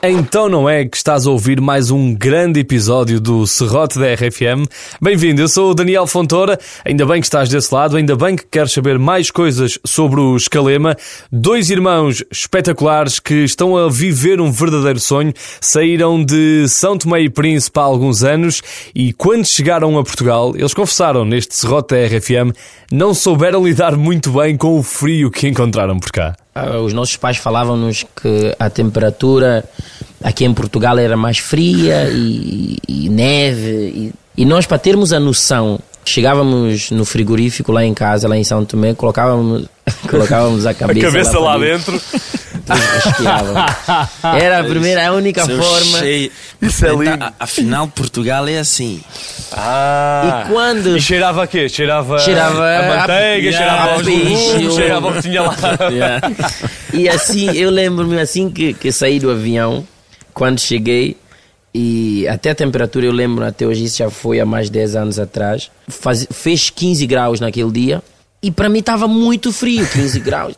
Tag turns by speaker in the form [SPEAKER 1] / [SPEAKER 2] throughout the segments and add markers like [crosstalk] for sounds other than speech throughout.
[SPEAKER 1] Então não é que estás a ouvir mais um grande episódio do Serrote da RFM. Bem-vindo, eu sou o Daniel Fontoura. Ainda bem que estás desse lado, ainda bem que queres saber mais coisas sobre o Escalema. Dois irmãos espetaculares que estão a viver um verdadeiro sonho. Saíram de São Tomé e Príncipe há alguns anos e quando chegaram a Portugal, eles confessaram neste Serrote da RFM, não souberam lidar muito bem com o frio que encontraram por cá.
[SPEAKER 2] Ah, Os nossos pais falavam-nos que a temperatura aqui em Portugal era mais fria e, e neve. E, e nós, para termos a noção, chegávamos no frigorífico lá em casa, lá em São Tomé, colocávamos, [laughs] colocávamos a cabeça,
[SPEAKER 1] Cabeça lá
[SPEAKER 2] para
[SPEAKER 1] dentro.
[SPEAKER 2] esquiávamos.
[SPEAKER 1] [laughs]
[SPEAKER 2] Era a primeira, a única
[SPEAKER 3] Seu
[SPEAKER 2] forma.
[SPEAKER 3] cheio.
[SPEAKER 4] Isso é
[SPEAKER 3] Então,
[SPEAKER 4] lindo.
[SPEAKER 3] a- Afinal, Portugal é assim.
[SPEAKER 1] Ah.
[SPEAKER 2] E quando-
[SPEAKER 1] E cheirava a quê? Cheirava,
[SPEAKER 2] Cheirava
[SPEAKER 1] a manteiga,
[SPEAKER 2] a-
[SPEAKER 1] cheirava
[SPEAKER 2] a
[SPEAKER 1] aos
[SPEAKER 2] peixe,
[SPEAKER 1] legumes,
[SPEAKER 2] o-
[SPEAKER 1] cheirava o que tinha lá.
[SPEAKER 2] [laughs] Yeah. E assim, eu lembro-me assim que, que saí do avião, quando cheguei, e até a temperatura, eu lembro até hoje, isso já foi há mais de 10 anos atrás, faz- fez 15 graus naquele dia, e para mim estava muito frio, 15 [laughs] graus.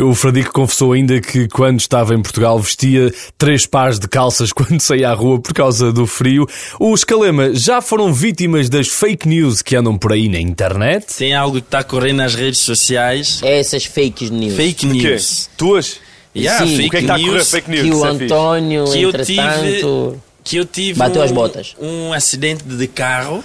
[SPEAKER 1] O Fradique confessou ainda que quando estava em Portugal vestia três pares de calças [laughs] quando saía à rua por causa do frio. Os Calema já foram vítimas das fake news que andam por aí na internet?
[SPEAKER 3] Tem algo que está correndo nas redes sociais.
[SPEAKER 2] Essas fake news.
[SPEAKER 4] Quê?
[SPEAKER 3] Fake news.
[SPEAKER 4] Tuas?
[SPEAKER 3] Yeah,
[SPEAKER 2] Sim.
[SPEAKER 3] fake
[SPEAKER 4] O que é que está a correr?
[SPEAKER 3] news.
[SPEAKER 4] Fake news.
[SPEAKER 2] que o
[SPEAKER 4] isso é fixe.
[SPEAKER 2] Antônio,
[SPEAKER 3] que eu tive.
[SPEAKER 2] entretanto...
[SPEAKER 3] Que eu tive.
[SPEAKER 2] Bateu
[SPEAKER 3] um,
[SPEAKER 2] as botas.
[SPEAKER 3] Um acidente de carro.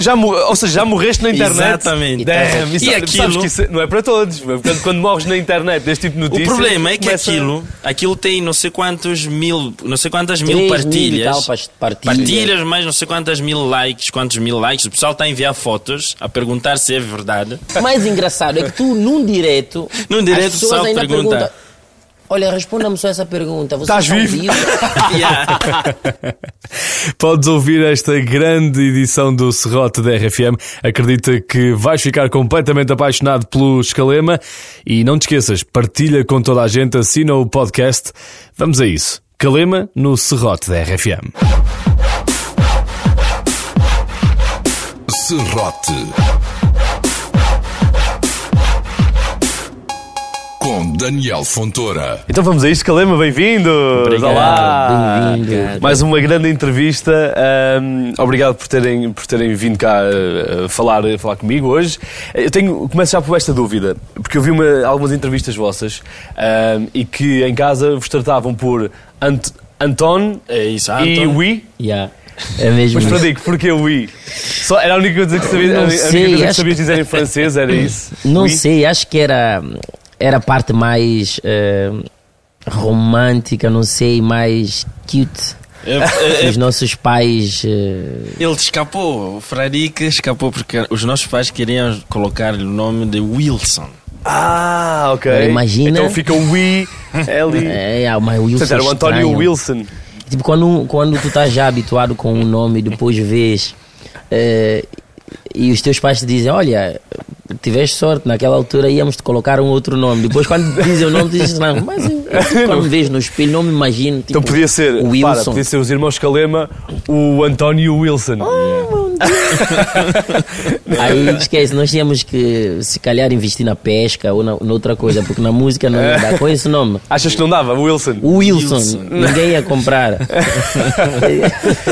[SPEAKER 4] Já mo- ou seja, já morreste na internet.
[SPEAKER 3] Exatamente.
[SPEAKER 4] Damn, isso,
[SPEAKER 3] E
[SPEAKER 4] sabes
[SPEAKER 3] aquilo?
[SPEAKER 4] que isso não é para todos. Portanto, quando morres na internet deste tipo de
[SPEAKER 3] O
[SPEAKER 4] notícias.
[SPEAKER 3] problema é que
[SPEAKER 4] começa-
[SPEAKER 3] aquilo, aquilo tem não sei quantos mil, não sei quantas mil
[SPEAKER 2] Três
[SPEAKER 3] partilhas.
[SPEAKER 2] mil e tal pas- partilhas.
[SPEAKER 3] Partilhas, mais não sei quantas mil likes, quantos mil likes. O pessoal está a enviar fotos a perguntar se é verdade.
[SPEAKER 2] O mais engraçado é que tu, num direto,
[SPEAKER 3] Num direto,
[SPEAKER 2] as pessoas
[SPEAKER 3] só
[SPEAKER 2] ainda
[SPEAKER 3] pergunta.
[SPEAKER 2] perguntam, Olha, responda-me só essa pergunta. Você
[SPEAKER 4] Estás vivo?"
[SPEAKER 3] [laughs] Yeah.
[SPEAKER 1] Podes ouvir esta grande edição do Serrote da RFM. Acredita que vais ficar completamente apaixonado pelo Escalema. E não te esqueças, partilha com toda a gente, assina o podcast. Vamos a isso. Calema no Serrote da RFM.
[SPEAKER 5] Serrote com Daniel Fontoura.
[SPEAKER 4] Então vamos a isso, Calema, bem-vindos!
[SPEAKER 3] Obrigado,
[SPEAKER 4] Olá!
[SPEAKER 2] bem-vindo.
[SPEAKER 4] Mais uma grande entrevista. Ahm, obrigado por terem, por terem vindo cá ah, ah, falar, falar comigo hoje. Eu tenho, começo já por esta dúvida, porque eu vi uma- algumas entrevistas vossas ahm, e que em casa vos tratavam por Ant, Anton
[SPEAKER 3] É isso,
[SPEAKER 4] e
[SPEAKER 3] Anton.
[SPEAKER 4] Ui.
[SPEAKER 2] Yeah. É mesmo
[SPEAKER 4] Mas
[SPEAKER 2] isso.
[SPEAKER 4] Fradico, porquê Ui? Só, era a única coisa que sabias,
[SPEAKER 2] Não
[SPEAKER 4] a única
[SPEAKER 2] sei,
[SPEAKER 4] coisa que
[SPEAKER 2] acho
[SPEAKER 4] sabias dizer em francês, era isso?
[SPEAKER 2] [laughs] Não
[SPEAKER 4] Oui?
[SPEAKER 2] sei, acho que era, era a parte mais eh, romântica, não sei, mais cute.
[SPEAKER 3] É- é-
[SPEAKER 2] Os nossos pais. eh,
[SPEAKER 3] Ele escapou, o Fradique escapou porque os nossos pais queriam colocar-lhe o nome de Wilson.
[SPEAKER 4] Ah, ok.
[SPEAKER 2] Agora imagina.
[SPEAKER 4] Então fica Ui, Eli.
[SPEAKER 2] é, ah, mas o Wilson.
[SPEAKER 4] Portanto, era o António
[SPEAKER 2] estranho.
[SPEAKER 4] Wilson.
[SPEAKER 2] Tipo, quando, quando tu estás já habituado com um nome e depois vês. eh, e os teus pais te dizem: Olha, tiveste sorte, naquela altura íamos te colocar um outro nome. Depois, quando te dizem o nome, tu dizes: Não, mas eu- eu quando me vejo no espelho, não me imagino. Tipo,
[SPEAKER 4] Então podia ser,
[SPEAKER 2] o Wilson.
[SPEAKER 4] para, podia ser os irmãos Calema, o António e o Wilson.
[SPEAKER 2] Aí esquece, nós tínhamos que se calhar investir na pesca ou na, noutra coisa, porque na música não ia dar. Qual é esse nome?
[SPEAKER 4] Achas que não dava? Wilson.
[SPEAKER 2] O Wilson.
[SPEAKER 3] Wilson.
[SPEAKER 2] Ninguém ia comprar.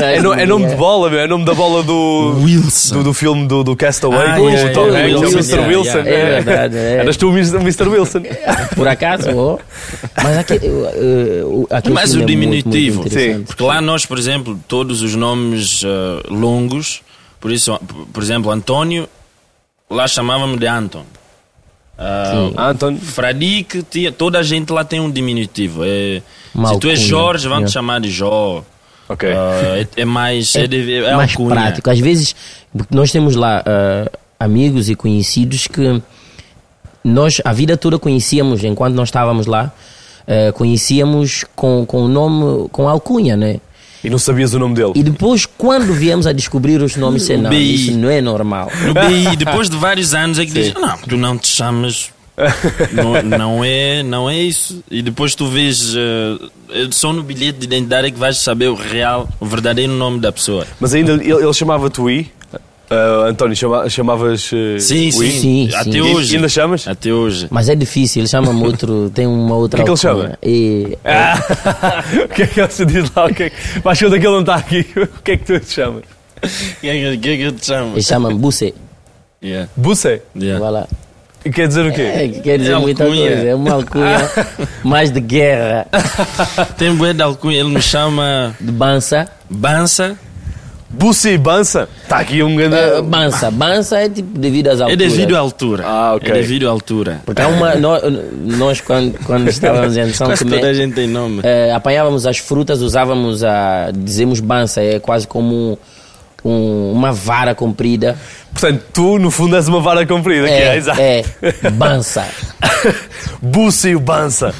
[SPEAKER 4] É, no- é nome de bola, meu. É nome da bola do.
[SPEAKER 3] Wilson.
[SPEAKER 4] Do, do filme do, do Castaway
[SPEAKER 3] Ah,
[SPEAKER 4] com
[SPEAKER 3] yeah,
[SPEAKER 4] o Tom
[SPEAKER 3] yeah,
[SPEAKER 4] Hanks, é
[SPEAKER 3] Wilson,
[SPEAKER 4] o Mr.
[SPEAKER 3] yeah,
[SPEAKER 4] Wilson.
[SPEAKER 3] yeah,
[SPEAKER 2] é
[SPEAKER 4] [laughs]
[SPEAKER 2] verdade, é.
[SPEAKER 4] Eras tu o Mr. Mr. Wilson.
[SPEAKER 2] Por acaso, ó. Mas aqui, uh, uh, aquele
[SPEAKER 3] Mas o
[SPEAKER 2] filme é muito, muito
[SPEAKER 3] diminutivo,
[SPEAKER 2] interessante.
[SPEAKER 3] porque lá nós, por exemplo, todos os nomes eh, longos, por isso, por- por exemplo, António, lá chamávamos de Anton. Ah,
[SPEAKER 4] Anton.
[SPEAKER 3] Fradique, tinha- toda a gente lá tem um diminutivo. É,
[SPEAKER 2] Uma
[SPEAKER 3] se tu és
[SPEAKER 2] alcunha,
[SPEAKER 3] Jorge, vão te
[SPEAKER 2] yeah.
[SPEAKER 3] chamar de Jó.
[SPEAKER 4] Ok.
[SPEAKER 3] Ah, é, é mais, é, de-
[SPEAKER 2] [laughs]
[SPEAKER 3] é
[SPEAKER 2] mais
[SPEAKER 3] alcunha.
[SPEAKER 2] prático. Às vezes, porque nós temos lá ah, amigos e conhecidos que nós a vida toda conhecíamos, enquanto nós estávamos lá, ah, conhecíamos com, com o nome, com a alcunha, né?
[SPEAKER 4] E não sabias o nome dele.
[SPEAKER 2] E depois, quando viemos a descobrir os nomes, disse, não,
[SPEAKER 3] BI.
[SPEAKER 2] isso não é normal.
[SPEAKER 3] No BI, depois de vários anos, é que diz: Não, tu não te chamas. não, não é, não é isso. E depois tu vês. eh, só no bilhete de identidade é que vais saber o real, o verdadeiro nome da pessoa.
[SPEAKER 4] Mas ainda ele, ele chamava-te Ui. Ah, António, chama- chamavas. eh,
[SPEAKER 3] Sim,
[SPEAKER 4] Wii?
[SPEAKER 3] sim.
[SPEAKER 2] Sim,
[SPEAKER 3] Até
[SPEAKER 2] sim.
[SPEAKER 4] E-
[SPEAKER 3] hoje.
[SPEAKER 4] Ainda chamas?
[SPEAKER 3] Até [laughs] hoje.
[SPEAKER 2] Mas é difícil, chama-me outro, tem uma outra.
[SPEAKER 4] O que é que ele
[SPEAKER 2] alcunha.
[SPEAKER 4] chama?
[SPEAKER 2] E,
[SPEAKER 4] Ah. [laughs] o que é que você diz lá? O que é que... Mas quando é que ele não está aqui, [laughs] o que é que tu te chamas?
[SPEAKER 3] Quem é que- quem é que eu te chamo?
[SPEAKER 2] ele chama-me Busse.
[SPEAKER 3] Yeah,
[SPEAKER 4] Busse?
[SPEAKER 3] yeah.
[SPEAKER 2] Vai lá.
[SPEAKER 4] Quer dizer o quê?
[SPEAKER 2] É, quer dizer
[SPEAKER 3] É
[SPEAKER 2] muita
[SPEAKER 3] alcunha.
[SPEAKER 2] coisa, é uma
[SPEAKER 3] [laughs]
[SPEAKER 2] alcunha mais de guerra,
[SPEAKER 3] Tem bué de alcunha, ele me chama
[SPEAKER 2] de bança.
[SPEAKER 3] Bança.
[SPEAKER 4] Busse e Bança? Está aqui um grande.
[SPEAKER 2] É, Bança, bança é tipo devido às
[SPEAKER 3] É
[SPEAKER 2] alturas.
[SPEAKER 3] devido à altura.
[SPEAKER 4] Ah, ok.
[SPEAKER 3] É devido à altura.
[SPEAKER 2] Porque há uma, nós, nós quando, quando estávamos em São
[SPEAKER 3] Quase toda a
[SPEAKER 2] Tomé,
[SPEAKER 3] gente tem nome.
[SPEAKER 2] eh, apanhávamos as frutas, usávamos a, dizemos bança, é quase como um- um- uma vara comprida.
[SPEAKER 4] Portanto, tu no fundo és uma vara comprida,
[SPEAKER 3] [laughs]
[SPEAKER 4] que é, exato. [laughs]
[SPEAKER 2] é, bança.
[SPEAKER 4] Busse e o
[SPEAKER 2] [laughs]
[SPEAKER 4] Bança.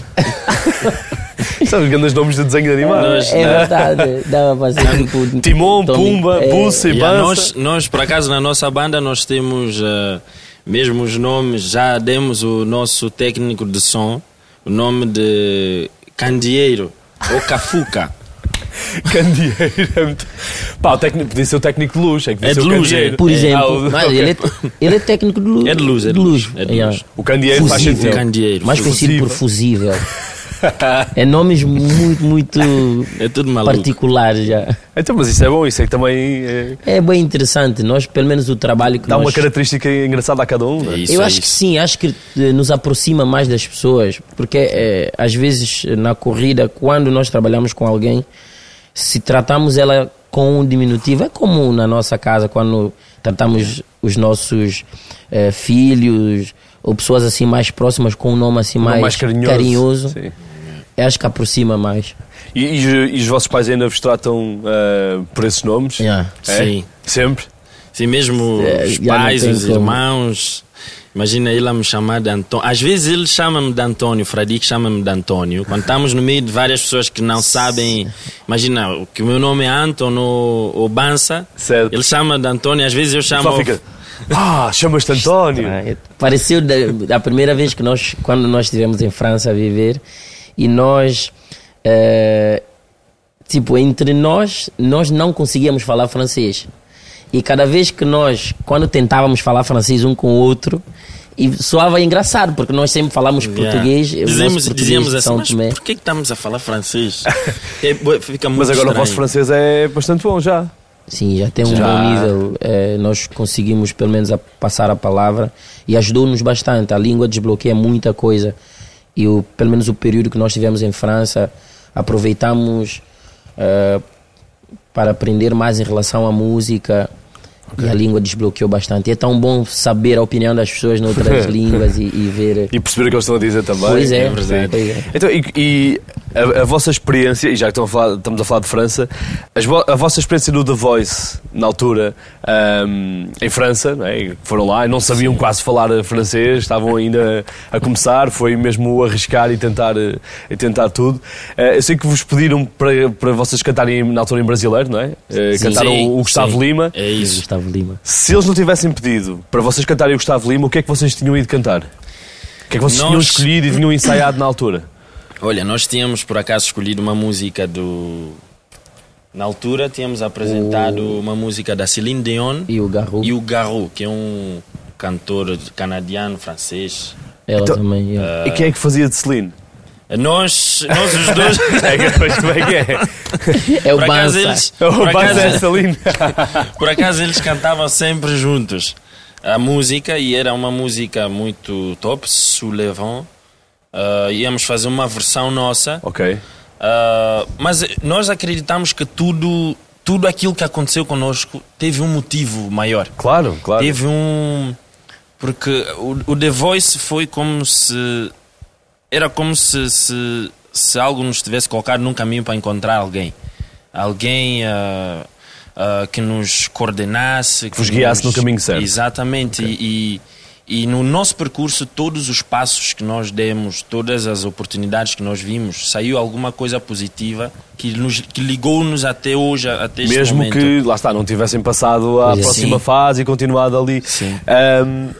[SPEAKER 4] São os grandes nomes de desenho animado.
[SPEAKER 3] Nós-
[SPEAKER 2] é verdade, dava para ser tipo...
[SPEAKER 4] Timon,
[SPEAKER 2] Tommy,
[SPEAKER 4] Pumba,
[SPEAKER 2] é,
[SPEAKER 4] Busse e
[SPEAKER 3] Yeah,
[SPEAKER 4] Bança.
[SPEAKER 3] nós, nós, por acaso, na nossa banda, nós temos eh, mesmo os nomes, já demos o nosso técnico de som, o nome de Candeeiro, ou Cafuca.
[SPEAKER 4] [laughs] Candeeiro. é muito- Pá, o técnico, podia ser o técnico de luz. É, que podia
[SPEAKER 3] É
[SPEAKER 4] ser
[SPEAKER 3] de
[SPEAKER 4] o
[SPEAKER 3] luz,
[SPEAKER 4] candeeiro.
[SPEAKER 2] Por
[SPEAKER 4] É,
[SPEAKER 2] exemplo,
[SPEAKER 4] ah, o-
[SPEAKER 2] mas
[SPEAKER 4] ok.
[SPEAKER 2] ele, é, [laughs] ele é técnico de luz.
[SPEAKER 3] É de luz, é de luz, é de
[SPEAKER 2] yeah.
[SPEAKER 3] luz. É
[SPEAKER 4] O candeeiro faz
[SPEAKER 2] Fusível.
[SPEAKER 4] sentido.
[SPEAKER 3] Candeeiro.
[SPEAKER 2] é, Mais conhecido por fusível.
[SPEAKER 3] [laughs]
[SPEAKER 2] é nomes muito, muito
[SPEAKER 3] É tudo maluco.
[SPEAKER 2] particulares já.
[SPEAKER 4] Então, mas isso é bom, isso é que também é,
[SPEAKER 2] É bem interessante. Nós, pelo menos o trabalho que
[SPEAKER 4] dá
[SPEAKER 2] nós...
[SPEAKER 4] uma característica engraçada a cada um. não é?
[SPEAKER 3] É isso,
[SPEAKER 2] Eu
[SPEAKER 3] é
[SPEAKER 2] acho que
[SPEAKER 3] isso.
[SPEAKER 2] sim, acho que eh, nos aproxima mais das pessoas, porque eh, às vezes eh, na corrida, quando nós trabalhamos com alguém, se tratamos ela com um diminutivo, é comum na nossa casa, quando tratamos os nossos eh, filhos ou pessoas assim mais próximas com um nome assim
[SPEAKER 4] Um
[SPEAKER 2] mais,
[SPEAKER 4] mais carinhoso.
[SPEAKER 2] carinhoso,
[SPEAKER 4] Sim.
[SPEAKER 2] eu acho que aproxima mais.
[SPEAKER 4] E, e os- e os vossos pais ainda vos tratam ah, por esses nomes?
[SPEAKER 2] Yeah.
[SPEAKER 4] É?
[SPEAKER 3] Sim.
[SPEAKER 4] Sempre?
[SPEAKER 3] Sim, mesmo
[SPEAKER 2] É,
[SPEAKER 3] os
[SPEAKER 2] já não
[SPEAKER 3] pais,
[SPEAKER 2] tem
[SPEAKER 3] os
[SPEAKER 2] como.
[SPEAKER 3] irmãos. Imagina ele a me chamar de Antônio. Às vezes ele chama-me de Antônio, o Fradique chama-me de Antônio. Quando estamos no meio de várias pessoas que não sabem, imagina o que o meu nome é Anton ou, ou Bança,
[SPEAKER 4] Certo.
[SPEAKER 3] ele chama de Antônio, às vezes eu chamo.
[SPEAKER 4] Só fica. Ah, chamas-te António.
[SPEAKER 2] Ah, é- Pareceu da, da primeira vez que nós, quando nós estivemos em França a viver, e nós, eh, tipo, entre nós, nós não conseguíamos falar francês. E cada vez que nós, quando tentávamos falar francês um com o outro, e soava engraçado, porque nós sempre falamos
[SPEAKER 3] Yeah.
[SPEAKER 2] português. o nosso
[SPEAKER 3] Dizemos,
[SPEAKER 2] português
[SPEAKER 3] dizíamos
[SPEAKER 2] de
[SPEAKER 3] assim,
[SPEAKER 2] São
[SPEAKER 3] mas
[SPEAKER 2] Tomé.
[SPEAKER 3] por que que estamos a
[SPEAKER 4] [laughs]
[SPEAKER 3] falar francês? É, bo- fica muito
[SPEAKER 4] Mas agora o vosso
[SPEAKER 3] estranho.
[SPEAKER 4] francês é bastante bom já.
[SPEAKER 2] Sim, já tem um bom nível. eh, nós conseguimos pelo menos a passar a palavra e ajudou-nos bastante. A língua desbloqueia muita coisa. E o, pelo menos o período que nós tivemos em França, aproveitamos eh, para aprender mais em relação à música. E a língua desbloqueou bastante. E é tão bom saber a opinião das pessoas noutras
[SPEAKER 3] [laughs]
[SPEAKER 2] línguas e, e ver.
[SPEAKER 4] E perceber o que eles estão a dizer também.
[SPEAKER 2] Pois é,
[SPEAKER 3] é verdade.
[SPEAKER 2] pois é.
[SPEAKER 4] Então, e e a, a vossa experiência, e já que estão a falar- estamos a falar de França, as vo- a vossa experiência no The Voice, na altura, ahm, em França, não é? foram lá e não sabiam quase falar francês, estavam ainda a começar, foi mesmo o arriscar e tentar, eh, e tentar tudo. Eh, eu sei que vos pediram para, para vocês cantarem na altura em brasileiro, não é? Eh,
[SPEAKER 3] Sim.
[SPEAKER 4] cantaram
[SPEAKER 3] Sim,
[SPEAKER 4] o Gustavo
[SPEAKER 3] sim.
[SPEAKER 4] Lima.
[SPEAKER 3] É isso.
[SPEAKER 2] Gustavo Lima.
[SPEAKER 4] Se eles não tivessem pedido para vocês cantarem o Gustavo Lima, o que é que vocês tinham ido cantar? O que é que vocês tinham
[SPEAKER 3] Nós-
[SPEAKER 4] escolhido e tinham ensaiado na altura?
[SPEAKER 3] Olha, nós tínhamos por acaso escolhido uma música do. Na altura tínhamos apresentado uma música da Celine Dion
[SPEAKER 2] E o Garro.
[SPEAKER 3] e o Garou, que é um cantor canadiano francês.
[SPEAKER 2] Ela
[SPEAKER 4] Então-
[SPEAKER 2] também. eu.
[SPEAKER 4] E quem é que fazia de Celine?
[SPEAKER 3] Nós, nós
[SPEAKER 2] [laughs]
[SPEAKER 3] os dois.
[SPEAKER 4] É que depois como é que [laughs] é?
[SPEAKER 2] é o
[SPEAKER 3] por, acaso
[SPEAKER 2] Banza.
[SPEAKER 3] eles, por,
[SPEAKER 4] O Banza é
[SPEAKER 3] acaso,
[SPEAKER 4] Celine.
[SPEAKER 3] por acaso eles cantavam sempre juntos a música e era uma música muito top, Soulevant. Ah, íamos fazer uma versão nossa.
[SPEAKER 4] Ok.
[SPEAKER 3] Ah, mas nós acreditamos que tudo, tudo aquilo que aconteceu conosco teve um motivo maior.
[SPEAKER 4] Claro, claro.
[SPEAKER 3] Teve um. Porque o, o The Voice foi como se. Era como se, se, se algo nos tivesse colocado num caminho para encontrar alguém. Alguém ah, ah, que nos coordenasse. Que
[SPEAKER 4] vos guiasse
[SPEAKER 3] nos-
[SPEAKER 4] no caminho certo.
[SPEAKER 3] Exatamente. E, e, e no nosso percurso, todos os passos que nós demos, todas as oportunidades que nós vimos, saiu alguma coisa positiva que, nos- que ligou-nos até hoje, até este
[SPEAKER 4] Mesmo
[SPEAKER 3] momento.
[SPEAKER 4] que, lá está, não tivessem passado à
[SPEAKER 2] Pois é.
[SPEAKER 4] próxima
[SPEAKER 3] Sim.
[SPEAKER 4] fase e continuado ali.
[SPEAKER 3] Sim.
[SPEAKER 4] Ahm,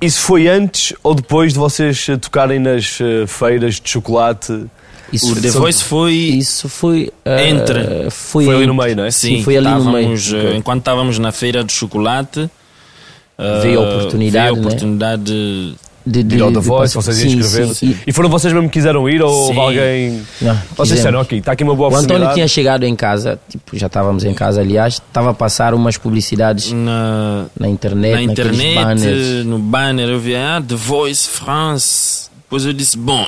[SPEAKER 4] isso foi antes ou depois de vocês eh, tocarem nas eh, feiras de chocolate
[SPEAKER 2] Isso
[SPEAKER 3] O The
[SPEAKER 2] foi-
[SPEAKER 3] Voice foi.
[SPEAKER 2] Isso foi. ah,
[SPEAKER 3] Entre.
[SPEAKER 2] Foi,
[SPEAKER 4] Foi ali no
[SPEAKER 2] entre.
[SPEAKER 4] meio, não é?
[SPEAKER 2] Sim, foi ali no meio.
[SPEAKER 3] estávamos, eh, Enquanto estávamos na feira do chocolate. eh,
[SPEAKER 2] Veio a oportunidade,
[SPEAKER 3] Veio a
[SPEAKER 2] né?
[SPEAKER 3] oportunidade.
[SPEAKER 2] De,
[SPEAKER 4] Ir ao The Voice,
[SPEAKER 2] passar-
[SPEAKER 4] vocês
[SPEAKER 2] sim,
[SPEAKER 4] inscreveram
[SPEAKER 2] sim,
[SPEAKER 4] se E foram vocês mesmo que quiseram ir ou houve
[SPEAKER 3] Sim.
[SPEAKER 4] alguém.
[SPEAKER 2] e- não,
[SPEAKER 4] Vocês
[SPEAKER 2] quisemos.
[SPEAKER 4] disseram, ok, está tá aqui uma boa
[SPEAKER 2] O António
[SPEAKER 4] oportunidade.
[SPEAKER 2] tinha chegado em casa, tipo, já estávamos em casa, aliás, estava a passar umas publicidades
[SPEAKER 3] Na,
[SPEAKER 2] na internet,
[SPEAKER 3] Hum. na
[SPEAKER 2] naqueles
[SPEAKER 3] internet, eh,
[SPEAKER 2] banners.
[SPEAKER 3] no banner, eu vi ah, The Voice France. Depois eu disse: Bom,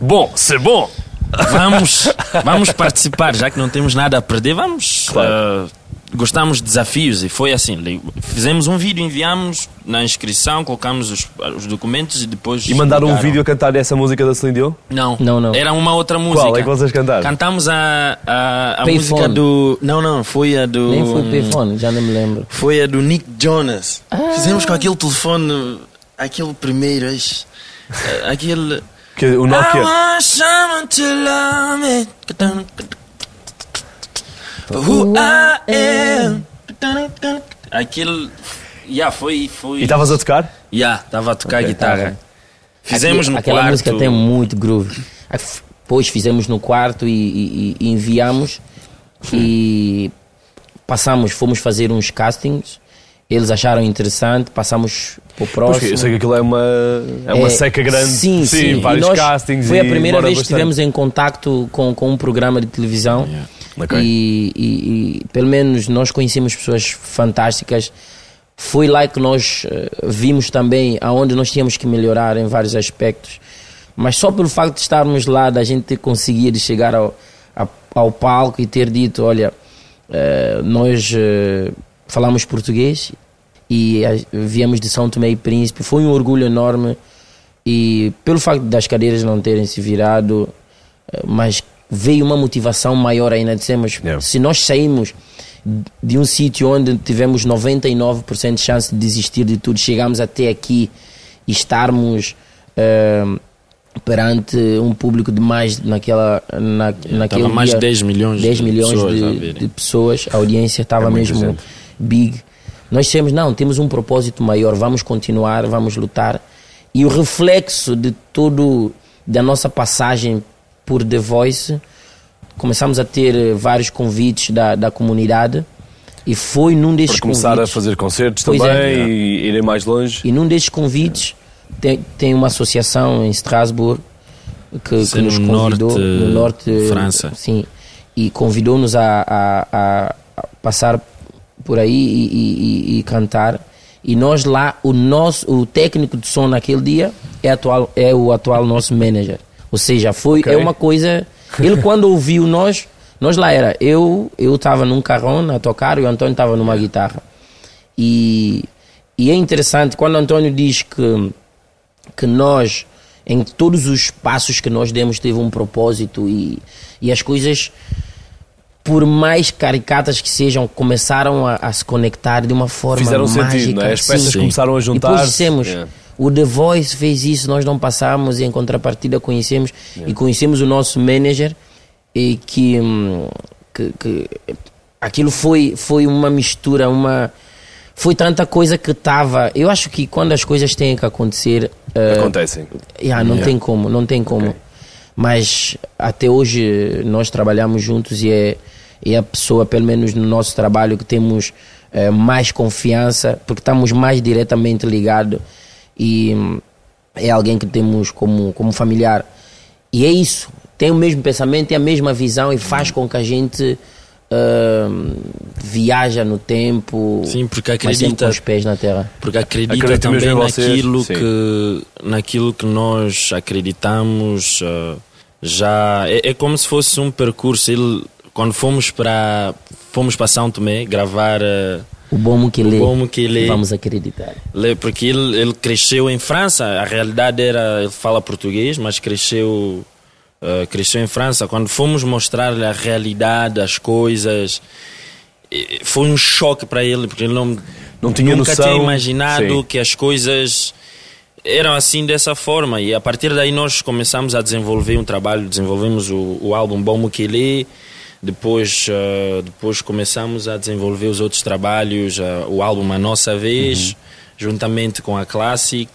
[SPEAKER 4] Bom, ser bom!
[SPEAKER 2] [laughs]
[SPEAKER 3] vamos, vamos participar, já que não temos nada a perder, vamos. ah, gostamos de desafios e foi assim. li- Fizemos um vídeo, enviamos na inscrição, colocamos os, os documentos e depois.
[SPEAKER 4] E mandaram um
[SPEAKER 3] ligaram.
[SPEAKER 4] vídeo a cantar essa música da Celine Dion?
[SPEAKER 3] Não,
[SPEAKER 2] Não, não.
[SPEAKER 3] Era uma outra música.
[SPEAKER 4] Qual é que vocês cantaram?
[SPEAKER 3] Cantamos a, a, a
[SPEAKER 2] Payphone.
[SPEAKER 3] música do. Não, não, foi a do.
[SPEAKER 2] Nem foi payphone, já nem me lembro.
[SPEAKER 3] Foi a do Nick Jonas.
[SPEAKER 2] Ah.
[SPEAKER 3] Fizemos com aquele telefone, aquele primeiro, eis, eh, aquele.
[SPEAKER 4] Que, é. o Nokia.
[SPEAKER 3] I want someone to love me. For who I am. Aquele. Yeah, foi. foi
[SPEAKER 4] E estavas a tocar?
[SPEAKER 3] Yeah, estava a tocar
[SPEAKER 2] Ok,
[SPEAKER 3] guitarra.
[SPEAKER 2] tava.
[SPEAKER 3] Fizemos
[SPEAKER 2] Aqui-
[SPEAKER 3] no
[SPEAKER 2] Aquela
[SPEAKER 3] quarto.
[SPEAKER 2] música tem muito groove. Ah, f- Pois fizemos no quarto e, e- e enviamos
[SPEAKER 4] Hum.
[SPEAKER 2] e passamos, fomos fazer uns castings. Eles acharam interessante, passamos para
[SPEAKER 4] Pois,
[SPEAKER 2] o
[SPEAKER 4] eu
[SPEAKER 2] próximo.
[SPEAKER 4] sei que aquilo é uma, é uma
[SPEAKER 2] É,
[SPEAKER 4] seca grande.
[SPEAKER 2] Sim, sim. E
[SPEAKER 4] vários
[SPEAKER 2] nós-
[SPEAKER 4] castings.
[SPEAKER 2] Foi a
[SPEAKER 4] e
[SPEAKER 2] primeira
[SPEAKER 4] demora
[SPEAKER 2] vez que
[SPEAKER 4] bastante.
[SPEAKER 2] estivemos em contacto com, com um programa de televisão.
[SPEAKER 4] Ok.
[SPEAKER 2] E, e- e, pelo menos nós conhecemos pessoas fantásticas. Foi lá que nós eh, vimos também aonde nós tínhamos que melhorar em vários aspectos. Mas só pelo facto de estarmos lá, da gente conseguir chegar ao, a- ao palco e ter dito: olha, eh, nós eh, falamos português e a- viemos de São Tomé e Príncipe. Foi um orgulho enorme e pelo facto das cadeiras não terem se virado, eh, mas veio uma motivação maior ainda. Dissemos,
[SPEAKER 4] Yeah.
[SPEAKER 2] se nós saímos de um sítio onde tivemos 99% de chance de desistir de tudo, chegamos até aqui e estarmos eh, perante um público de mais naquela na, naquele
[SPEAKER 3] tava mais
[SPEAKER 2] dia,
[SPEAKER 3] de 10 milhões
[SPEAKER 2] 10
[SPEAKER 3] de
[SPEAKER 2] milhões
[SPEAKER 3] pessoas
[SPEAKER 2] de-
[SPEAKER 3] a verem.
[SPEAKER 2] de pessoas, a
[SPEAKER 4] É
[SPEAKER 2] audiência estava mesmo big. Nós dissemos, não, temos um propósito maior, vamos continuar, vamos lutar. E o reflexo de todo, da nossa passagem por The Voice, começamos a ter eh, vários convites da, da comunidade e foi num desses
[SPEAKER 4] Para começar a
[SPEAKER 2] convites,
[SPEAKER 4] fazer concertos
[SPEAKER 2] Pois
[SPEAKER 4] também
[SPEAKER 2] é.
[SPEAKER 4] e irem mais longe.
[SPEAKER 2] e num desses convites
[SPEAKER 4] É.
[SPEAKER 2] tem, tem uma associação em Strasbourg que,
[SPEAKER 3] Isso
[SPEAKER 2] que
[SPEAKER 3] é
[SPEAKER 2] nos
[SPEAKER 3] no
[SPEAKER 2] convidou
[SPEAKER 3] norte,
[SPEAKER 2] no norte eh,
[SPEAKER 3] França.
[SPEAKER 2] Sim, e convidou-nos a, a- a- a passar por aí e, e- e- e cantar. E nós lá, o nosso, o técnico de som naquele dia é, atual, é o atual nosso manager. Ou seja, foi
[SPEAKER 4] Ok.
[SPEAKER 2] é uma coisa. Ele quando
[SPEAKER 3] [laughs]
[SPEAKER 2] ouviu nós, nós lá era eu eu estava num carrão a tocar e o Antônio estava numa guitarra. E, e é interessante quando o Antônio diz que que nós, em todos os passos que nós demos, teve um propósito e, e as coisas, por mais caricatas que sejam, começaram a, a se conectar de uma forma
[SPEAKER 4] Fizeram
[SPEAKER 2] mágica.
[SPEAKER 4] sentido, não é? As peças
[SPEAKER 2] Sim.
[SPEAKER 4] começaram a
[SPEAKER 2] E
[SPEAKER 4] juntar-se. É.
[SPEAKER 2] depois dissemos,
[SPEAKER 4] Yeah.
[SPEAKER 2] o The Voice fez isso, nós não passamos, e em contrapartida conhecemos, e conhecemos o nosso manager, e que, hum, que, que aquilo foi, foi uma mistura, uma... Foi tanta coisa que estava. Eu acho que quando as coisas têm que acontecer, eh,
[SPEAKER 4] Acontecem.
[SPEAKER 2] Yeah, não tem como, não tem como. Mas até hoje nós trabalhamos juntos e é, é a pessoa, pelo menos no nosso trabalho, que temos eh, mais confiança, porque estamos mais diretamente ligados e hum, é alguém que temos como, como familiar. E é isso, tem o mesmo pensamento, tem a mesma visão e faz com que a gente hum, viaja no tempo,
[SPEAKER 3] Sim, porque
[SPEAKER 2] mas sempre com
[SPEAKER 3] acredita
[SPEAKER 2] os pés na terra.
[SPEAKER 3] Porque acredita
[SPEAKER 4] Acredito mesmo
[SPEAKER 3] também
[SPEAKER 4] em vocês,
[SPEAKER 3] naquilo
[SPEAKER 4] sim.
[SPEAKER 3] que, naquilo que nós acreditamos. eh, já é, é como se fosse um percurso. Ele, quando fomos para fomos para São Tomé gravar eh,
[SPEAKER 2] O bom que lê,
[SPEAKER 3] o Como que ele
[SPEAKER 2] vamos acreditar.
[SPEAKER 3] Le- porque ele, ele cresceu em França. A realidade era ele fala português, mas cresceu eh, cresceu em França. Quando fomos mostrar-lhe a realidade, as coisas, eh, foi um choque para ele porque ele não
[SPEAKER 4] Não tinha
[SPEAKER 3] nunca
[SPEAKER 4] noção.
[SPEAKER 3] tinha imaginado
[SPEAKER 4] Sim.
[SPEAKER 3] que as coisas eram assim dessa forma e a partir daí nós começamos a desenvolver um trabalho desenvolvemos o, o álbum Bom Mukele depois eh, depois começamos a desenvolver os outros trabalhos eh, o álbum A Nossa
[SPEAKER 4] Uhum.
[SPEAKER 3] Vez juntamente com a Classic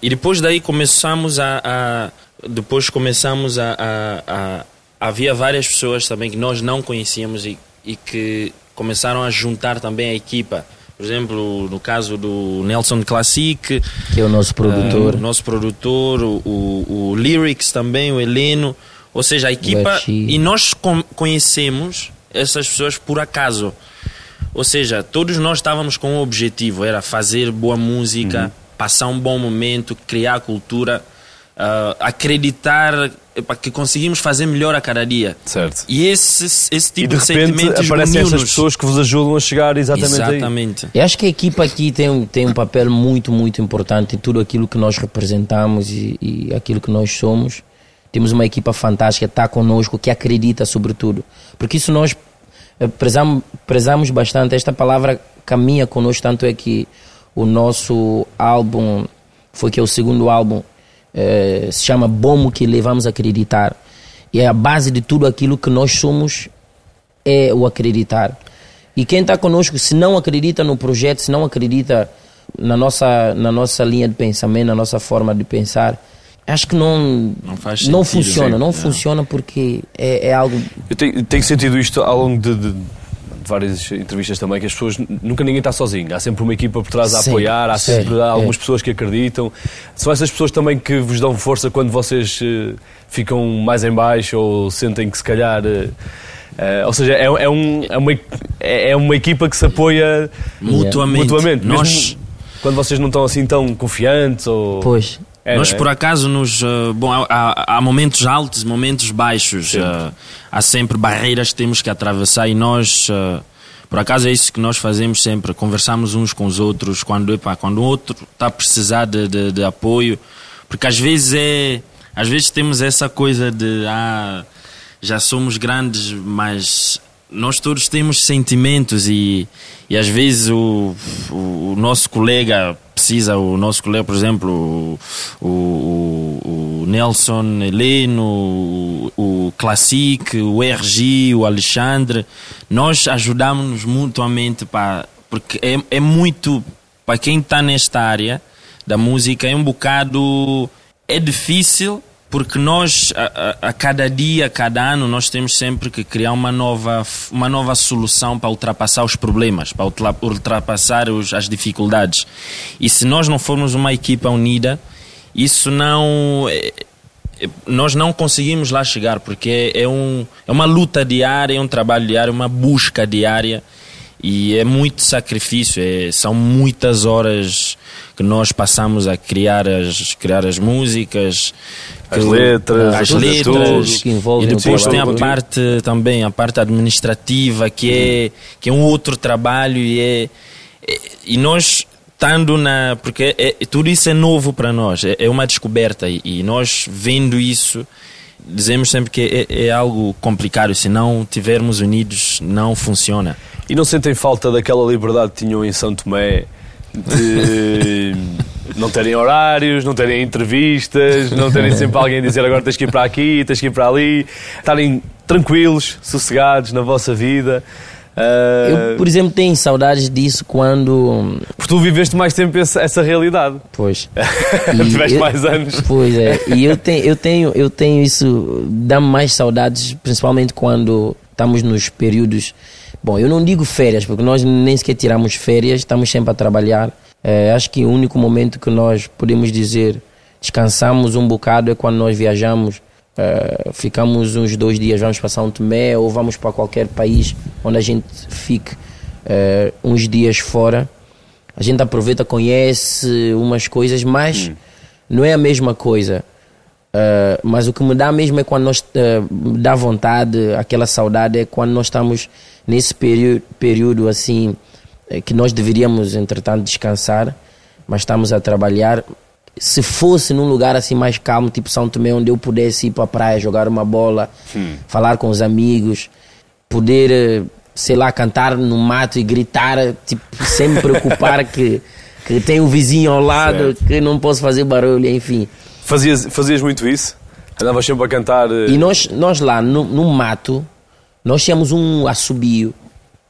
[SPEAKER 3] e depois daí começamos a, a, Depois começamos a, a, a- Havia várias pessoas também que nós não conhecíamos e, e que começaram a juntar também a equipa. Por exemplo, no caso do Nelson Classic,
[SPEAKER 2] Que é o nosso produtor.
[SPEAKER 3] ah, o nosso produtor, o, o, o Lyrics também, o Heleno. Ou seja, a equipa.
[SPEAKER 2] Bachi.
[SPEAKER 3] E nós con- conhecemos essas pessoas por acaso. Ou seja, todos nós estávamos com um objetivo: era fazer boa música,
[SPEAKER 4] Uhum.
[SPEAKER 3] passar um bom momento, criar cultura, ah, acreditar epá, que conseguimos fazer melhor a cada dia.
[SPEAKER 4] Certo.
[SPEAKER 3] E esse, esse tipo
[SPEAKER 4] e de
[SPEAKER 3] de,
[SPEAKER 4] repente
[SPEAKER 3] sentimentos
[SPEAKER 4] aparecem essas
[SPEAKER 3] uniu-nos.
[SPEAKER 4] pessoas que vos ajudam a chegar exatamente, aí.
[SPEAKER 3] Exatamente.
[SPEAKER 2] Eu acho que a equipa aqui tem, um- tem um papel muito, muito importante em tudo aquilo que nós representamos e, e aquilo que nós somos. Temos uma equipa fantástica, está conosco, que acredita sobretudo. Porque isso nós prezamos, prezamos bastante. Esta palavra caminha conosco, tanto é que o nosso álbum, foi que é o segundo álbum, eh, se chama Bomo que Levamos a Acreditar. E é a base de tudo aquilo que nós somos é o acreditar. E quem está conosco, se não acredita no projeto, se não acredita na nossa, na nossa linha de pensamento, na nossa forma de pensar, acho que não, não,
[SPEAKER 3] faz
[SPEAKER 2] não
[SPEAKER 3] sentido,
[SPEAKER 2] funciona.
[SPEAKER 3] sim.
[SPEAKER 2] Não
[SPEAKER 3] É.
[SPEAKER 2] funciona porque é, é algo.
[SPEAKER 4] Eu tenho, tenho sentido isto ao longo de, de- de várias entrevistas também, que as pessoas, nunca ninguém está sozinho. Há sempre uma equipa por trás a
[SPEAKER 2] Sim,
[SPEAKER 4] apoiar, há
[SPEAKER 2] sim,
[SPEAKER 4] sempre
[SPEAKER 2] é.
[SPEAKER 4] algumas pessoas que acreditam. São essas pessoas também que vos dão força quando vocês eh, ficam mais em baixo ou sentem que se calhar... eh, eh, ou seja, é, é um- é uma, é é uma equipa que se apoia
[SPEAKER 3] Mutuamente.
[SPEAKER 4] mutuamente. mesmo
[SPEAKER 3] Nós-
[SPEAKER 4] Quando vocês não estão assim tão confiantes ou...
[SPEAKER 2] Pois.
[SPEAKER 4] É,
[SPEAKER 3] Nós,
[SPEAKER 4] não é?
[SPEAKER 3] por acaso, nos, eh, bom, há, há- há momentos altos e momentos baixos. eh, há sempre barreiras que temos que atravessar e nós, eh, por acaso, é isso que nós fazemos sempre. Conversamos uns com os outros quando, epá, quando o outro está a precisar de, de- de apoio. Porque às vezes é... Às vezes temos essa coisa de... Ah, já somos grandes, mas nós todos temos sentimentos e, e às vezes o, o, o nosso colega precisa, o nosso colega, por exemplo, o, o- o- o Nelson Heleno, o, o Classic, o RG, o Alexandre, nós ajudamos-nos mutuamente, pá, porque é, é muito, para quem está nesta área, da música é um bocado é difícil porque nós a, a- a cada dia, a cada ano, nós temos sempre que criar uma nova, f- uma nova solução para ultrapassar os problemas, para ultra- ultrapassar os- as dificuldades. E se nós não formos uma equipa unida, isso não é- é- nós não conseguimos lá chegar porque é, é um, é uma luta diária, é um trabalho diário, é uma busca diária e é muito sacrifício, é- são muitas horas que nós passamos a criar as, criar as músicas,
[SPEAKER 4] As
[SPEAKER 3] que-
[SPEAKER 4] letras,
[SPEAKER 3] as
[SPEAKER 4] tudo,
[SPEAKER 3] letras,
[SPEAKER 2] tudo que envolve um
[SPEAKER 3] e
[SPEAKER 2] o
[SPEAKER 3] depois tem a
[SPEAKER 4] trabalho.
[SPEAKER 3] parte também, a parte administrativa que é, que é um outro trabalho e é, é- e nós estando na porque é- é- tudo isso é novo para nós, é, é uma descoberta e, e nós vendo isso dizemos sempre que é, é algo complicado, se não tivermos unidos não funciona.
[SPEAKER 4] E não sentem falta daquela liberdade que tinham em São Tomé de não terem horários, não terem entrevistas, não terem sempre alguém a dizer agora tens que ir para aqui, tens que ir para ali, estarem tranquilos, sossegados na vossa vida. Ah,
[SPEAKER 2] Eu, por exemplo, tenho saudades disso quando.
[SPEAKER 4] Porque tu viveste mais tempo essa, essa realidade. [laughs]
[SPEAKER 2] Pois.
[SPEAKER 4] Tiveste mais anos.
[SPEAKER 2] Pois é. E eu, te, eu, tenho, eu tenho isso, dá-me mais saudades, principalmente quando estamos nos períodos. Bom, eu não digo férias, porque nós nem sequer tiramos férias, estamos sempre a trabalhar. É, acho que o único momento que nós podemos dizer descansamos um bocado é quando nós viajamos. é, ficamos uns dois dias, vamos para São Tomé ou vamos para qualquer país onde a gente fique é, uns dias fora. A gente aproveita, conhece umas coisas, mas não é a mesma coisa. Ah, mas o que me dá mesmo é quando nós ah, me dá vontade, aquela saudade é quando nós estamos nesse período, período assim eh, que nós deveríamos entretanto descansar, mas estamos a trabalhar. Se fosse num lugar assim mais calmo, tipo São Tomé, onde eu pudesse ir para a praia, jogar uma bola, falar com os amigos, poder, eh, sei lá, cantar no mato e gritar, eh, tipo, sem me preocupar que, que tem o vizinho ao lado, que não posso fazer barulho, enfim.
[SPEAKER 4] Fazias, fazias muito isso? Andavas sempre a cantar. eh,
[SPEAKER 2] E nós, nós lá no, no mato, nós tínhamos um assobio.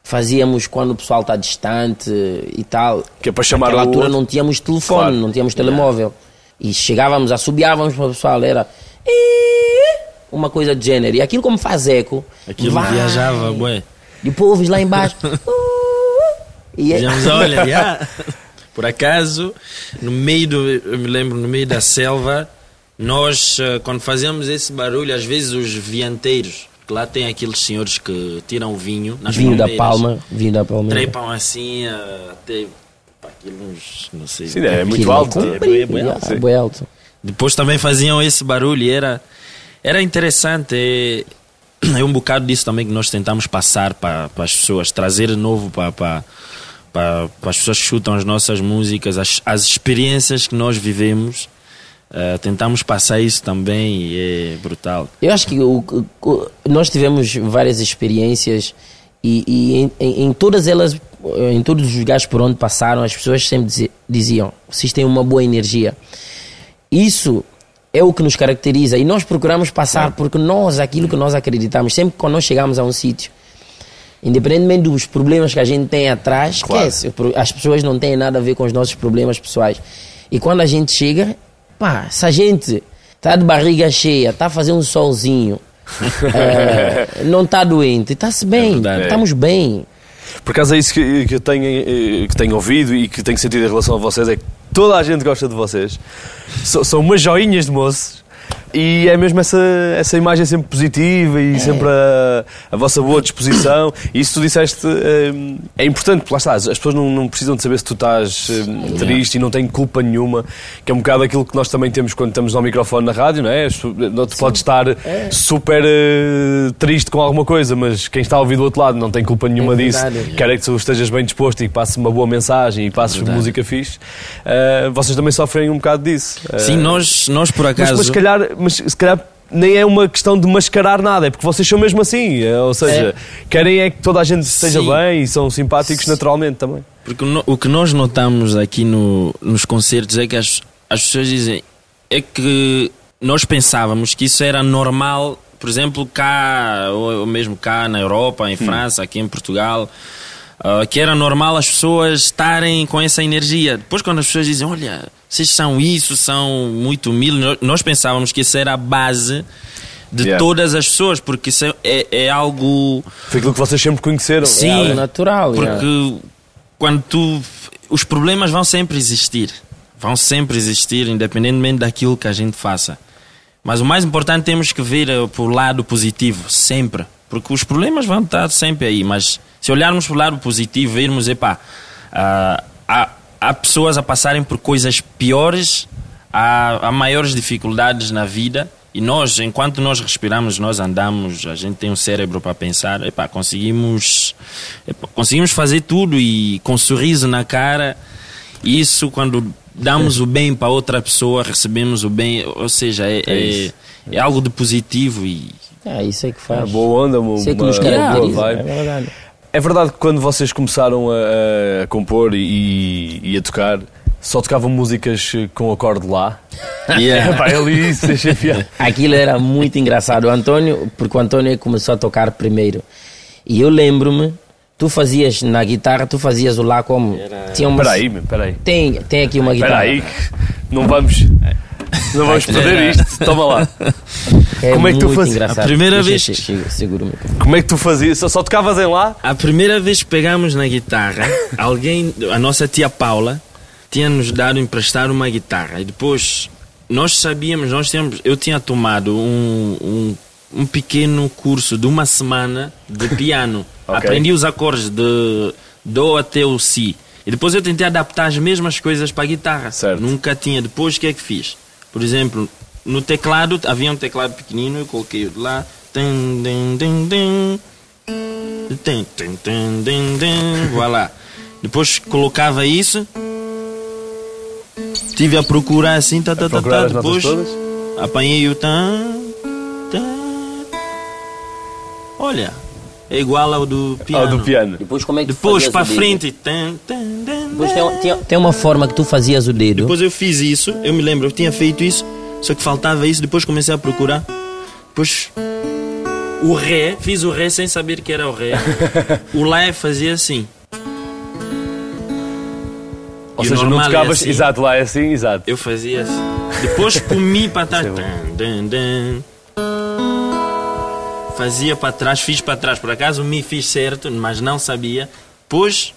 [SPEAKER 2] Fazíamos quando o pessoal está distante e tal.
[SPEAKER 4] Que é para chamar
[SPEAKER 2] Naquela
[SPEAKER 4] o
[SPEAKER 2] altura
[SPEAKER 4] outro.
[SPEAKER 2] não tínhamos telefone,
[SPEAKER 4] Claro.
[SPEAKER 2] não tínhamos telemóvel. E chegávamos, assobiávamos para o pessoal, era uma coisa de género. E aquilo como faz eco.
[SPEAKER 3] Aquilo
[SPEAKER 2] vai.
[SPEAKER 3] viajava, bué.
[SPEAKER 2] Depois ouves lá
[SPEAKER 3] [laughs]
[SPEAKER 2] embaixo. "Uh", e é-
[SPEAKER 3] Dizíamos, olha, já. [laughs] por acaso, no meio do, eu me lembro, no meio da selva, nós, eh, quando fazemos esse barulho, às vezes os vianteiros, que lá tem aqueles senhores que tiram o vinho nas
[SPEAKER 2] vinho da
[SPEAKER 3] palmeiras,
[SPEAKER 2] palma, vinho da palma.
[SPEAKER 3] Trepam assim, eh, até pá, aquilo uns, não sei.
[SPEAKER 4] Sim, é muito
[SPEAKER 2] Aquilo
[SPEAKER 4] alto.
[SPEAKER 2] comprido,
[SPEAKER 4] É bem alto,
[SPEAKER 2] já,
[SPEAKER 4] sim.
[SPEAKER 2] bué alto.
[SPEAKER 3] Depois também faziam esse barulho e era, era interessante. É, é um bocado disso também que nós tentamos passar para as pessoas, trazer de novo para pa, pa, pa as pessoas que escutam as nossas músicas, as, as experiências que nós vivemos. Ah, tentamos passar isso também e é brutal.
[SPEAKER 2] Eu acho que o- o- nós tivemos várias experiências e, e em, em- em todas elas, em todos os lugares por onde passaram, as pessoas sempre dizi- diziam: vocês têm uma boa energia. Isso é o que nos caracteriza e nós procuramos passar porque nós, aquilo que nós acreditamos, sempre que nós chegamos a um sítio, Independentemente dos problemas que a gente tem atrás, esquece. As pessoas não têm nada a ver com os nossos problemas pessoais. E quando a gente chega, pá, se a gente tá de barriga cheia, tá fazendo um solzinho, eh, não tá doente, tá-se bem,
[SPEAKER 3] verdade.
[SPEAKER 2] estamos bem.
[SPEAKER 4] Por acaso é isso que, que eu tenho, eh, que tenho ouvido e que tenho sentido em relação a vocês, é que toda a gente gosta de vocês. So- são umas joinhas de moços. E é mesmo essa, essa imagem sempre positiva e sempre a, a vossa boa disposição. E isso tu disseste eh, é importante, porque lá está, as as pessoas não, não precisam de saber se tu estás eh, triste e não têm culpa nenhuma, que é um bocado aquilo que nós também temos quando estamos ao microfone na rádio, não é? As pessoas- Não te podes estar super eh, triste com alguma coisa, mas quem está a ouvir do outro lado não tem culpa nenhuma disso.
[SPEAKER 2] verdade.
[SPEAKER 4] Quero é que tu estejas bem disposto e que passes uma boa mensagem e passes música fixe. Ah, vocês também sofrem um bocado disso. Ah,
[SPEAKER 3] Sim, nós, nós por
[SPEAKER 4] mas,
[SPEAKER 3] acaso.
[SPEAKER 4] mas se calhar, mas se calhar nem é uma questão de mascarar nada, é porque vocês são mesmo assim. ah, Ou seja, querem é que toda a gente esteja
[SPEAKER 3] Sim.
[SPEAKER 4] bem e são simpáticos
[SPEAKER 3] Sim.
[SPEAKER 4] naturalmente também.
[SPEAKER 3] Porque no- o que nós notamos aqui no- nos concertos é que as, as pessoas dizem é que nós pensávamos que isso era normal, por exemplo, cá, ou, ou mesmo cá na Europa, em França, aqui em Portugal, ah, que era normal as pessoas estarem com essa energia. Depois, quando as pessoas dizem, olha, vocês são isso, são muito humildes, nós, nós pensávamos que isso era a base de
[SPEAKER 4] Yeah.
[SPEAKER 3] todas as pessoas, porque isso é- é, é algo.
[SPEAKER 4] Foi aquilo que vocês sempre conheceram. Ah,
[SPEAKER 3] Sim,
[SPEAKER 2] algo É natural,
[SPEAKER 3] Porque
[SPEAKER 2] yeah.
[SPEAKER 3] quando tu. Os problemas vão sempre existir. Vão sempre existir, independentemente daquilo que a gente faça. Mas o mais importante temos que ver eh, para o lado positivo, sempre. Porque os problemas vão estar sempre aí. Mas se olharmos para o lado positivo, vermos, epá, ah, há, há pessoas a passarem por coisas piores, há, há maiores dificuldades na vida. E nós, enquanto nós respiramos, nós andamos, a gente tem um cérebro para pensar, epá, conseguimos, epá, conseguimos fazer tudo e com um sorriso na cara. E Isso quando damos o bem para outra pessoa, recebemos o bem, ou seja, é, é, é algo de positivo e
[SPEAKER 2] Ah, isso é que
[SPEAKER 4] Ah,
[SPEAKER 2] faz.
[SPEAKER 4] boa onda, uma,
[SPEAKER 2] isso é que
[SPEAKER 4] uma-
[SPEAKER 2] nos
[SPEAKER 4] uma boa
[SPEAKER 2] caracteriza.
[SPEAKER 4] vibe.
[SPEAKER 2] é verdade.
[SPEAKER 4] É verdade que quando vocês começaram a, a compor e, e a tocar, só tocavam músicas com acorde lá? [laughs]
[SPEAKER 3] Yeah.
[SPEAKER 4] Pá, eu li isso, deixa piada.
[SPEAKER 2] Aquilo era muito engraçado. O Antônio, porque o Antônio começou a tocar primeiro. E eu lembro-me, tu fazias na guitarra, tu fazias o lá como. Tinha uma-
[SPEAKER 4] Espera aí, meu, espera aí.
[SPEAKER 2] Tem, tem aqui uma
[SPEAKER 4] Espera
[SPEAKER 2] guitarra.
[SPEAKER 4] aí, que não vamos, não vamos perder isto. Toma lá.
[SPEAKER 2] É
[SPEAKER 4] Como é que tu
[SPEAKER 2] muito
[SPEAKER 4] fazes?
[SPEAKER 2] engraçado.
[SPEAKER 3] A primeira
[SPEAKER 2] Deixa-
[SPEAKER 3] vez-
[SPEAKER 2] che- che- Segura o microfone.
[SPEAKER 4] Como é que tu fazias? Só, só tocavas em lá?
[SPEAKER 3] a primeira vez que pegámos
[SPEAKER 4] [laughs]
[SPEAKER 3] na guitarra, alguém, a nossa tia Paula, tinha nos dado emprestar uma guitarra e depois nós sabíamos, nós tínhamos, eu tinha tomado um, um, um pequeno curso de uma semana
[SPEAKER 4] [laughs]
[SPEAKER 3] de piano.
[SPEAKER 4] Ok.
[SPEAKER 3] Aprendi os acordes de do até o si. E depois eu tentei adaptar as mesmas coisas para a guitarra.
[SPEAKER 4] Certo.
[SPEAKER 3] Nunca tinha. Depois o que é que fiz? Por exemplo, no teclado, havia um teclado pequenino, eu coloquei o de lá. Tum, dim, dim, dim. Tum, tum, tum, dim, dim. Voilà. Depois colocava isso. Tive a procurar assim, tá, tá, tá,
[SPEAKER 4] procurar
[SPEAKER 3] tá.
[SPEAKER 4] as notas
[SPEAKER 3] Depois
[SPEAKER 4] todas?
[SPEAKER 3] apanhei o tan, tan. Olha, é igual ao do
[SPEAKER 4] Ou
[SPEAKER 3] piano.
[SPEAKER 4] Ah, do piano?
[SPEAKER 2] Depois como é que tu
[SPEAKER 3] Depois
[SPEAKER 2] fazias
[SPEAKER 3] para
[SPEAKER 2] o dedo?
[SPEAKER 3] frente. Tan, tan, tan,
[SPEAKER 2] Depois
[SPEAKER 3] tan.
[SPEAKER 2] tem, um- tem- tem uma forma que tu fazias o dedo.
[SPEAKER 3] Depois eu fiz isso, eu me lembro, eu tinha feito isso, só que faltava isso, depois comecei a procurar. Depois o ré, fiz o ré sem saber que era
[SPEAKER 4] [laughs]
[SPEAKER 3] o ré. o lá é fazia assim.
[SPEAKER 4] Ou
[SPEAKER 3] E o
[SPEAKER 4] seja, não
[SPEAKER 3] normal é
[SPEAKER 4] tocavas.
[SPEAKER 3] assim.
[SPEAKER 4] Exato, lá é assim, exato.
[SPEAKER 3] Eu fazia assim. Depois comi para
[SPEAKER 4] [laughs]
[SPEAKER 3] trás.
[SPEAKER 4] é
[SPEAKER 3] Tan, dan, dan. Fazia para trás, fiz para trás. Por acaso me fiz certo, mas não sabia. Depois.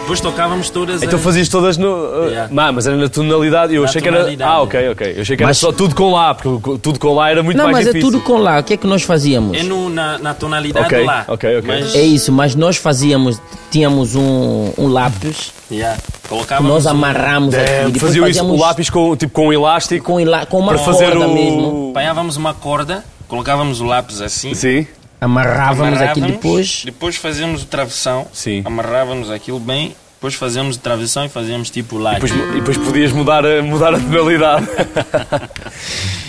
[SPEAKER 3] Depois tocávamos todas
[SPEAKER 4] Então
[SPEAKER 3] as-
[SPEAKER 4] fazias todas no. uh,
[SPEAKER 3] Yeah.
[SPEAKER 4] Não, mas era na tonalidade. Eu
[SPEAKER 3] Na
[SPEAKER 4] achei que era.
[SPEAKER 3] tonalidade.
[SPEAKER 4] Ah, ok, ok. Eu achei que era
[SPEAKER 2] Mas-
[SPEAKER 4] só tudo com lá, porque o- tudo com lá era muito
[SPEAKER 2] Não,
[SPEAKER 4] mais
[SPEAKER 2] mas é
[SPEAKER 4] difícil.
[SPEAKER 2] tudo com lá. O que é que nós fazíamos?
[SPEAKER 3] É no, na, na tonalidade
[SPEAKER 4] Ok,
[SPEAKER 3] lá.
[SPEAKER 4] ok, ok.
[SPEAKER 3] Mas,
[SPEAKER 2] É isso, mas nós fazíamos, tínhamos um, um lápis,
[SPEAKER 3] yeah, colocávamos
[SPEAKER 2] nós
[SPEAKER 3] um-
[SPEAKER 2] amarramos aqui,
[SPEAKER 4] É,
[SPEAKER 2] depois
[SPEAKER 4] faziam isso com
[SPEAKER 2] fazíamos
[SPEAKER 4] o lápis, com, tipo com um elástico,
[SPEAKER 2] com, ila- com uma
[SPEAKER 4] para fazer
[SPEAKER 2] corda
[SPEAKER 4] o.
[SPEAKER 2] mesmo,
[SPEAKER 3] Apanhávamos uma corda, colocávamos o lápis assim.
[SPEAKER 4] Sim.
[SPEAKER 2] amarrávamos, aqui
[SPEAKER 3] amarrávamos,
[SPEAKER 2] depois.
[SPEAKER 3] Depois fazíamos o travessão.
[SPEAKER 4] Sim.
[SPEAKER 3] Amarrávamos aquilo bem. Depois fazíamos o travessão e fazíamos tipo
[SPEAKER 4] E
[SPEAKER 3] lá.
[SPEAKER 4] depois, e depois podias mudar a, mudar a tonalidade.
[SPEAKER 3] E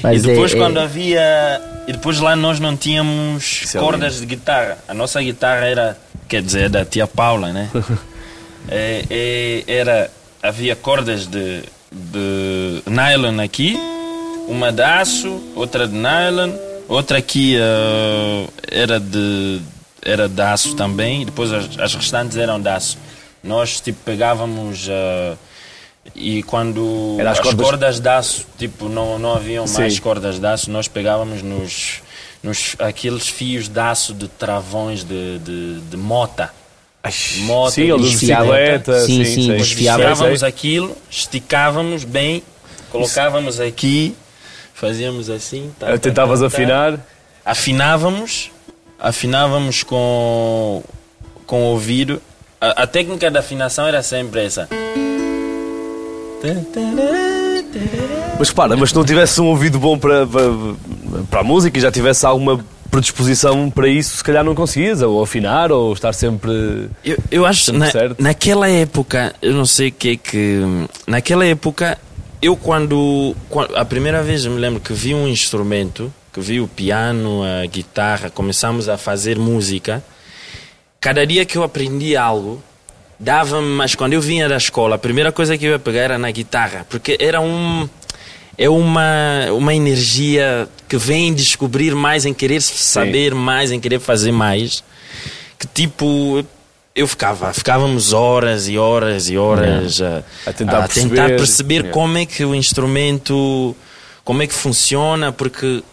[SPEAKER 2] Mas é-
[SPEAKER 3] depois
[SPEAKER 2] é-
[SPEAKER 3] quando havia. E depois lá nós não tínhamos
[SPEAKER 4] é
[SPEAKER 3] cordas de guitarra. A nossa guitarra era. Quer dizer, é da tia Paula, né? É, é, era. Havia cordas de, de nylon aqui, uma de aço, outra de nylon, outra aqui eh, era de. Era de aço também, e depois as, as restantes eram de aço. Nós tipo pegávamos. eh, e quando
[SPEAKER 4] Era as
[SPEAKER 3] as,
[SPEAKER 4] cordas-
[SPEAKER 3] cordas cordas de aço, tipo, não, não haviam
[SPEAKER 4] Sim.
[SPEAKER 3] mais cordas de aço, nós pegávamos nos, nos aqueles fios de aço de travões de, de, de mota. Moto,
[SPEAKER 4] sim, ou de
[SPEAKER 2] desfiava.
[SPEAKER 4] bicicleta.
[SPEAKER 2] Sim, sim,
[SPEAKER 4] Sei, sei.
[SPEAKER 2] desfiava.
[SPEAKER 3] Desfiávamos aquilo, esticávamos bem, colocávamos aqui, fazíamos assim. tá,
[SPEAKER 4] Eu
[SPEAKER 3] tá,
[SPEAKER 4] Tentavas
[SPEAKER 3] tá, tá.
[SPEAKER 4] afinar.
[SPEAKER 3] Afinávamos, afinávamos com, com o ouvido. A, a técnica da afinação era sempre essa.
[SPEAKER 4] Mas repara, mas se não tivesse um ouvido bom para, para, para a música e já tivesse alguma predisposição para isso, se calhar não conseguias, ou afinar, ou estar sempre.
[SPEAKER 3] Eu, eu acho, na,
[SPEAKER 4] Certo.
[SPEAKER 3] naquela época, eu não sei o que é que. Naquela época, eu quando, quan- A primeira vez eu me lembro que vi um instrumento, que vi o piano, a guitarra, começámos a fazer música. Cada dia que eu aprendi algo, dava-me. Mas quando eu vinha da escola, a primeira coisa que eu ia pegar era na guitarra, porque era um. É uma, uma energia que vem descobrir mais, em querer saber mais, em querer fazer mais que tipo eu ficava, ficávamos horas e horas e horas a,
[SPEAKER 4] A tentar
[SPEAKER 3] a tentar
[SPEAKER 4] perceber.
[SPEAKER 3] perceber,
[SPEAKER 4] Yeah.
[SPEAKER 3] como é que o instrumento como é que funciona, porque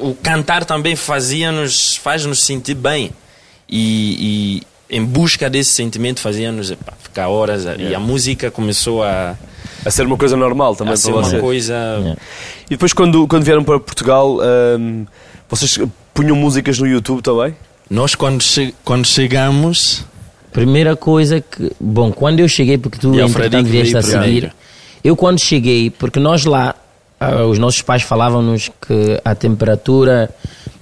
[SPEAKER 3] o cantar também fazia-nos faz-nos sentir bem e, e em busca desse sentimento fazia-nos epá, ficar horas a- e a música começou a,
[SPEAKER 4] a ser uma coisa normal também
[SPEAKER 3] a ser
[SPEAKER 4] para
[SPEAKER 3] uma
[SPEAKER 4] vocês.
[SPEAKER 3] coisa
[SPEAKER 4] E depois, quando, quando vieram para Portugal, hum, vocês punham músicas no YouTube também?
[SPEAKER 3] nós quando che- quando chegamos
[SPEAKER 2] Primeira coisa que. Bom, quando eu cheguei, porque tu
[SPEAKER 3] E o
[SPEAKER 2] entretanto
[SPEAKER 3] Frederico veio
[SPEAKER 2] vieste a seguir.
[SPEAKER 3] primeiro.
[SPEAKER 2] Eu quando cheguei, porque nós lá, ah, os nossos pais falavam-nos que a temperatura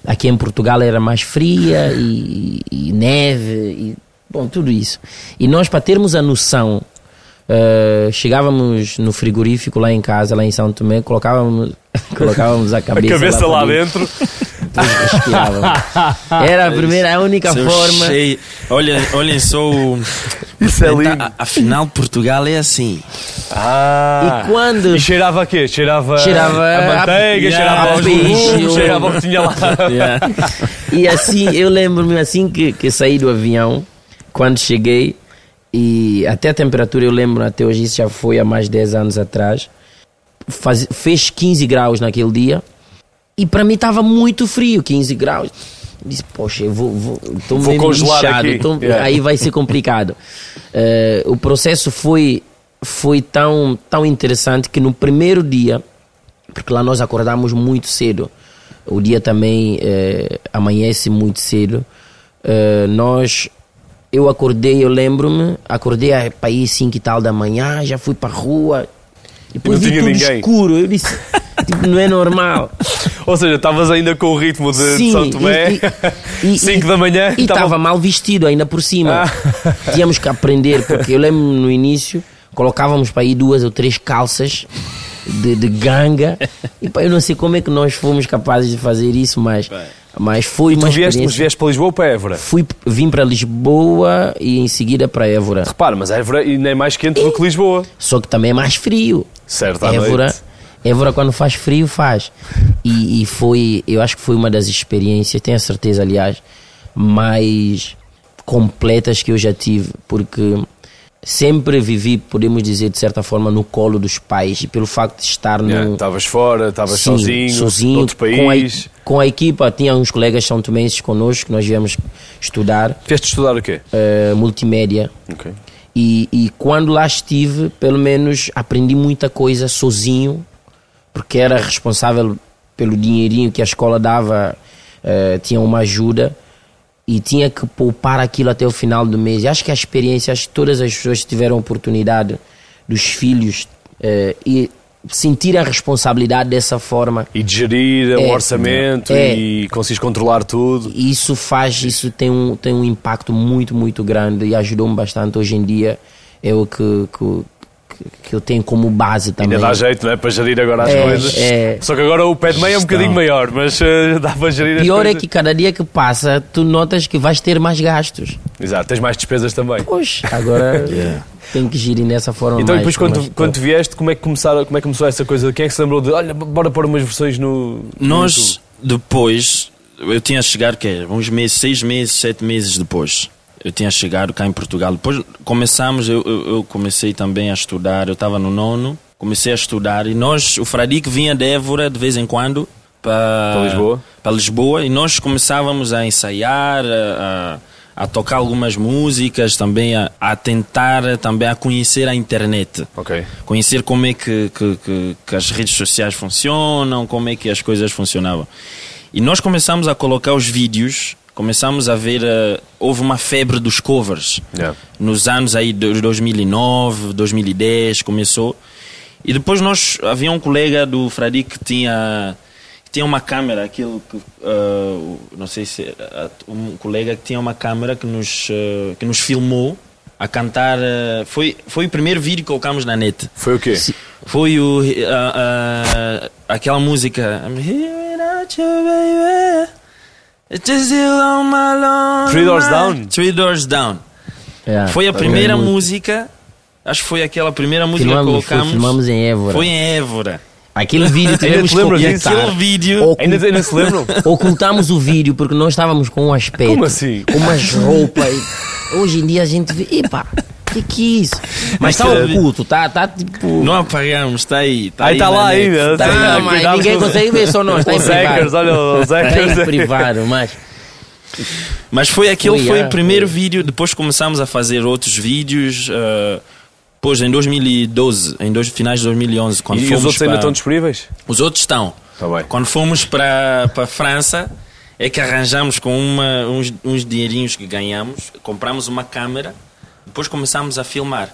[SPEAKER 2] aqui em Portugal era mais fria e, e neve e. Bom, tudo isso. E nós, para termos a noção, ah, chegávamos no frigorífico lá em casa, lá em São Tomé, colocávamos, [laughs] colocávamos a cabeça, para
[SPEAKER 4] dentro.
[SPEAKER 2] depois respirávamos. Era a primeira, a única
[SPEAKER 3] Seu
[SPEAKER 2] forma.
[SPEAKER 3] cheio. Olhem, olhem
[SPEAKER 4] [laughs]
[SPEAKER 3] só o.
[SPEAKER 4] Isso é lindo.
[SPEAKER 3] Então, a- Afinal, Portugal é assim.
[SPEAKER 4] Ah.
[SPEAKER 2] E quando-
[SPEAKER 4] E cheirava a quê? Cheirava,
[SPEAKER 2] Cheirava
[SPEAKER 4] a
[SPEAKER 2] a-
[SPEAKER 4] manteiga,
[SPEAKER 2] Yeah,
[SPEAKER 4] cheirava
[SPEAKER 2] a
[SPEAKER 4] aos
[SPEAKER 2] peixe,
[SPEAKER 4] legumes,
[SPEAKER 2] o-
[SPEAKER 4] cheirava o que tinha
[SPEAKER 2] [laughs]
[SPEAKER 4] lá.
[SPEAKER 2] E assim, eu lembro-me assim que, que saí do avião, quando cheguei, e até a temperatura, eu lembro até hoje, isso já foi há mais de 10 anos atrás, faz- fez 15 graus naquele dia, e para mim estava muito frio, 15 graus. Disse, poxa, eu vou, vou, tô
[SPEAKER 4] Vou
[SPEAKER 2] mesmo
[SPEAKER 4] congelar
[SPEAKER 2] inchado,
[SPEAKER 4] aqui."
[SPEAKER 2] tô-
[SPEAKER 4] Yeah.
[SPEAKER 2] aí vai ser complicado. Eh, o processo foi, foi tão, tão interessante que no primeiro dia, porque lá nós acordámos muito cedo, o dia também eh, amanhece muito cedo, eh, nós eu acordei, eu lembro-me, acordei ah, a país 5 e tal da manhã, já fui para rua, depois
[SPEAKER 4] não
[SPEAKER 2] vi
[SPEAKER 4] tinha
[SPEAKER 2] tudo
[SPEAKER 4] ninguém.
[SPEAKER 2] escuro, eu disse, [laughs] tipo, não é normal.
[SPEAKER 4] Ou seja, estavas ainda com o ritmo de, de
[SPEAKER 2] Sim,
[SPEAKER 4] São Tomé,
[SPEAKER 2] e-
[SPEAKER 4] [laughs]
[SPEAKER 2] e-
[SPEAKER 4] 5 da manhã,
[SPEAKER 2] E
[SPEAKER 4] tava- Ah.
[SPEAKER 2] estava mal vestido ainda por cima. [laughs] Tínhamos que aprender, porque eu lembro no início, colocávamos para aí duas ou três calças de, de ganga. E pá, eu não sei como é que nós fomos capazes de fazer isso, mas, mas foi
[SPEAKER 4] Tu
[SPEAKER 2] uma
[SPEAKER 4] vieste, mas
[SPEAKER 2] experiência.
[SPEAKER 4] vieste para Lisboa ou para Évora?
[SPEAKER 2] Fui, vim para Lisboa e em seguida para Évora.
[SPEAKER 4] Repara, mas Évora ainda é mais quente do que Lisboa.
[SPEAKER 2] Só que também é mais frio.
[SPEAKER 4] Certo, à
[SPEAKER 2] Évora,
[SPEAKER 4] noite.
[SPEAKER 2] Évora quando faz frio faz. E, e foi, eu acho que foi uma das experiências, tenho a certeza, aliás, mais completas que eu já tive, porque sempre vivi, podemos dizer, de certa forma, no colo dos pais. E pelo facto de estar no num,
[SPEAKER 4] Estavas fora, estavas
[SPEAKER 2] Sim,
[SPEAKER 4] É, sozinho,
[SPEAKER 2] sozinho,
[SPEAKER 4] outro
[SPEAKER 2] Com a,
[SPEAKER 4] país.
[SPEAKER 2] com a equipa, tinha uns colegas são tomenses connosco, que nós viemos estudar
[SPEAKER 4] Fizeste estudar o quê?
[SPEAKER 2] eh, multimédia.
[SPEAKER 4] Ok.
[SPEAKER 2] E, e quando lá estive, pelo menos aprendi muita coisa sozinho, porque era responsável pelo dinheirinho que a escola dava, eh, tinha uma ajuda e tinha que poupar aquilo até o final do mês. Acho que a experiência, acho que todas as pessoas que tiveram oportunidade dos filhos eh, e sentir a responsabilidade dessa forma
[SPEAKER 4] E de gerir um
[SPEAKER 2] É,
[SPEAKER 4] orçamento
[SPEAKER 2] é.
[SPEAKER 4] e consegues controlar tudo.
[SPEAKER 2] E isso faz, isso tem um, tem um impacto muito, muito grande e ajudou-me bastante. Hoje em dia é o que, que, que eu tenho como base também.
[SPEAKER 4] Ainda dá jeito, não é? Para gerir agora as
[SPEAKER 2] É,
[SPEAKER 4] coisas.
[SPEAKER 2] é.
[SPEAKER 4] Só que agora o pé de meia é um
[SPEAKER 2] Gestão.
[SPEAKER 4] bocadinho maior, mas eh, dá para gerir as
[SPEAKER 2] Pior é
[SPEAKER 4] coisas.
[SPEAKER 2] que cada dia que passa, tu notas que vais ter mais gastos.
[SPEAKER 4] Exato, tens mais despesas também.
[SPEAKER 2] Poxa, agora tem que gerir nessa forma.
[SPEAKER 4] Então, e
[SPEAKER 2] mais,
[SPEAKER 4] depois, quando,
[SPEAKER 2] mais-
[SPEAKER 4] quando vieste, como é, que começaram, como é que começou essa coisa? Quem é que se lembrou de, olha, bora pôr umas versões no. no YouTube?
[SPEAKER 3] Nós, depois, eu tinha chegado, que é, uns meses, seis meses, sete meses depois. Eu tinha chegado cá em Portugal. Depois começamos, eu, eu, eu comecei também a estudar, eu estava no nono, comecei a estudar. E nós, o Fradique vinha de Évora de vez em quando para
[SPEAKER 4] Para Lisboa?
[SPEAKER 3] Para Lisboa. E nós começávamos a ensaiar, a, a, a tocar algumas músicas, também a, a tentar também a conhecer a internet
[SPEAKER 4] Ok.
[SPEAKER 3] conhecer como é que, que, que- que as redes sociais funcionam, como é que as coisas funcionavam. E nós começamos a colocar os vídeos, começamos a ver, eh, houve uma febre dos covers
[SPEAKER 4] Yeah.
[SPEAKER 3] nos anos aí de 2009, 2010 começou. E depois nós havia um colega do Fradi que tinha que tinha uma câmera, aquele que, ah, o- não sei se era, ah, um colega que tinha uma câmera que nos ah, que nos filmou a cantar, ah, foi foi o primeiro vídeo que colocamos na net.
[SPEAKER 4] Foi o quê?
[SPEAKER 3] Foi o ah, ah, aquela música I'm here without you, baby. It's just you on my lonely
[SPEAKER 4] Three Doors
[SPEAKER 3] night.
[SPEAKER 4] Down?
[SPEAKER 3] Three Doors Down.
[SPEAKER 2] É,
[SPEAKER 3] Ah, Foi a
[SPEAKER 2] tá
[SPEAKER 3] primeira
[SPEAKER 2] vendo?
[SPEAKER 3] música, acho que foi aquela primeira música que
[SPEAKER 2] Filmamos, foi-
[SPEAKER 3] colocamos.
[SPEAKER 2] filmamos em Évora. Ah,
[SPEAKER 3] Foi em Évora.
[SPEAKER 2] Aquele
[SPEAKER 4] [laughs]
[SPEAKER 2] vídeo tivemos
[SPEAKER 4] te lembras
[SPEAKER 2] que
[SPEAKER 4] disso?
[SPEAKER 2] ocultar.
[SPEAKER 3] Aquele vídeo.
[SPEAKER 2] Ou-
[SPEAKER 4] Ainda, ainda se
[SPEAKER 2] [laughs]
[SPEAKER 4] lembram?
[SPEAKER 2] É Ocultamos o vídeo porque nós estávamos com um aspecto.
[SPEAKER 4] Como assim?
[SPEAKER 2] Com umas roupas. e- Hoje em dia a gente vê. Epa, o que, que é isso? Mas está
[SPEAKER 3] Aquele-
[SPEAKER 2] oculto, está tá, tipo.
[SPEAKER 3] Não apagamos, está aí. Está
[SPEAKER 4] Aí está
[SPEAKER 3] na
[SPEAKER 4] lá
[SPEAKER 3] net.
[SPEAKER 4] ainda.
[SPEAKER 2] Tá,
[SPEAKER 4] Ah,
[SPEAKER 2] mas
[SPEAKER 4] cuidado
[SPEAKER 2] ninguém
[SPEAKER 4] com-
[SPEAKER 2] consegue ver, só nós. Está em
[SPEAKER 4] Os hackers,
[SPEAKER 2] privado.
[SPEAKER 4] olha, os
[SPEAKER 2] Está
[SPEAKER 4] hackers.
[SPEAKER 2] em privado, mas.
[SPEAKER 3] Mas foi aquele
[SPEAKER 2] Foi,
[SPEAKER 3] foi,
[SPEAKER 2] é,
[SPEAKER 3] o primeiro vídeo. Depois começamos a fazer outros vídeos. ah, pois em 2012, em dois, finais de 2011, quando
[SPEAKER 4] E, os
[SPEAKER 3] fomos
[SPEAKER 4] outros ainda
[SPEAKER 3] pra-
[SPEAKER 4] estão disponíveis?
[SPEAKER 3] Os outros estão.
[SPEAKER 4] Tá bem.
[SPEAKER 3] Quando fomos para a França, é que arranjamos com uma, uns, uns dinheirinhos que ganhamos, compramos uma câmera, depois começámos a filmar.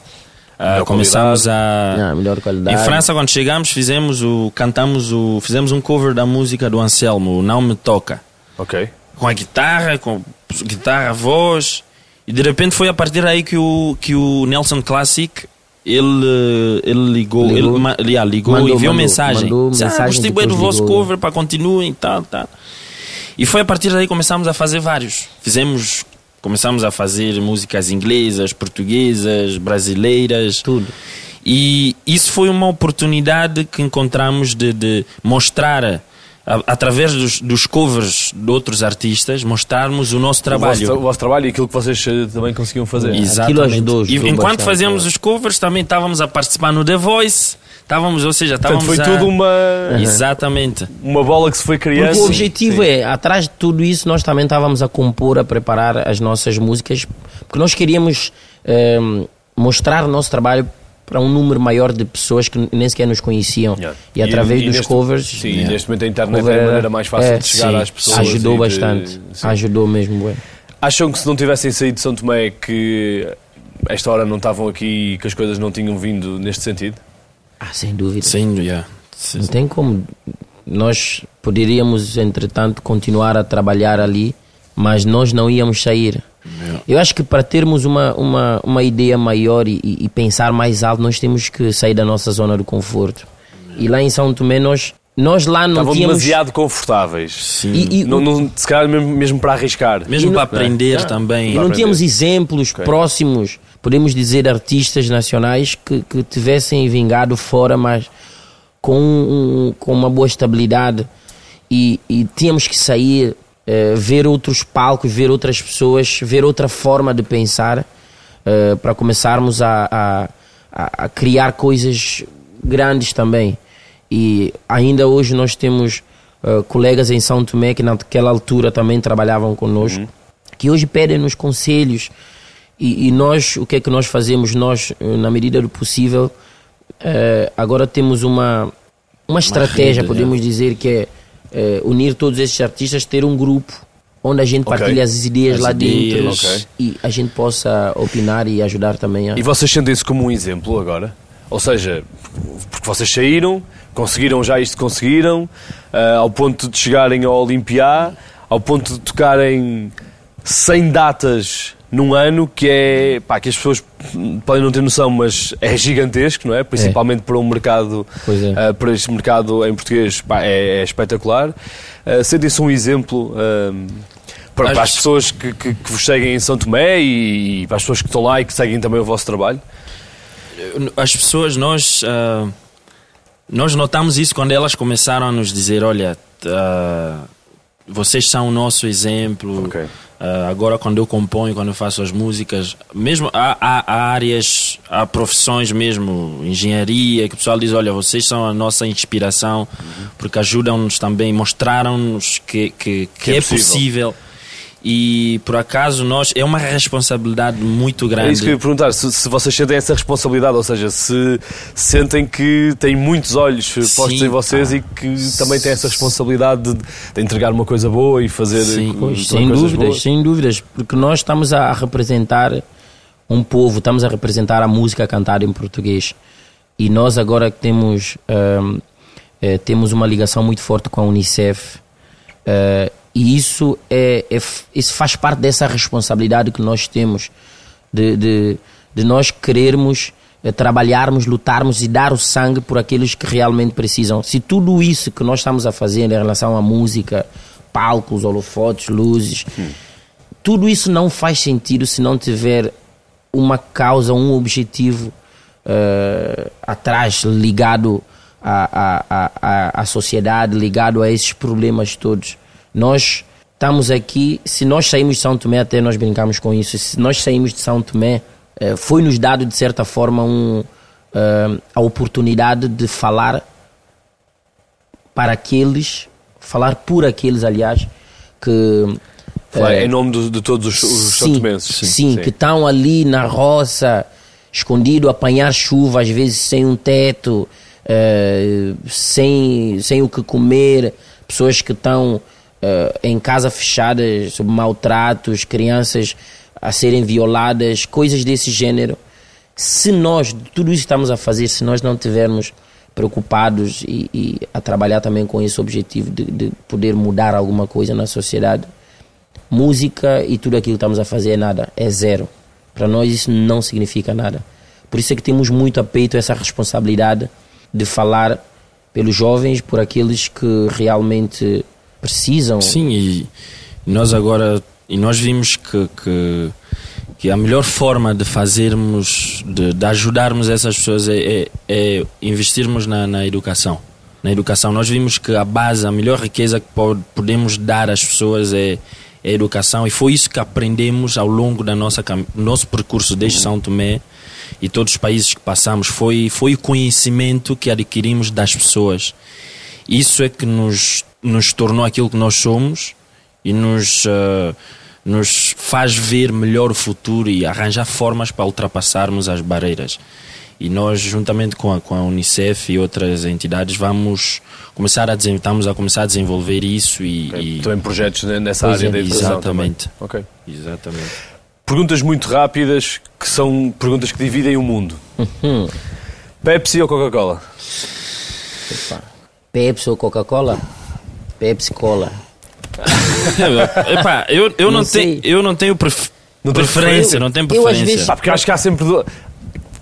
[SPEAKER 3] Ah,
[SPEAKER 4] Melhor
[SPEAKER 3] começámos a.
[SPEAKER 2] Não, é melhor qualidade.
[SPEAKER 3] Em França, quando chegámos, fizemos o. cantamos o. fizemos um cover da música do Anselmo, o Não Me Toca.
[SPEAKER 4] Ok.
[SPEAKER 3] Com a guitarra, com guitarra, voz. E de repente foi a partir daí que o, que o Nelson Classic. Ele, ele ligou,
[SPEAKER 2] Ligou.
[SPEAKER 3] ele ma- yeah, ligou
[SPEAKER 2] Mandou,
[SPEAKER 3] e enviou
[SPEAKER 2] mandou,
[SPEAKER 3] mensagem.
[SPEAKER 2] mandou
[SPEAKER 3] Disse, ah,
[SPEAKER 2] mensagem,
[SPEAKER 3] gostei bem do
[SPEAKER 2] depois
[SPEAKER 3] vosso
[SPEAKER 2] ligou."
[SPEAKER 3] cover, para continuem e tal, tal. E foi a partir daí que começámos a fazer vários. Fizemos, começámos a fazer músicas inglesas, portuguesas, brasileiras.
[SPEAKER 2] Tudo.
[SPEAKER 3] E isso foi uma oportunidade que encontramos de, de mostrar, a- através dos, dos covers de outros artistas, mostrarmos o nosso
[SPEAKER 4] O vosso, o
[SPEAKER 3] trabalho.
[SPEAKER 4] vosso trabalho e aquilo que vocês eh, também conseguiam fazer.
[SPEAKER 3] Exatamente.
[SPEAKER 2] Aquilo ajudou, ajudou
[SPEAKER 3] e enquanto
[SPEAKER 2] bastante, é.
[SPEAKER 3] fazíamos os covers, também estávamos a participar no The Voice. Estávamos, ou seja,
[SPEAKER 4] Portanto,
[SPEAKER 3] estávamos
[SPEAKER 4] foi
[SPEAKER 3] a...
[SPEAKER 4] tudo uma,
[SPEAKER 3] Exatamente.
[SPEAKER 4] uma bola que se foi criando.
[SPEAKER 2] Porque o objetivo é, atrás de tudo isso, nós também estávamos a compor, a preparar as nossas músicas, porque nós queríamos ehm, mostrar o nosso trabalho para um número maior de pessoas que nem sequer nos conheciam.
[SPEAKER 4] Yeah.
[SPEAKER 2] é- E através dos
[SPEAKER 4] neste-
[SPEAKER 2] covers.
[SPEAKER 4] Sim,
[SPEAKER 2] Yeah.
[SPEAKER 4] neste momento a internet é a
[SPEAKER 2] Cover-
[SPEAKER 4] maneira mais fácil
[SPEAKER 2] é,
[SPEAKER 4] de chegar
[SPEAKER 2] sim,
[SPEAKER 4] às pessoas.
[SPEAKER 2] Ajudou
[SPEAKER 4] e de-
[SPEAKER 2] bastante.
[SPEAKER 4] Sim.
[SPEAKER 2] Ajudou mesmo. Ué.
[SPEAKER 4] Acham que se não tivessem saído de São Tomé que a esta hora não estavam aqui e que as coisas não tinham vindo neste sentido?
[SPEAKER 2] Ah, sem dúvida.
[SPEAKER 3] Sim, yeah.
[SPEAKER 2] Não tem como. Nós poderíamos, entretanto, continuar a trabalhar ali, mas nós não íamos sair.
[SPEAKER 4] É.
[SPEAKER 2] Eu acho que para termos uma, uma, uma ideia maior e, e pensar mais alto, nós temos que sair da nossa zona do conforto. E lá em São Tomé, nós, nós lá não
[SPEAKER 4] Estavam
[SPEAKER 2] tínhamos.
[SPEAKER 4] demasiado confortáveis.
[SPEAKER 3] Sim.
[SPEAKER 2] E, e-
[SPEAKER 4] Não, não- se calhar mesmo, mesmo para arriscar.
[SPEAKER 3] Mesmo
[SPEAKER 2] E não-
[SPEAKER 3] para aprender
[SPEAKER 4] Ah,
[SPEAKER 3] também.
[SPEAKER 2] E não tínhamos exemplos
[SPEAKER 4] Ok.
[SPEAKER 2] próximos, podemos dizer, artistas nacionais que, que tivessem vingado fora, mas com, um- um- com uma boa estabilidade. E, e tínhamos que sair, eh, ver outros palcos, ver outras pessoas, ver outra forma de pensar. eh, para começarmos a, a- a- a criar coisas grandes também. E ainda hoje nós temos eh, colegas em São Tomé que naquela altura também trabalhavam conosco, que hoje pedem-nos conselhos. E, e nós, o que é que nós fazemos? Nós, eh, na medida do possível, eh, agora temos uma, uma estratégia,
[SPEAKER 3] rede,
[SPEAKER 2] podemos dizer, que é eh, unir todos esses artistas, ter um grupo onde a gente
[SPEAKER 4] Ok.
[SPEAKER 2] partilha as ideias
[SPEAKER 3] As
[SPEAKER 2] lá dentro
[SPEAKER 3] ideias, ok.
[SPEAKER 2] e a gente possa opinar e ajudar também a...
[SPEAKER 4] E vocês sentem-se como um exemplo agora? Ou seja, porque vocês saíram, conseguiram já isto que conseguiram, ah, ao ponto de chegarem ao Olimpiá, ao ponto de tocarem 100 datas num ano, que é, pá, que as pessoas podem não ter noção, mas é gigantesco, não é? Principalmente para um mercado,
[SPEAKER 2] Pois é.
[SPEAKER 4] ah, para este mercado em português, pá, é, é espetacular. Ah, sentem-se um exemplo... ah, para, para as
[SPEAKER 3] Acho-
[SPEAKER 4] pessoas que, que- que vos seguem em São Tomé e, e para as pessoas que estão lá e que seguem também o vosso trabalho.
[SPEAKER 3] as pessoas, nós, ah, nós notamos isso quando elas começaram a nos dizer: olha, ah, vocês são o nosso exemplo.
[SPEAKER 4] Ok.
[SPEAKER 3] Ah, agora, quando eu componho, quando eu faço as músicas, mesmo há, há- há áreas, há profissões mesmo, engenharia, que o pessoal diz: olha, vocês são a nossa inspiração, porque ajudam-nos também, mostraram-nos que, que, que é, possível. E por acaso nós é uma responsabilidade muito grande.
[SPEAKER 4] É isso que eu ia perguntar, se, se vocês sentem essa responsabilidade, ou seja, se sentem que têm muitos olhos postos em vocês
[SPEAKER 3] pá.
[SPEAKER 4] e que também têm essa responsabilidade de, de entregar uma coisa boa e fazer
[SPEAKER 3] Sim,
[SPEAKER 4] eh,
[SPEAKER 2] Pois,
[SPEAKER 4] co-
[SPEAKER 2] sem
[SPEAKER 4] coisas
[SPEAKER 2] dúvidas,
[SPEAKER 4] boas.
[SPEAKER 2] sem dúvidas, porque nós estamos a representar um povo, estamos a representar a música cantada em português. E nós agora que temos ahm, eh, temos uma ligação muito forte com a UNICEF. eh, e isso é, é f- isso faz parte dessa responsabilidade que nós temos de, de, de nós querermos eh, trabalharmos, lutarmos e dar o sangue por aqueles que realmente precisam. Se tudo isso que nós estamos a fazer em relação à música, palcos, holofotes, luzes, tudo isso não faz sentido se não tiver uma causa, um objetivo eh, atrás, ligado à, à, à- à, à sociedade, ligado a esses problemas todos. Nós estamos aqui, se nós saímos de São Tomé, até nós brincamos com isso, se nós saímos de São Tomé, eh, foi-nos dado, de certa forma, um, eh, a oportunidade de falar para aqueles, falar por aqueles, aliás, que...
[SPEAKER 4] Falar
[SPEAKER 2] eh,
[SPEAKER 4] em nome do- de todos os, os
[SPEAKER 2] sim,
[SPEAKER 4] santomenses.
[SPEAKER 2] Sim, que estão ali na roça, escondido, a apanhar chuva, às vezes sem um teto, eh, sem, sem o que comer, pessoas que estão eh, em casa fechadas, sob maltratos, crianças a serem violadas, coisas desse gênero. Se nós, de tudo isso que estamos a fazer, se nós não tivermos preocupados e, e a trabalhar também com esse objetivo de- de poder mudar alguma coisa na sociedade, música e tudo aquilo que estamos a fazer é nada, é zero. Para nós isso não significa nada. Por isso é que temos muito a peito essa responsabilidade de falar pelos jovens, por aqueles que realmente precisam.
[SPEAKER 3] Sim, e nós agora e nós vimos que, que, que a melhor forma de fazermos, de, de ajudarmos essas pessoas é, é, é investirmos na, na educação. Na educação, nós vimos que a base, a melhor riqueza que pode, podemos dar às pessoas é, é a educação, e foi isso que aprendemos ao longo da nossa cam- nosso percurso desde São Tomé e todos os países que passamos. Foi, foi o conhecimento que adquirimos das pessoas isso é que nos, nos tornou aquilo que nós somos e nos, ah, nos faz ver melhor o futuro e arranjar formas para ultrapassarmos as barreiras. E nós, juntamente com a, com a Unicef e outras entidades, vamos começar a, desen- estamos a começar a desenvolver isso e... e-
[SPEAKER 4] Também projetos ne- nessa
[SPEAKER 3] Pois
[SPEAKER 4] área
[SPEAKER 3] é,
[SPEAKER 4] é da educação.
[SPEAKER 3] exatamente.
[SPEAKER 4] também. Ok.
[SPEAKER 3] Exatamente.
[SPEAKER 4] Perguntas muito rápidas que são perguntas que dividem o mundo. Pepsi ou Coca-Cola?
[SPEAKER 2] Pá. Pepsi ou Coca-Cola? Pepsi Cola.
[SPEAKER 3] Epá, eu, eu, não
[SPEAKER 2] Não
[SPEAKER 3] tenho,
[SPEAKER 2] sei.
[SPEAKER 3] eu não tenho pref-
[SPEAKER 4] Não tens
[SPEAKER 3] preferência,
[SPEAKER 4] preferência?
[SPEAKER 3] não tenho
[SPEAKER 2] Eu às
[SPEAKER 3] preferência.
[SPEAKER 2] vezes-
[SPEAKER 4] Pá, porque acho que há sempre. do-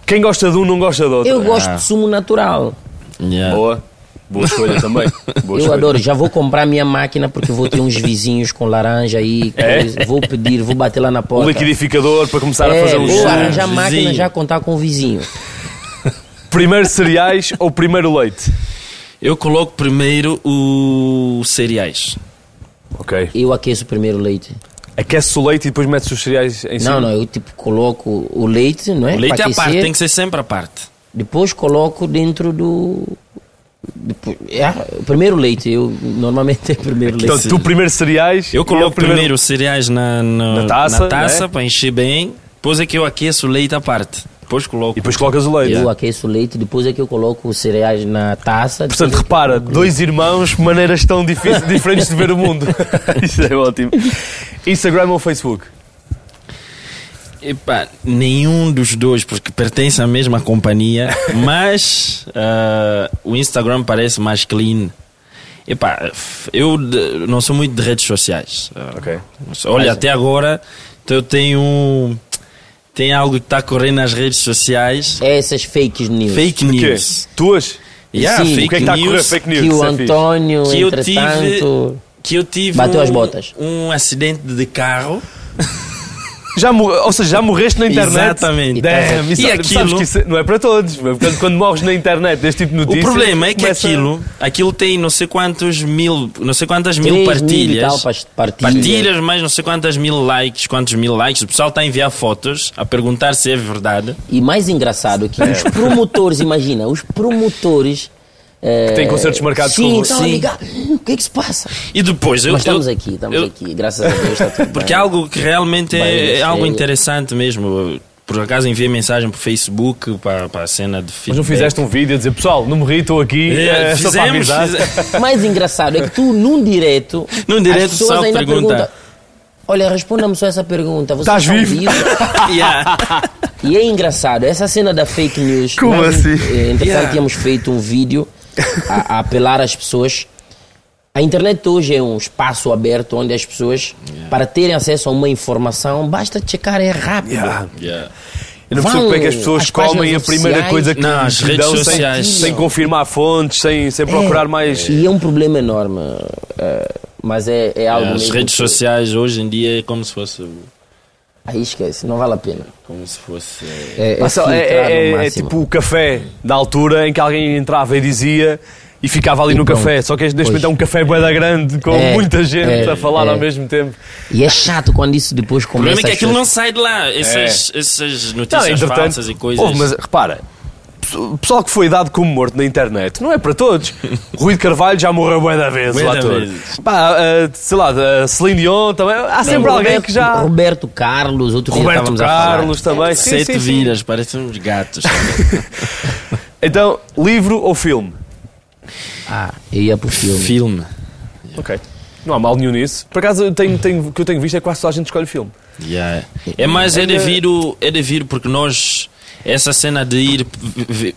[SPEAKER 4] Quem gosta de um não gosta do outro. Ah.
[SPEAKER 2] Eu gosto de sumo natural.
[SPEAKER 3] Yeah.
[SPEAKER 4] Boa. Boa escolha
[SPEAKER 2] [laughs]
[SPEAKER 4] também. Boa
[SPEAKER 2] Eu
[SPEAKER 4] escolha. Um
[SPEAKER 2] adoro, já vou comprar minha máquina porque vou ter uns vizinhos com laranja aí, coisa. vou pedir, vou bater lá na
[SPEAKER 4] O
[SPEAKER 2] porta.
[SPEAKER 4] liquidificador para começar a
[SPEAKER 2] É,
[SPEAKER 4] fazer um
[SPEAKER 2] vou
[SPEAKER 4] os.
[SPEAKER 2] arranjar máquina
[SPEAKER 3] Vizinho.
[SPEAKER 2] já contar com o vizinho.
[SPEAKER 4] Primeiro cereais ou primeiro leite?
[SPEAKER 3] Eu coloco primeiro os cereais.
[SPEAKER 4] Ok.
[SPEAKER 2] Eu aqueço primeiro o leite.
[SPEAKER 4] Aquece o leite e depois metes os cereais em cima?
[SPEAKER 2] Não, não, eu tipo coloco o leite, não é?
[SPEAKER 3] é O leite é
[SPEAKER 2] Para
[SPEAKER 3] à parte,
[SPEAKER 2] aquecer.
[SPEAKER 3] tem que ser sempre à parte.
[SPEAKER 2] Depois coloco dentro do. Depois, é, o primeiro leite, eu normalmente é o primeiro leite.
[SPEAKER 4] Então, tu primeiro cereais...
[SPEAKER 3] Eu
[SPEAKER 4] e
[SPEAKER 3] coloco
[SPEAKER 4] ele
[SPEAKER 3] primeiro os cereais na, na-
[SPEAKER 4] Na taça,
[SPEAKER 3] na taça
[SPEAKER 4] né?
[SPEAKER 3] para encher bem. Depois é que eu aqueço o leite à parte. Depois coloco.
[SPEAKER 4] E depois colocas o leite.
[SPEAKER 2] Eu aqueço o leite, depois é que eu coloco os cereais na taça.
[SPEAKER 4] Portanto,
[SPEAKER 2] depois é que
[SPEAKER 4] repara,
[SPEAKER 2] eu coloco-
[SPEAKER 4] dois irmãos, maneiras tão difíceis- diferentes de ver o mundo. [laughs] Isso é ótimo. Instagram ou Facebook?
[SPEAKER 3] Epá, nenhum dos dois, porque pertence à
[SPEAKER 4] [laughs]
[SPEAKER 3] mesma companhia, mas ah, o Instagram parece mais clean. Epá, f- eu de- não sou muito de redes sociais. Ah,
[SPEAKER 4] Ok.
[SPEAKER 3] Olha, até agora então eu tenho. um, Tem algo que está correndo nas redes sociais.
[SPEAKER 2] É essas fake news.
[SPEAKER 3] Fake
[SPEAKER 4] O quê?
[SPEAKER 3] news.
[SPEAKER 4] Tuas?
[SPEAKER 3] Yeah,
[SPEAKER 2] Sim.
[SPEAKER 3] fake
[SPEAKER 4] O que é que está a correr?
[SPEAKER 3] news.
[SPEAKER 4] Fake news.
[SPEAKER 2] Que o
[SPEAKER 4] isso é fixe.
[SPEAKER 2] Antônio,
[SPEAKER 3] Que eu tive-
[SPEAKER 2] entretanto.
[SPEAKER 3] Que eu tive
[SPEAKER 2] Bateu
[SPEAKER 3] um,
[SPEAKER 2] as botas.
[SPEAKER 3] um acidente de carro.
[SPEAKER 4] Já mor- Ou seja, já morreste na internet.
[SPEAKER 3] Exatamente.
[SPEAKER 4] Damn, isso, sabes
[SPEAKER 3] E aquilo-
[SPEAKER 4] que isso não é para todos. Portanto, quando morres na internet deste tipo de
[SPEAKER 3] O
[SPEAKER 4] notícias.
[SPEAKER 3] problema é que
[SPEAKER 4] começa-
[SPEAKER 3] aquilo, aquilo tem não sei quantos mil, não sei quantas
[SPEAKER 2] Três
[SPEAKER 3] mil
[SPEAKER 2] Mil e
[SPEAKER 3] partilhas.
[SPEAKER 2] tal, pas- partilhas.
[SPEAKER 3] Partilhas, mais não sei quantas mil likes, quantos mil likes. O pessoal está a enviar fotos, a perguntar se é verdade.
[SPEAKER 2] E mais engraçado é que
[SPEAKER 3] [laughs]
[SPEAKER 2] os promotores, imagina, os promotores. eh,
[SPEAKER 4] têm concertos marcados
[SPEAKER 2] sim,
[SPEAKER 4] com-
[SPEAKER 2] então,
[SPEAKER 3] sim.
[SPEAKER 2] ligar. O que é que se passa?
[SPEAKER 3] E depois eu.
[SPEAKER 2] Mas estamos
[SPEAKER 3] eu-
[SPEAKER 2] aqui, estamos
[SPEAKER 3] eu-
[SPEAKER 2] aqui, graças a Deus está tudo bem.
[SPEAKER 3] Porque é algo que realmente é,
[SPEAKER 2] Bem,
[SPEAKER 3] é algo
[SPEAKER 2] sei.
[SPEAKER 3] interessante mesmo. Eu, Por acaso enviei mensagem para o Facebook, para, para a cena de
[SPEAKER 4] Mas não fizeste um vídeo a dizer, pessoal, não morri, estou aqui.
[SPEAKER 3] É,
[SPEAKER 4] é só para
[SPEAKER 3] fizemos,
[SPEAKER 4] avisar.
[SPEAKER 3] fizemos.
[SPEAKER 2] O mais engraçado é que tu, num direto,
[SPEAKER 3] Num direto,
[SPEAKER 2] as pessoas
[SPEAKER 3] só
[SPEAKER 2] ainda
[SPEAKER 3] pergunta.
[SPEAKER 2] perguntam. Olha, responda-me só essa pergunta. Você
[SPEAKER 4] Estás
[SPEAKER 2] está
[SPEAKER 4] vivo?"
[SPEAKER 3] [laughs]
[SPEAKER 4] [laughs]
[SPEAKER 3] Yeah.
[SPEAKER 2] E é engraçado, essa cena da fake news.
[SPEAKER 4] Como assim?
[SPEAKER 2] eh, Entretanto,
[SPEAKER 3] Yeah.
[SPEAKER 2] tínhamos feito um vídeo a, a apelar às pessoas. A internet hoje é um espaço aberto onde as pessoas, para terem acesso a uma informação, basta checar, é rápido.
[SPEAKER 4] Yeah.
[SPEAKER 3] Yeah.
[SPEAKER 4] Eu não percebo
[SPEAKER 2] Vão
[SPEAKER 4] como é que as pessoas
[SPEAKER 2] às
[SPEAKER 4] comem a
[SPEAKER 2] páginas
[SPEAKER 4] primeira
[SPEAKER 2] oficiais.
[SPEAKER 4] coisa que
[SPEAKER 3] Não, as
[SPEAKER 4] lhes
[SPEAKER 3] redes
[SPEAKER 4] dão sem-
[SPEAKER 3] sociais.
[SPEAKER 4] sem, confirmar fontes, sem, sem procurar mais.
[SPEAKER 2] E é um problema enorme. eh, mas é, é algo.
[SPEAKER 3] As
[SPEAKER 2] mesmo
[SPEAKER 3] redes
[SPEAKER 2] que-
[SPEAKER 3] sociais hoje em dia é como se fosse.
[SPEAKER 2] Aí esquece, não vale a pena.
[SPEAKER 3] Como se fosse. eh,
[SPEAKER 2] É, é
[SPEAKER 4] Mas só- é,
[SPEAKER 2] filtrar no
[SPEAKER 4] é- é
[SPEAKER 2] máximo.
[SPEAKER 4] tipo o café da altura em que alguém entrava e dizia e ficava ali
[SPEAKER 2] E
[SPEAKER 4] no
[SPEAKER 2] pronto.
[SPEAKER 4] café. Só que neste momento é um café bué da grande com
[SPEAKER 2] É,
[SPEAKER 4] muita gente
[SPEAKER 2] é,
[SPEAKER 4] a falar
[SPEAKER 2] é.
[SPEAKER 4] ao mesmo tempo.
[SPEAKER 2] E é chato quando isso depois
[SPEAKER 3] O
[SPEAKER 2] começa
[SPEAKER 3] problema é que
[SPEAKER 2] a
[SPEAKER 3] aquilo
[SPEAKER 2] chorar.
[SPEAKER 3] não sai de lá. Essas, essas
[SPEAKER 4] Não,
[SPEAKER 3] notícias
[SPEAKER 4] entretanto,
[SPEAKER 3] falsas e coisas.
[SPEAKER 4] houve, mas repara, o pessoal que foi dado como morto na internet não é para
[SPEAKER 3] [laughs]
[SPEAKER 4] todos. Rui de Carvalho já morreu bué da vez,
[SPEAKER 3] Bué
[SPEAKER 4] o
[SPEAKER 3] da
[SPEAKER 4] ator.
[SPEAKER 3] vezes.
[SPEAKER 4] Pá, ah, sei lá, ah, Celine Dion também. Há sempre
[SPEAKER 2] Roberto-
[SPEAKER 4] alguém que já.
[SPEAKER 2] Roberto Carlos, outro dia
[SPEAKER 4] Roberto
[SPEAKER 2] estávamos
[SPEAKER 4] Carlos
[SPEAKER 2] a falar.
[SPEAKER 4] também. Sim,
[SPEAKER 3] Sete
[SPEAKER 4] sim, sim.
[SPEAKER 3] viras, parecem uns gatos.
[SPEAKER 4] Então, livro ou filme?
[SPEAKER 2] Ah, eu ia pro filme.
[SPEAKER 3] Filme.
[SPEAKER 4] Ok. Não há mal nenhum nisso. Por acaso, eu tenho, tenho, o que eu tenho visto é que quase toda a gente escolhe filme.
[SPEAKER 3] Yeah. É mais é devido, é devido porque nós, essa cena de ir v- v-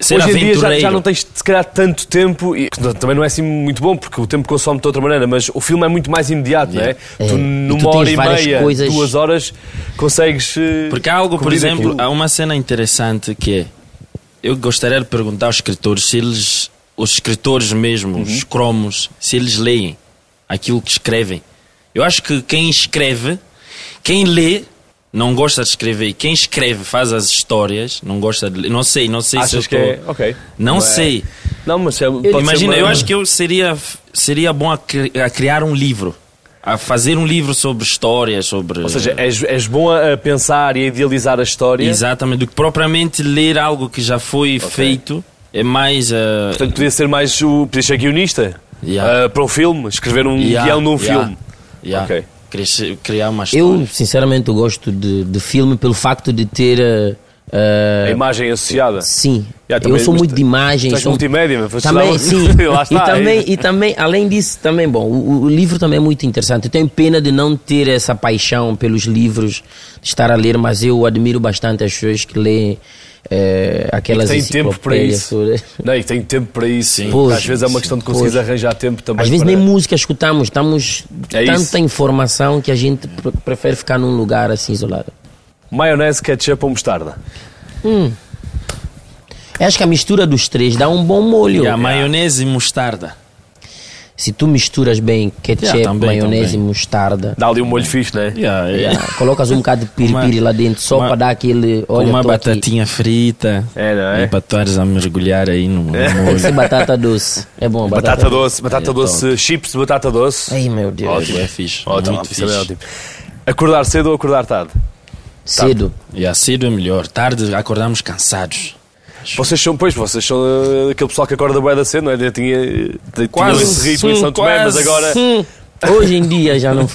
[SPEAKER 3] ser
[SPEAKER 4] Hoje em dia
[SPEAKER 3] aventureiro.
[SPEAKER 4] já, já não tens, se calhar, tanto tempo, e que não- também não é assim muito bom, porque o tempo consome de outra maneira, mas o filme é muito mais imediato, não é?
[SPEAKER 2] É.
[SPEAKER 4] Tu,
[SPEAKER 2] E
[SPEAKER 4] numa
[SPEAKER 2] tu tens
[SPEAKER 4] hora e
[SPEAKER 2] várias
[SPEAKER 4] meia,
[SPEAKER 2] coisas-
[SPEAKER 4] duas horas, consegues. eh,
[SPEAKER 3] Porque há algo, por
[SPEAKER 4] cobrir
[SPEAKER 3] exemplo,
[SPEAKER 4] aquilo.
[SPEAKER 3] há uma cena interessante que é. Eu gostaria de perguntar aos escritores se eles, os escritores mesmo,
[SPEAKER 4] Uhum.
[SPEAKER 3] os cromos, se eles leem aquilo que escrevem. Eu acho que quem escreve, quem lê, não gosta de escrever. Quem escreve, faz as histórias, não gosta de ler. Não sei, não sei se eu
[SPEAKER 4] Achas que
[SPEAKER 3] tô-
[SPEAKER 4] é. Ok.
[SPEAKER 3] Não
[SPEAKER 4] é-
[SPEAKER 3] sei.
[SPEAKER 4] Não, mas é, pode ser
[SPEAKER 3] Imagina,
[SPEAKER 4] uma-
[SPEAKER 3] eu acho que eu seria, seria bom a, cri- a criar um livro. A fazer um livro sobre histórias, sobre.
[SPEAKER 4] Ou seja, és, és bom a a pensar e a idealizar a história.
[SPEAKER 3] Exatamente, do que propriamente ler algo que já foi feito. É mais. eh,
[SPEAKER 4] Portanto, podia ser mais o. Podia ser guionista
[SPEAKER 3] Yeah.
[SPEAKER 4] ah, para um filme, escrever um
[SPEAKER 3] yeah,
[SPEAKER 4] guião de um
[SPEAKER 3] yeah,
[SPEAKER 4] filme.
[SPEAKER 3] yeah.
[SPEAKER 4] Ok.
[SPEAKER 3] Crescer- Criar uma história.
[SPEAKER 2] Eu, sinceramente, eu gosto de, de filme pelo facto de ter. eh, eh,
[SPEAKER 4] A imagem associada.
[SPEAKER 2] Sim,
[SPEAKER 4] Já,
[SPEAKER 2] eu
[SPEAKER 4] também,
[SPEAKER 2] sou
[SPEAKER 4] mas
[SPEAKER 2] muito
[SPEAKER 4] tu-
[SPEAKER 2] de
[SPEAKER 4] tu
[SPEAKER 2] imagens.
[SPEAKER 4] és
[SPEAKER 2] sou-
[SPEAKER 4] multimédia, mas foste lá- um-
[SPEAKER 2] também, sim.
[SPEAKER 4] [laughs] lá está,
[SPEAKER 2] e,
[SPEAKER 4] é.
[SPEAKER 2] também, e também, além disso, também, bom, o, o livro também é muito interessante. Eu tenho pena de não ter essa paixão pelos livros, de estar a ler, mas eu admiro bastante as pessoas que leem eh, aquelas
[SPEAKER 4] Tem tempo para
[SPEAKER 2] enciclopédias,
[SPEAKER 4] isso.
[SPEAKER 2] sobre-
[SPEAKER 4] Não, e tem tempo para isso. sim.
[SPEAKER 2] Pois,
[SPEAKER 4] Às vezes é uma questão de conseguir
[SPEAKER 2] pois.
[SPEAKER 4] arranjar tempo também.
[SPEAKER 2] Às vezes
[SPEAKER 4] para-
[SPEAKER 2] nem música escutamos, estamos
[SPEAKER 4] É
[SPEAKER 2] tanta
[SPEAKER 4] isso.
[SPEAKER 2] informação que a gente pre- prefere ficar num lugar assim isolado.
[SPEAKER 4] Maionese, ketchup ou mostarda?
[SPEAKER 2] Eu acho que a mistura dos três dá um bom molho.
[SPEAKER 3] Yeah, maionese e mostarda.
[SPEAKER 2] Se tu misturas bem ketchup,
[SPEAKER 3] Yeah, também,
[SPEAKER 2] maionese
[SPEAKER 3] também.
[SPEAKER 2] e mostarda,
[SPEAKER 4] Dá ali um molho fixe, né?
[SPEAKER 3] Yeah, yeah.
[SPEAKER 2] yeah, colocas um bocado de piripiri
[SPEAKER 3] [laughs] Uma-
[SPEAKER 2] lá dentro só
[SPEAKER 3] uma-
[SPEAKER 2] para dar aquele.
[SPEAKER 3] Com
[SPEAKER 2] Olha,
[SPEAKER 3] uma
[SPEAKER 2] tô aqui.
[SPEAKER 3] batatinha frita.
[SPEAKER 4] É, não é?
[SPEAKER 3] E para estares a mergulhar aí no, no
[SPEAKER 2] Tem que ser
[SPEAKER 3] molho.
[SPEAKER 2] é batata doce. É bom,
[SPEAKER 4] Batata,
[SPEAKER 2] batata,
[SPEAKER 4] doce, batata
[SPEAKER 3] É
[SPEAKER 4] doce, chips de batata doce.
[SPEAKER 2] Ai meu Deus.
[SPEAKER 4] Ótimo.
[SPEAKER 3] É fixe.
[SPEAKER 4] Ótimo,
[SPEAKER 3] muito
[SPEAKER 4] isso também é
[SPEAKER 3] fixe.
[SPEAKER 4] ótimo. Acordar cedo ou acordar tarde?
[SPEAKER 2] Cedo.
[SPEAKER 3] E a cedo é melhor. Tarde acordamos cansados.
[SPEAKER 4] Vocês são, pois, vocês são eh, aquele pessoal que acorda bué da cedo, não é? Eu tinha, eh, tinha
[SPEAKER 3] Quase,
[SPEAKER 4] esse ritmo em São
[SPEAKER 3] sim,
[SPEAKER 4] Tomé, mas
[SPEAKER 3] quase.
[SPEAKER 4] agora...
[SPEAKER 2] Hum, Hoje em dia
[SPEAKER 4] [laughs]
[SPEAKER 2] já não.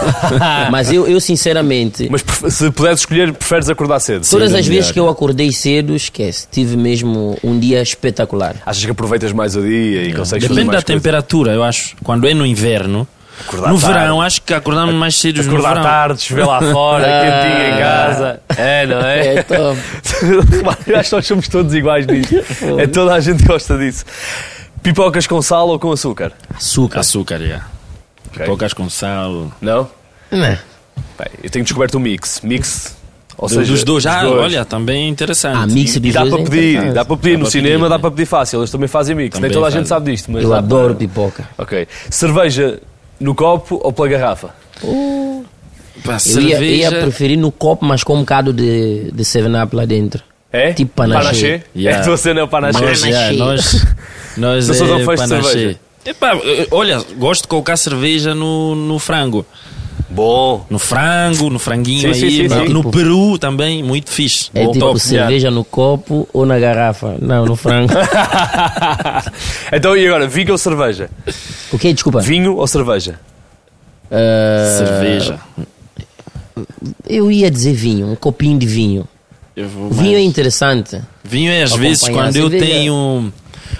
[SPEAKER 2] [laughs] Mas eu, eu sinceramente,
[SPEAKER 4] Mas pref- se puderes escolher, preferes acordar cedo?
[SPEAKER 2] todas
[SPEAKER 4] Sim. é
[SPEAKER 2] as
[SPEAKER 3] é
[SPEAKER 2] vezes que eu acordei cedo, esquece. Tive mesmo um dia espetacular.
[SPEAKER 4] Achas que aproveitas mais o dia e consegues fazer
[SPEAKER 3] Depende da
[SPEAKER 4] mais coisas?
[SPEAKER 3] temperatura, eu acho. Quando é no inverno.
[SPEAKER 4] Acordar
[SPEAKER 3] no
[SPEAKER 4] tarde.
[SPEAKER 3] verão, acho que acordamos mais cedo no
[SPEAKER 4] Acordar
[SPEAKER 3] verão.
[SPEAKER 4] tarde, chover lá fora,
[SPEAKER 2] Ah.
[SPEAKER 4] quentinho em casa. É,
[SPEAKER 3] Ah,
[SPEAKER 4] não é?
[SPEAKER 2] [laughs] É top.
[SPEAKER 4] [laughs] Eu acho que nós somos todos iguais nisto. É toda a gente que gosta disso. Pipocas com sal ou com açúcar?
[SPEAKER 3] Açúcar. Açúcar, yeah.
[SPEAKER 4] Ok.
[SPEAKER 3] Pipocas com sal.
[SPEAKER 4] Não?
[SPEAKER 2] Não.
[SPEAKER 4] Bem, eu tenho descoberto um mix. Mix. Ou
[SPEAKER 3] Do-
[SPEAKER 4] seja,
[SPEAKER 3] dos dois, ah,
[SPEAKER 4] dos dois.
[SPEAKER 3] olha, também é interessante.
[SPEAKER 2] Ah, mix
[SPEAKER 4] E
[SPEAKER 2] dos
[SPEAKER 4] dá
[SPEAKER 2] dois
[SPEAKER 4] para
[SPEAKER 2] é
[SPEAKER 4] pedir,
[SPEAKER 2] interessante.
[SPEAKER 4] dá para pedir.
[SPEAKER 3] Dá
[SPEAKER 4] No
[SPEAKER 3] para pedir,
[SPEAKER 4] cinema dá
[SPEAKER 3] né?
[SPEAKER 4] para pedir fácil, eles também fazem mix.
[SPEAKER 3] Também
[SPEAKER 4] Nem toda a
[SPEAKER 3] fazem.
[SPEAKER 4] gente sabe disto, mas.
[SPEAKER 2] Eu
[SPEAKER 4] dá para-
[SPEAKER 2] adoro pipoca.
[SPEAKER 4] Ok. Cerveja no copo ou pela garrafa?
[SPEAKER 3] Pá,
[SPEAKER 2] Eu ia, eu ia
[SPEAKER 3] cerveja.
[SPEAKER 2] preferir no copo, mas com um bocado de, de 7-Up lá dentro.
[SPEAKER 4] É?
[SPEAKER 2] Tipo panachê.
[SPEAKER 4] É
[SPEAKER 3] Yeah.
[SPEAKER 4] a tua cena, é o panachê.
[SPEAKER 3] Nós,
[SPEAKER 2] Panache.
[SPEAKER 3] yeah, nós, [laughs] nós
[SPEAKER 4] Não sou tão
[SPEAKER 3] é
[SPEAKER 4] fã de
[SPEAKER 3] panache.
[SPEAKER 4] cerveja.
[SPEAKER 3] Epá, eh, olha, gosto de colocar cerveja no, no frango.
[SPEAKER 4] Bom.
[SPEAKER 3] No frango, no franguinho
[SPEAKER 4] Sim, sim,
[SPEAKER 3] aí.
[SPEAKER 4] sim,
[SPEAKER 3] no,
[SPEAKER 4] sim.
[SPEAKER 3] no peru também, muito fixe.
[SPEAKER 2] É
[SPEAKER 3] Bom,
[SPEAKER 2] tipo
[SPEAKER 3] top.
[SPEAKER 2] cerveja no copo ou na garrafa. Não, no
[SPEAKER 3] [laughs]
[SPEAKER 2] frango.
[SPEAKER 4] então e agora, vinho ou cerveja?
[SPEAKER 2] o que Desculpa.
[SPEAKER 4] Vinho ou cerveja?
[SPEAKER 2] Ah,
[SPEAKER 3] Cerveja.
[SPEAKER 2] eu ia dizer vinho, um copinho de vinho.
[SPEAKER 3] Eu vou
[SPEAKER 2] O
[SPEAKER 3] mais-
[SPEAKER 2] vinho é interessante.
[SPEAKER 3] Vinho é às
[SPEAKER 2] Acompanhar
[SPEAKER 3] vezes
[SPEAKER 2] a
[SPEAKER 3] quando eu
[SPEAKER 2] cerveja.
[SPEAKER 3] tenho.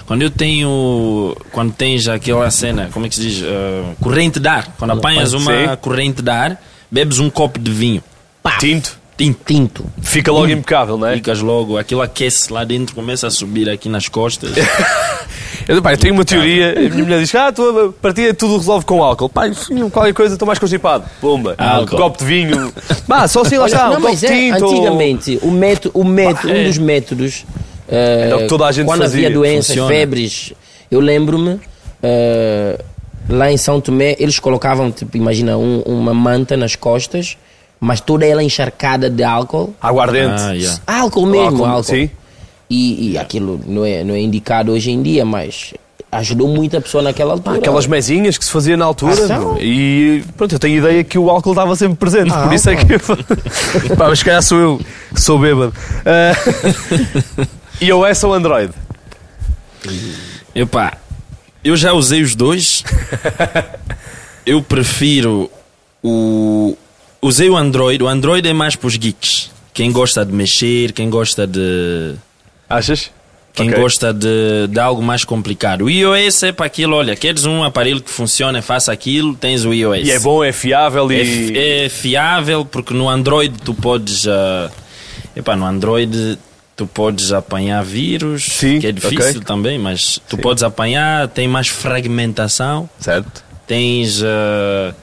[SPEAKER 3] Quando eu tenho. Quando tens aquela cena, como é que se diz? Ah, corrente de ar. Quando apanhas
[SPEAKER 4] Sim.
[SPEAKER 3] uma corrente de ar, bebes um copo de vinho.
[SPEAKER 2] Pá,
[SPEAKER 4] Tinto.
[SPEAKER 3] Tinto.
[SPEAKER 2] tinto.
[SPEAKER 4] Fica logo impecável, não é?
[SPEAKER 3] Ficas logo, aquilo aquece lá dentro, começa a subir aqui nas costas. [laughs]
[SPEAKER 4] Eu, pá, eu tenho uma teoria, a minha mulher diz: Ah, a tua partida tudo resolve com álcool. Pai, qualquer coisa, estou mais constipado. Pumba, Um
[SPEAKER 3] Álcool.
[SPEAKER 4] copo de
[SPEAKER 3] [laughs]
[SPEAKER 4] vinho. Bah, só assim lá está,
[SPEAKER 2] não,
[SPEAKER 4] um copo
[SPEAKER 2] mas
[SPEAKER 4] de
[SPEAKER 2] é,
[SPEAKER 4] tinto.
[SPEAKER 2] antigamente, o método, o método,
[SPEAKER 4] é.
[SPEAKER 2] um dos métodos. eh,
[SPEAKER 4] Era o que toda a gente
[SPEAKER 2] quando
[SPEAKER 4] fazia,
[SPEAKER 2] havia doenças,
[SPEAKER 3] funciona.
[SPEAKER 2] febres, eu lembro-me, eh, lá em São Tomé, eles colocavam, tipo, imagina, um- uma manta nas costas, mas toda ela encharcada de álcool.
[SPEAKER 4] Aguardente.
[SPEAKER 3] Ah, yeah.
[SPEAKER 2] Álcool mesmo,
[SPEAKER 4] Álcool,
[SPEAKER 2] álcool.
[SPEAKER 4] sim.
[SPEAKER 2] E, e aquilo não é, não é indicado hoje em dia, mas ajudou muito a pessoa naquela altura.
[SPEAKER 4] Aquelas mesinhas que se fazia na altura.
[SPEAKER 2] Ah, são?
[SPEAKER 4] meu. E pronto, eu tenho ideia que o álcool estava sempre presente,
[SPEAKER 2] Ah,
[SPEAKER 4] por isso é que eu. [laughs] Pá, mas se calhar sou eu, que sou bêbado. Ah, [laughs] iOS ou Android?
[SPEAKER 3] Epá, eu já usei os dois. Eu prefiro o. Usei o Android. O Android é mais para os geeks. Quem gosta de mexer, quem gosta de.
[SPEAKER 4] Achas?
[SPEAKER 3] Quem
[SPEAKER 4] Ok.
[SPEAKER 3] gosta de, de algo mais complicado. O iOS é para aquilo, olha, queres um aparelho que funcione, faça aquilo, tens o iOS.
[SPEAKER 4] E é bom, é fiável
[SPEAKER 3] É,
[SPEAKER 4] e.
[SPEAKER 3] fi- é fiável, porque no Android tu podes... ah, epá, no Android tu podes apanhar vírus,
[SPEAKER 4] Sim,
[SPEAKER 3] que é difícil
[SPEAKER 4] ok.
[SPEAKER 3] também, mas tu podes apanhar, tem mais fragmentação,
[SPEAKER 4] Certo?
[SPEAKER 3] tens... ah,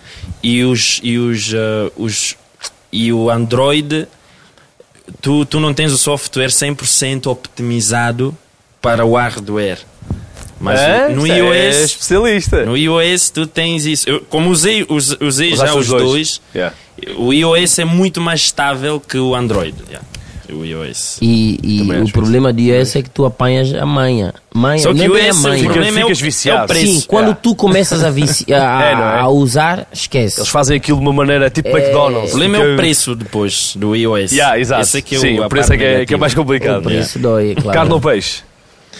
[SPEAKER 3] e os... E, os, ah, os, e o Android tu, tu não tens o software 100% optimizado para o hardware. Mas
[SPEAKER 4] É,
[SPEAKER 3] no
[SPEAKER 4] é
[SPEAKER 3] iOS,
[SPEAKER 4] especialista.
[SPEAKER 3] no iOS tu tens isso. Eu, como usei, us- usei
[SPEAKER 4] Usaste
[SPEAKER 3] já os
[SPEAKER 4] os dois.
[SPEAKER 3] dois,
[SPEAKER 4] Yeah.
[SPEAKER 3] o iOS é muito mais estável que o Android. Yeah. O iOS.
[SPEAKER 2] E, e
[SPEAKER 4] Também
[SPEAKER 2] o
[SPEAKER 4] acho
[SPEAKER 2] problema de iOS é que tu apanhas a manha. manha
[SPEAKER 3] Só que
[SPEAKER 2] nem
[SPEAKER 3] o
[SPEAKER 2] bem a
[SPEAKER 3] iOS, o
[SPEAKER 2] manha.
[SPEAKER 3] problema é o,
[SPEAKER 4] Ficas viciado.
[SPEAKER 3] é o preço.
[SPEAKER 2] Sim, quando
[SPEAKER 4] é.
[SPEAKER 2] tu começas
[SPEAKER 4] [laughs]
[SPEAKER 2] a, vici- a-
[SPEAKER 4] É, não é?
[SPEAKER 2] a usar, esquece.
[SPEAKER 4] Eles fazem aquilo de uma maneira tipo
[SPEAKER 3] O
[SPEAKER 4] McDonald's.
[SPEAKER 3] problema
[SPEAKER 4] Fica-
[SPEAKER 3] é o preço depois do iOS.
[SPEAKER 4] Yeah, exato.
[SPEAKER 3] Esse é que é
[SPEAKER 4] Sim,
[SPEAKER 3] o,
[SPEAKER 4] o
[SPEAKER 3] a
[SPEAKER 4] preço é
[SPEAKER 3] parte
[SPEAKER 4] que é, que é
[SPEAKER 3] negativa.
[SPEAKER 4] mais complicado. né?
[SPEAKER 2] O preço dói, claro.
[SPEAKER 4] Carne ou peixe?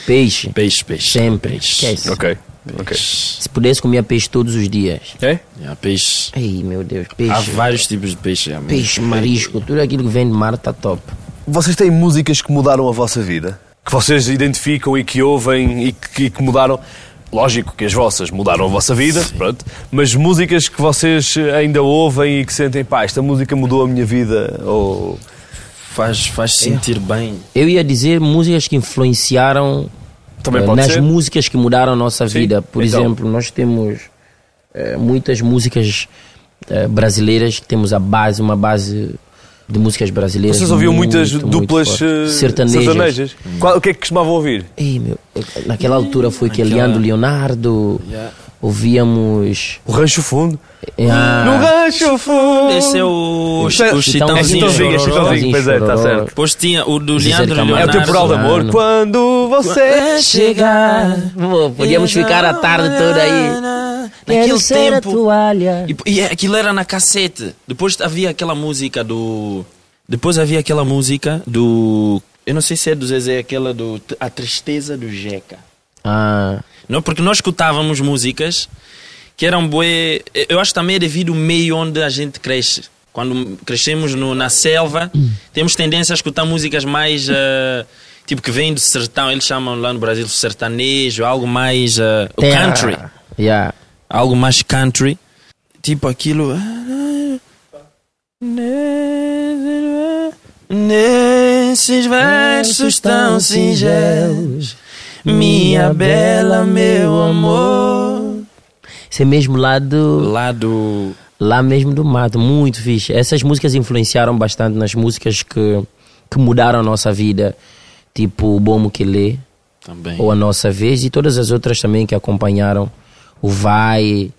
[SPEAKER 2] Peixe.
[SPEAKER 3] Peixe, peixe.
[SPEAKER 2] Sempre.
[SPEAKER 3] Peixe.
[SPEAKER 2] Esquece.
[SPEAKER 4] Ok. ok.
[SPEAKER 2] Se pudesse comer peixe todos os dias.
[SPEAKER 4] É?
[SPEAKER 3] Yeah, peixe.
[SPEAKER 2] Ai, meu Deus.
[SPEAKER 3] Há
[SPEAKER 2] Peixe.
[SPEAKER 3] vários tipos de peixe. yeah, mano.
[SPEAKER 2] Peixe, marisco, tudo aquilo que vem de mar está top.
[SPEAKER 4] Vocês têm músicas que mudaram a vossa vida? Que vocês identificam e que ouvem e que, e que mudaram. Lógico que as vossas mudaram a vossa vida, pronto. Mas músicas que vocês ainda ouvem e que sentem, pá, esta música mudou a minha vida. Ou.
[SPEAKER 3] Faz,
[SPEAKER 2] É.
[SPEAKER 3] faz sentir bem.
[SPEAKER 2] Eu ia dizer músicas que influenciaram
[SPEAKER 4] Também
[SPEAKER 2] eh,
[SPEAKER 4] pode
[SPEAKER 2] nas
[SPEAKER 4] ser.
[SPEAKER 2] músicas que mudaram a nossa vida. Por
[SPEAKER 4] então.
[SPEAKER 2] exemplo, nós temos eh, muitas músicas eh, brasileiras que temos a base, uma base de músicas brasileiras.
[SPEAKER 4] Vocês ouviam
[SPEAKER 2] muito,
[SPEAKER 4] muitas
[SPEAKER 2] muito
[SPEAKER 4] duplas
[SPEAKER 2] forte.
[SPEAKER 4] eh,
[SPEAKER 2] sertanejas.
[SPEAKER 4] sertanejas. Qual- o que é que costumavam ouvir?
[SPEAKER 2] Ei, meu, naquela altura foi que Leandro Leonardo ouvíamos.
[SPEAKER 4] O Rancho Fundo.
[SPEAKER 2] Ah,
[SPEAKER 4] No Rancho Fundo!
[SPEAKER 3] Esse é o, o
[SPEAKER 4] Então,
[SPEAKER 3] Chitãozinho.
[SPEAKER 4] é Chitãozinho,
[SPEAKER 3] Chororó.
[SPEAKER 4] Chitãozinho. pois é, tá
[SPEAKER 2] Chororó.
[SPEAKER 4] certo.
[SPEAKER 3] Depois tinha o do
[SPEAKER 2] José
[SPEAKER 3] Leandro
[SPEAKER 2] de Camargo.
[SPEAKER 4] É o
[SPEAKER 3] Leonardo.
[SPEAKER 4] temporal de amor.
[SPEAKER 2] Mano.
[SPEAKER 4] Quando você
[SPEAKER 2] chegar. Pô, Podíamos ficar a tarde toda aí. Quero
[SPEAKER 3] é Naquele
[SPEAKER 2] ser a
[SPEAKER 3] tempo.
[SPEAKER 2] toalha.
[SPEAKER 3] E, e aquilo era na cassete. Depois havia aquela música do. Depois havia aquela música do. Eu não sei se é do Zezé, aquela do. A Tristeza do Jeca.
[SPEAKER 2] Ah,
[SPEAKER 3] Não, porque nós escutávamos músicas que eram bué. Eu acho que também é devido ao meio onde a gente cresce. Quando crescemos no- na selva, temos tendência a escutar músicas mais. eh, tipo que vêm do sertão, eles chamam lá no Brasil sertanejo, algo mais. eh, o
[SPEAKER 2] terra.
[SPEAKER 3] country.
[SPEAKER 2] Yeah.
[SPEAKER 3] Algo mais country. Tipo aquilo. ah, Nesses versos tão singelos, minha bela, meu amor.
[SPEAKER 2] Esse é mesmo lá do.
[SPEAKER 3] Lá do.
[SPEAKER 2] Lá mesmo do mato, muito fixe. Essas músicas influenciaram bastante nas músicas que, que mudaram a nossa vida. Tipo o Bom Mukele,
[SPEAKER 3] Também.
[SPEAKER 2] ou A Nossa Vez, e todas as outras também que acompanharam o Vai.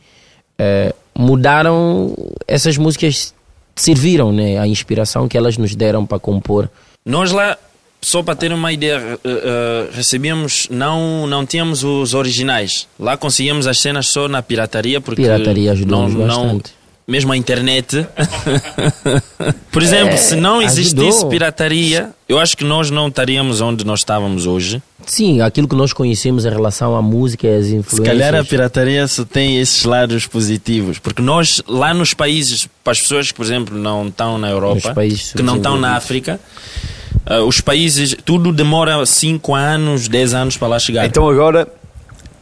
[SPEAKER 2] eh, mudaram. Essas músicas serviram, né? A inspiração que elas nos deram para compor.
[SPEAKER 3] Nós lá, só para ter uma ideia, eh, eh, recebíamos, não, não tínhamos os originais. Lá conseguíamos as cenas só na pirataria, porque
[SPEAKER 2] Pirataria ajudou-nos bastante.
[SPEAKER 3] mesmo a internet. [laughs] Por exemplo, se não existisse
[SPEAKER 2] É, ajudou.
[SPEAKER 3] pirataria, eu acho que nós não estaríamos onde nós estávamos hoje.
[SPEAKER 2] Sim, aquilo que nós conhecemos em relação à música e às influências.
[SPEAKER 3] pirataria só tem esses lados positivos, porque nós lá nos países, para as pessoas que por exemplo não estão na Europa,
[SPEAKER 2] países
[SPEAKER 3] que não estão na África, ah, os países tudo demora 5 anos, 10 anos para lá chegar.
[SPEAKER 4] Então agora,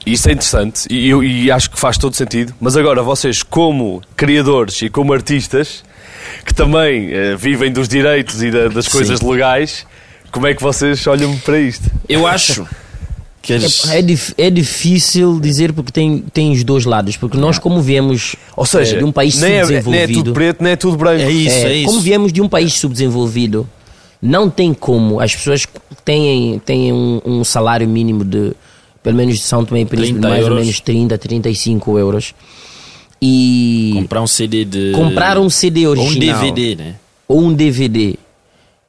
[SPEAKER 4] isso é interessante e, eu- e acho que faz todo sentido, mas agora vocês, como criadores e como artistas, que também eh, vivem dos direitos e da- das coisas legais, como é que vocês olham para isto?
[SPEAKER 3] eu acho que eles-
[SPEAKER 2] É, é, dif- é difícil dizer porque tem, tem os dois lados. Porque nós, como viemos
[SPEAKER 4] É. Ou seja,
[SPEAKER 2] eh, de um país
[SPEAKER 4] nem, é, nem é tudo
[SPEAKER 2] subdesenvolvido.
[SPEAKER 4] preto, nem é tudo branco.
[SPEAKER 3] É isso,
[SPEAKER 2] eh,
[SPEAKER 3] é, isso.
[SPEAKER 2] Como viemos de um país subdesenvolvido, não tem como. As pessoas têm, têm um, um salário mínimo de, pelo menos de São Tomé e Príncipe, de
[SPEAKER 3] 30
[SPEAKER 2] mais ou
[SPEAKER 3] euros.
[SPEAKER 2] menos 30, 35 euros. E
[SPEAKER 3] comprar um CD de
[SPEAKER 2] comprar um CD
[SPEAKER 3] ou um
[SPEAKER 2] original.
[SPEAKER 3] DVD, né?
[SPEAKER 2] ou um DVD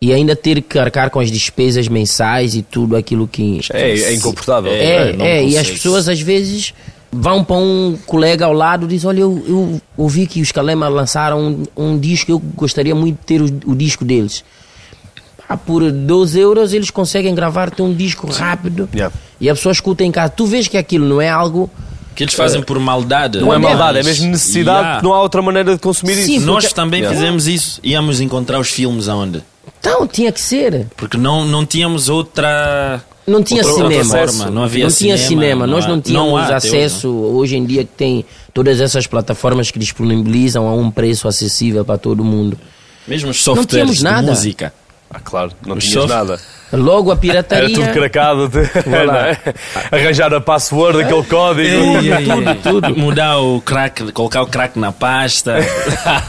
[SPEAKER 2] e ainda ter que arcar com as despesas mensais e tudo aquilo que.
[SPEAKER 4] É, é incomportável.
[SPEAKER 2] É,
[SPEAKER 3] é, não
[SPEAKER 2] é, e as
[SPEAKER 3] consegue.
[SPEAKER 2] pessoas às vezes vão para um colega ao lado e dizem: Olha, eu, eu ouvi que os Calema lançaram um, um disco, eu gostaria muito de ter o, o disco deles. Ah, por 12 euros eles conseguem gravar ter um disco rápido
[SPEAKER 4] Yeah.
[SPEAKER 2] e a pessoa escuta em casa. Tu vês que aquilo não é algo.
[SPEAKER 3] Que eles fazem por maldade.
[SPEAKER 4] Não é
[SPEAKER 2] Mas-
[SPEAKER 4] maldade, é mesmo necessidade,
[SPEAKER 3] Yeah.
[SPEAKER 4] porque não há outra maneira de consumir
[SPEAKER 2] Sim,
[SPEAKER 4] isso.
[SPEAKER 3] Nós
[SPEAKER 2] porque-
[SPEAKER 3] também fizemos isso. Íamos encontrar os filmes aonde?
[SPEAKER 2] Então, tinha que ser.
[SPEAKER 3] Porque não, não tínhamos outra.
[SPEAKER 2] Não tinha
[SPEAKER 3] outra- outra
[SPEAKER 2] cinema.
[SPEAKER 3] forma, Não, havia
[SPEAKER 2] Não tinha cinema. Nós
[SPEAKER 3] há-
[SPEAKER 2] não tínhamos
[SPEAKER 3] há até hoje,
[SPEAKER 2] acesso. Hoje em dia que tem todas essas plataformas que disponibilizam a um preço acessível para todo mundo.
[SPEAKER 3] não. Mesmo os softwares
[SPEAKER 2] tínhamos
[SPEAKER 3] de
[SPEAKER 2] nada.
[SPEAKER 3] música.
[SPEAKER 4] Ah, claro, não
[SPEAKER 3] Os
[SPEAKER 4] tinhas
[SPEAKER 3] soft-
[SPEAKER 4] nada.
[SPEAKER 2] Logo a
[SPEAKER 3] [laughs]
[SPEAKER 4] Era
[SPEAKER 2] pirataria.
[SPEAKER 4] tudo cracado, de- não é? arranjar a password, aquele código.
[SPEAKER 3] tudo, tudo. Mudar o crack, colocar o crack na [laughs] pasta.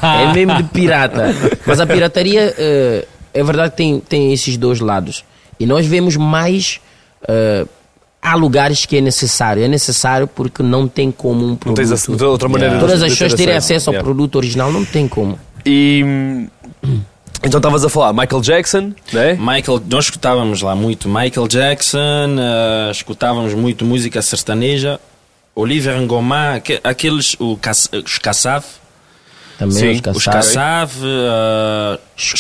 [SPEAKER 3] Ah.
[SPEAKER 2] É mesmo de pirata. Mas a pirataria, eh, é verdade que tem, tem esses dois lados. E nós vemos mais. eh, há lugares que é necessário. É necessário porque não tem como um
[SPEAKER 4] Não
[SPEAKER 2] produto.
[SPEAKER 4] tens ac- outra maneira de-
[SPEAKER 2] Todas
[SPEAKER 4] de
[SPEAKER 2] as
[SPEAKER 4] ter
[SPEAKER 2] pessoas terem acesso ao
[SPEAKER 4] Yeah.
[SPEAKER 2] produto original, não tem como.
[SPEAKER 4] E. hum, Então estavas a falar Michael Jackson, né?
[SPEAKER 3] Michael, nós escutávamos lá muito Michael Jackson, eh, escutávamos muito música sertaneja, Oliver Ngoma, aque- aqueles, o Cas- os Kassaf,
[SPEAKER 2] Também
[SPEAKER 4] Sim,
[SPEAKER 2] os
[SPEAKER 4] os
[SPEAKER 3] os
[SPEAKER 2] caçados.
[SPEAKER 3] Kassaf, eh,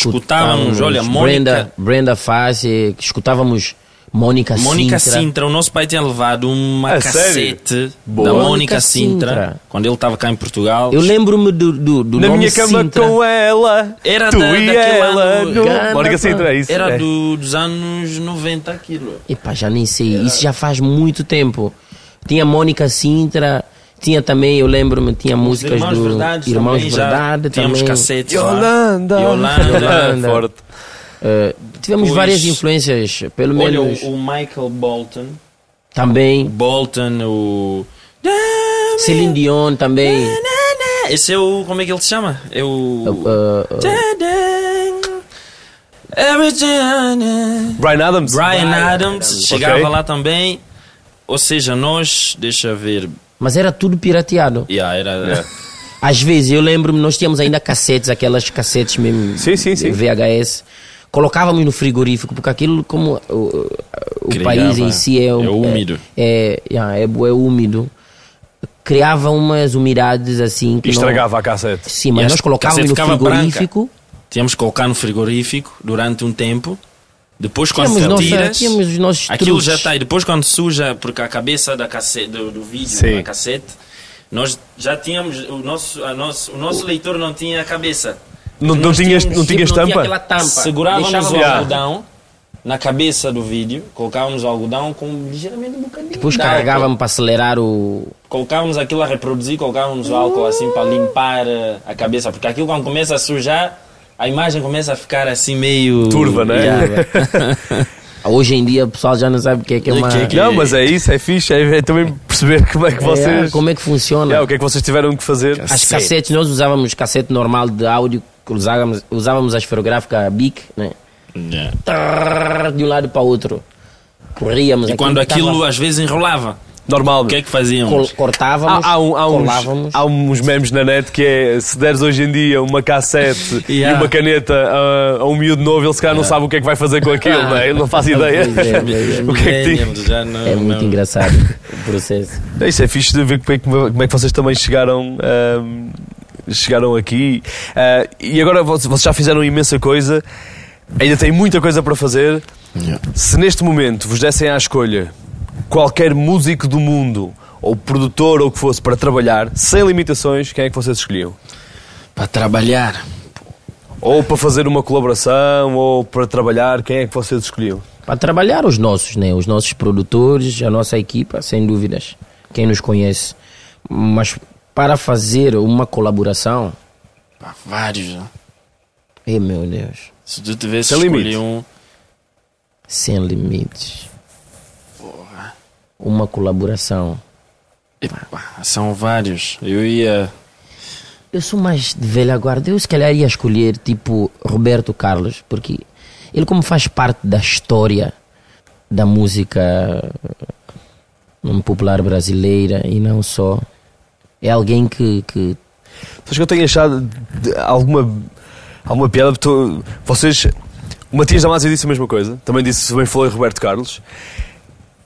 [SPEAKER 3] escutávamos, olha, Mônica,
[SPEAKER 2] Brenda, Brenda Face, escutávamos Mônica Sintra.
[SPEAKER 3] Mônica Sintra. É, o nosso pai tinha levado uma
[SPEAKER 4] Ah, sério?
[SPEAKER 3] cassete da Mônica
[SPEAKER 2] Mônica
[SPEAKER 3] Sintra,
[SPEAKER 2] Sintra.
[SPEAKER 3] quando ele estava cá em Portugal.
[SPEAKER 2] Eu lembro-me do, do, do
[SPEAKER 4] Na
[SPEAKER 2] nome
[SPEAKER 4] minha cama
[SPEAKER 2] Sintra.
[SPEAKER 4] com ela,
[SPEAKER 3] Era
[SPEAKER 4] tu
[SPEAKER 3] da-
[SPEAKER 4] e
[SPEAKER 3] daquele
[SPEAKER 4] ela.
[SPEAKER 3] ano-
[SPEAKER 4] No...
[SPEAKER 2] Gana-
[SPEAKER 4] Mónica Sintra, é isso.
[SPEAKER 3] Era
[SPEAKER 4] é.
[SPEAKER 3] do- dos anos 90 aquilo.
[SPEAKER 2] Epá, já nem sei, isso já faz muito tempo. Tinha Mônica Sintra, tinha também, eu lembro-me, tinha
[SPEAKER 3] Os
[SPEAKER 2] músicas
[SPEAKER 3] Irmãos
[SPEAKER 2] do
[SPEAKER 3] Verdades
[SPEAKER 2] Irmãos
[SPEAKER 3] também já
[SPEAKER 2] Verdade
[SPEAKER 3] tínhamos
[SPEAKER 2] também.
[SPEAKER 3] cassetes lá.
[SPEAKER 4] Yolanda,
[SPEAKER 3] Yolanda.
[SPEAKER 4] Yolanda. Forte.
[SPEAKER 2] Eh, tivemos
[SPEAKER 3] Pois.
[SPEAKER 2] várias influências, pelo
[SPEAKER 3] Olha,
[SPEAKER 2] menos
[SPEAKER 3] o, o Michael Bolton. O
[SPEAKER 2] também.
[SPEAKER 3] Bolton, o...
[SPEAKER 2] Celine Dion É também.
[SPEAKER 3] Esse é o... Como é que ele se chama? É o...
[SPEAKER 2] Eh, eh,
[SPEAKER 3] Everything.
[SPEAKER 4] Brian Adams?
[SPEAKER 3] Brian Adams
[SPEAKER 4] Ok.
[SPEAKER 3] chegava lá também. Ou seja, nós, deixa ver.
[SPEAKER 2] Mas era tudo pirateado.
[SPEAKER 3] Yeah, era,
[SPEAKER 2] Às vezes, eu lembro-me, nós tínhamos ainda cassetes, aquelas cassetes mesmo.
[SPEAKER 4] Sim, sim, sim.
[SPEAKER 2] VHS. Colocávamos no frigorífico, porque aquilo, como o, o- o
[SPEAKER 3] Criava.
[SPEAKER 2] país em si é, um-
[SPEAKER 3] É úmido.
[SPEAKER 2] É, é, yeah, é, bu- é úmido. Criava umas umidades assim. Que
[SPEAKER 4] E
[SPEAKER 2] não-
[SPEAKER 4] estragava a cassete.
[SPEAKER 2] Sim,
[SPEAKER 3] E
[SPEAKER 2] mas
[SPEAKER 3] a
[SPEAKER 2] nós colocávamos
[SPEAKER 3] cassete
[SPEAKER 2] no
[SPEAKER 3] ficava
[SPEAKER 2] frigorífico.
[SPEAKER 3] Tínhamos que colocar no frigorífico durante um tempo. Depois, quando
[SPEAKER 2] Tínhamos,
[SPEAKER 3] se
[SPEAKER 2] nossa,
[SPEAKER 3] tiras,
[SPEAKER 2] tínhamos os nossos
[SPEAKER 3] aquilo já tá
[SPEAKER 2] truques.
[SPEAKER 3] está. E depois, quando suja, porque a cabeça da cassete, do, do vídeo,
[SPEAKER 4] Sim.
[SPEAKER 3] da cassete, nós já tínhamos. O nosso, a nosso, o nosso leitor não tinha a cabeça.
[SPEAKER 4] Não, não,
[SPEAKER 3] Nós
[SPEAKER 4] tinha,
[SPEAKER 3] tínhamos
[SPEAKER 4] não tinha
[SPEAKER 2] Tipo, não tinha
[SPEAKER 4] estampa?
[SPEAKER 2] aquela tampa.
[SPEAKER 3] Segurávamos
[SPEAKER 2] Deixava
[SPEAKER 3] o
[SPEAKER 4] lá.
[SPEAKER 3] algodão na cabeça do vídeo, colocávamos o algodão com ligeiramente um bocadinho.
[SPEAKER 2] Depois
[SPEAKER 3] de álcool.
[SPEAKER 2] carregávamos para acelerar o.
[SPEAKER 3] Colocávamos aquilo a reproduzir, colocávamos o álcool assim para limpar eh, a cabeça, porque aquilo quando começa a sujar, a imagem começa a ficar assim meio.
[SPEAKER 4] Turva, né? [laughs]
[SPEAKER 2] Hoje em dia o pessoal já não sabe o que é que é
[SPEAKER 3] O
[SPEAKER 2] uma.
[SPEAKER 3] que é que-
[SPEAKER 4] Não, mas é isso, é fixe. É, é também perceber como é que
[SPEAKER 2] É,
[SPEAKER 4] vocês.
[SPEAKER 2] como é que funciona?
[SPEAKER 4] É, o que é que vocês tiveram que fazer?
[SPEAKER 2] As cassetes, nós usávamos cassete normal de áudio, que usávamos, usávamos as ferográficas BIC, né?
[SPEAKER 3] Yeah.
[SPEAKER 2] Trrr, De um lado para o outro. Corríamos.
[SPEAKER 3] E quando
[SPEAKER 2] tava-
[SPEAKER 3] aquilo às vezes enrolava,
[SPEAKER 4] Normal.
[SPEAKER 3] o que é que
[SPEAKER 2] col-
[SPEAKER 3] fazíamos?
[SPEAKER 2] cortávamos,
[SPEAKER 4] Há, há um- há uns,
[SPEAKER 2] colávamos.
[SPEAKER 4] há uns memes na net que é se deres hoje em dia uma [laughs] cassete
[SPEAKER 3] Yeah.
[SPEAKER 4] e uma caneta a, a um miúdo novo, ele se calhar não sabe o que é que vai fazer com aquilo, não é? Ele [laughs] não faz ideia.
[SPEAKER 2] Pois é, pois é.
[SPEAKER 4] o que é que tinha?
[SPEAKER 3] Millennium, já não-
[SPEAKER 2] É muito
[SPEAKER 3] não-
[SPEAKER 4] [laughs]
[SPEAKER 2] engraçado o processo.
[SPEAKER 4] É, Isso é fixe de ver como é que, como é que vocês também chegaram, ahm, chegaram aqui. Ah, e agora vo- vocês já fizeram imensa coisa, ainda têm muita coisa para fazer. Se neste momento vos dessem à escolha qualquer músico do mundo, ou produtor, ou o que fosse, para trabalhar, sem limitações, quem é que vocês escolhiam?
[SPEAKER 3] Para trabalhar.
[SPEAKER 4] Ou para fazer uma colaboração, ou para trabalhar, quem é que vocês escolhiam?
[SPEAKER 2] Para trabalhar os nossos, né? Os nossos produtores, a nossa equipa, sem dúvidas. Quem nos conhece. Mas para fazer uma colaboração.
[SPEAKER 3] Para vários. né?
[SPEAKER 2] Ei, meu Deus.
[SPEAKER 3] Se tu tivesse
[SPEAKER 4] Sem limite.
[SPEAKER 3] escolhido um.
[SPEAKER 2] Sem limites. Uma colaboração.
[SPEAKER 3] Epá, são vários. Eu ia.
[SPEAKER 2] Eu sou mais de velha guarda. Eu se calhar ia escolher tipo Roberto Carlos, porque ele como faz parte da história da música eh, popular brasileira e não só. É alguém que, que
[SPEAKER 4] Sabes que eu tenho achado de- alguma, alguma piada. porque tô- vocês. O Matias Damasio disse a mesma coisa. Também disse, também falou em Roberto Carlos.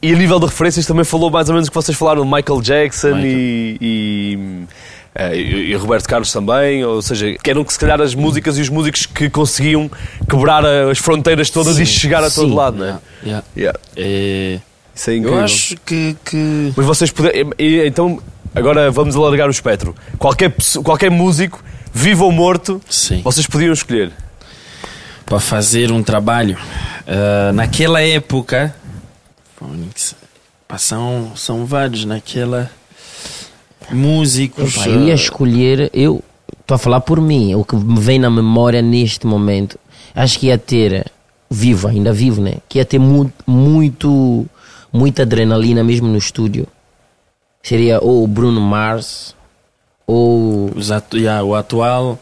[SPEAKER 4] E a nível de referências também falou mais ou menos o que vocês falaram de Michael Jackson e. e eh, e- e Roberto Carlos também, ou seja, que eram que se calhar as músicas e os músicos que conseguiam quebrar a- as fronteiras todas e chegar a todo
[SPEAKER 2] sim.
[SPEAKER 4] lado, não é?
[SPEAKER 3] Yeah.
[SPEAKER 4] Yeah.
[SPEAKER 3] É,
[SPEAKER 4] Isso é incrível.
[SPEAKER 3] Eu acho que. que...
[SPEAKER 4] Mas vocês podem. e- e- Então, agora vamos alargar o espectro. Qualquer, pesso- qualquer músico, vivo ou morto,
[SPEAKER 3] Sim.
[SPEAKER 4] vocês podiam escolher.
[SPEAKER 3] para fazer um trabalho. Ah, naquela época, Phoenix, pá, são, são vários naquela. Músicos. ah,
[SPEAKER 2] Epá, eu ia escolher, eu estou a falar por mim, o que me vem na memória neste momento, acho que ia ter, vivo, ainda vivo, né? Que ia ter mu muito, muita adrenalina mesmo no estúdio. Seria ou o Bruno Mars, ou
[SPEAKER 3] ah, os atu- yeah, o atual.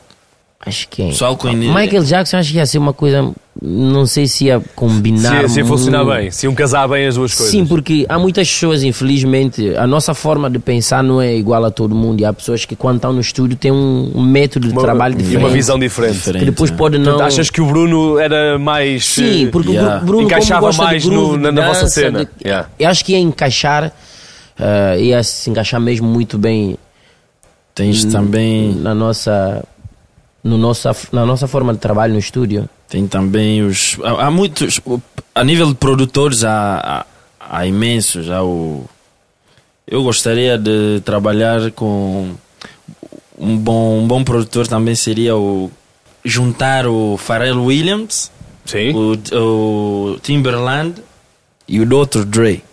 [SPEAKER 2] acho que
[SPEAKER 3] Pessoal com ene-
[SPEAKER 2] Michael Jackson acho que ia ser uma coisa, não sei se ia combinar
[SPEAKER 4] Se, se ia funcionar
[SPEAKER 2] muito.
[SPEAKER 4] bem, se iam casar bem as duas coisas.
[SPEAKER 2] Sim, porque há muitas pessoas, infelizmente, a nossa forma de pensar não é igual a todo mundo. E há pessoas que, quando estão no estúdio, têm um um método de
[SPEAKER 4] Uma-
[SPEAKER 2] trabalho
[SPEAKER 4] e
[SPEAKER 2] diferente.
[SPEAKER 4] uma visão diferente.
[SPEAKER 3] Diferente.
[SPEAKER 2] Que depois
[SPEAKER 3] né?
[SPEAKER 2] pode não.
[SPEAKER 4] Portanto, achas que o Bruno era mais.
[SPEAKER 2] Sim,
[SPEAKER 4] eh,
[SPEAKER 2] porque o
[SPEAKER 3] Yeah.
[SPEAKER 2] Bru- Bruno como
[SPEAKER 4] Encaixava
[SPEAKER 2] gosta de
[SPEAKER 4] mais
[SPEAKER 2] groove,
[SPEAKER 4] no-
[SPEAKER 2] de
[SPEAKER 4] na- na vossa
[SPEAKER 2] dança,
[SPEAKER 4] cena.
[SPEAKER 2] de-
[SPEAKER 4] Yeah.
[SPEAKER 2] Eu acho que ia encaixar, ah, ia se encaixar mesmo muito bem
[SPEAKER 3] Tens
[SPEAKER 2] Hum.
[SPEAKER 3] também.
[SPEAKER 2] na nossa, no nossa, na nossa forma de trabalho no estúdio.
[SPEAKER 3] Tem também os. Há, há muitos. o- A nível de produtores, há, há, há imensos. Há o, eu gostaria de trabalhar com. Um bom, um bom produtor também seria o. Juntar o Pharrell Williams,
[SPEAKER 4] Sim.
[SPEAKER 3] o, o Timberland e o Dr. Dre.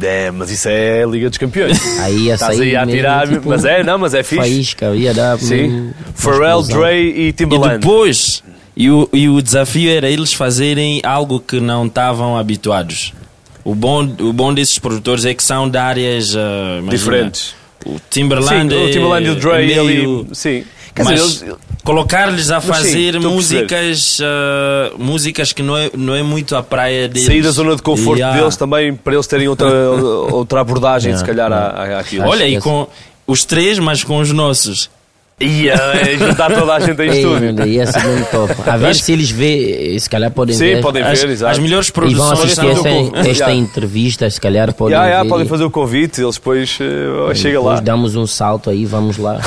[SPEAKER 4] É, mas isso é a Liga dos Campeões.
[SPEAKER 2] [laughs] Aí ia
[SPEAKER 4] Estás
[SPEAKER 2] sair
[SPEAKER 4] aí a
[SPEAKER 2] mesmo,
[SPEAKER 4] tirar.
[SPEAKER 2] tipo,
[SPEAKER 4] mas é, não, mas é fixe.
[SPEAKER 2] Faísca, ia dar.
[SPEAKER 4] Sim.
[SPEAKER 2] mesmo
[SPEAKER 4] Pharrell,
[SPEAKER 2] explosão.
[SPEAKER 4] Dre e
[SPEAKER 3] E
[SPEAKER 4] Timbaland.
[SPEAKER 3] depois, e o, e o desafio era eles fazerem algo que não estavam habituados. O bom, o bom desses produtores é que são de áreas ah, imagina,
[SPEAKER 4] Diferentes.
[SPEAKER 3] O Timberland,
[SPEAKER 4] Sim, o Timbaland e o Dre
[SPEAKER 3] é meio-
[SPEAKER 4] ali. Sim. Quer
[SPEAKER 3] Mas
[SPEAKER 4] dizer, eles-
[SPEAKER 3] Colocar-lhes a fazer
[SPEAKER 4] estou a perceber.
[SPEAKER 3] músicas, ah, músicas que não é, não é muito a praia deles.
[SPEAKER 4] Sair da zona de conforto
[SPEAKER 3] Yeah.
[SPEAKER 4] deles também, para eles terem outra,
[SPEAKER 2] [laughs]
[SPEAKER 4] outra abordagem, se calhar, à- à- àquilo.
[SPEAKER 3] Olha, e
[SPEAKER 2] que
[SPEAKER 3] com os três, mas com os nossos.
[SPEAKER 4] Ia, é juntar toda a gente em
[SPEAKER 2] [laughs] Ei,
[SPEAKER 4] estúdio.
[SPEAKER 2] meu, ia ser mesmo
[SPEAKER 4] [laughs]
[SPEAKER 2] top. A ver se eles vê, se calhar podem
[SPEAKER 4] Sim,
[SPEAKER 2] ver.
[SPEAKER 4] podem
[SPEAKER 3] As,
[SPEAKER 4] ver, exato.
[SPEAKER 3] as melhores
[SPEAKER 2] E vão
[SPEAKER 3] produções
[SPEAKER 2] assistir
[SPEAKER 3] são
[SPEAKER 4] do
[SPEAKER 2] esta,
[SPEAKER 4] povo.
[SPEAKER 2] esta
[SPEAKER 4] Já.
[SPEAKER 2] entrevista, se calhar podem
[SPEAKER 4] Já, já,
[SPEAKER 2] ver.
[SPEAKER 4] podem fazer o convite, eles depois eh, chega
[SPEAKER 2] Depois
[SPEAKER 4] lá.
[SPEAKER 2] damos um salto aí, vamos
[SPEAKER 4] [laughs]
[SPEAKER 2] lá.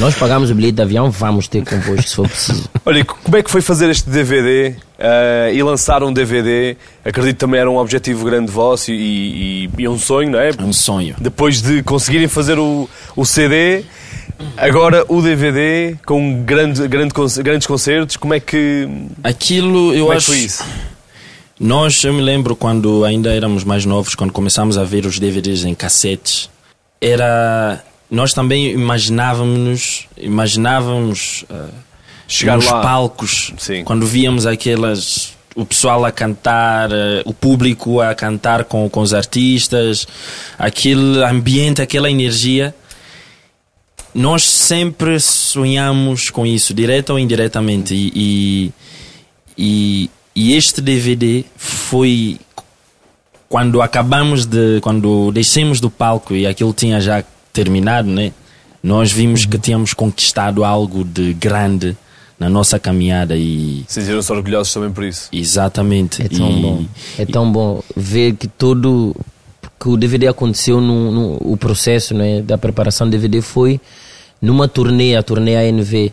[SPEAKER 2] Nós pagamos o bilhete de avião, vamos ter convosco se for preciso.
[SPEAKER 4] Olha, e co- como é que foi fazer este DVD eh, e lançar um DVD? Acredito que também era um objetivo grande vosso e, e- e um sonho, não é?
[SPEAKER 3] um sonho.
[SPEAKER 4] Depois de conseguirem fazer o, o CD, agora o DVD com grande, grande, conce- grandes concertos, como é que,
[SPEAKER 3] Aquilo, eu
[SPEAKER 4] como é que
[SPEAKER 3] acho.
[SPEAKER 4] foi isso?
[SPEAKER 3] Nós, eu me lembro quando ainda éramos mais novos, quando começámos a ver os DVDs em cassetes, era. Nós também imaginávamos, imaginávamos ah,
[SPEAKER 4] Chegar
[SPEAKER 3] nos
[SPEAKER 4] lá.
[SPEAKER 3] palcos,
[SPEAKER 4] Sim.
[SPEAKER 3] quando víamos aquelas. O pessoal a cantar, ah, o público a cantar com, com os artistas, aquele ambiente, aquela energia. Nós sempre sonhamos com isso, direta ou indiretamente. E- e e, e este DVD foi quando acabamos de. quando descemos do palco e aquilo tinha já terminado, né? Nós vimos que tínhamos conquistado algo de grande na nossa caminhada e.
[SPEAKER 4] Sentiram-se orgulhosos também por isso.
[SPEAKER 3] Exatamente.
[SPEAKER 2] É tão
[SPEAKER 3] e,
[SPEAKER 2] bom. É tão bom ver que todo. que o DVD aconteceu no, no- o processo né, da preparação do DVD foi numa turnê, a turnê ANV.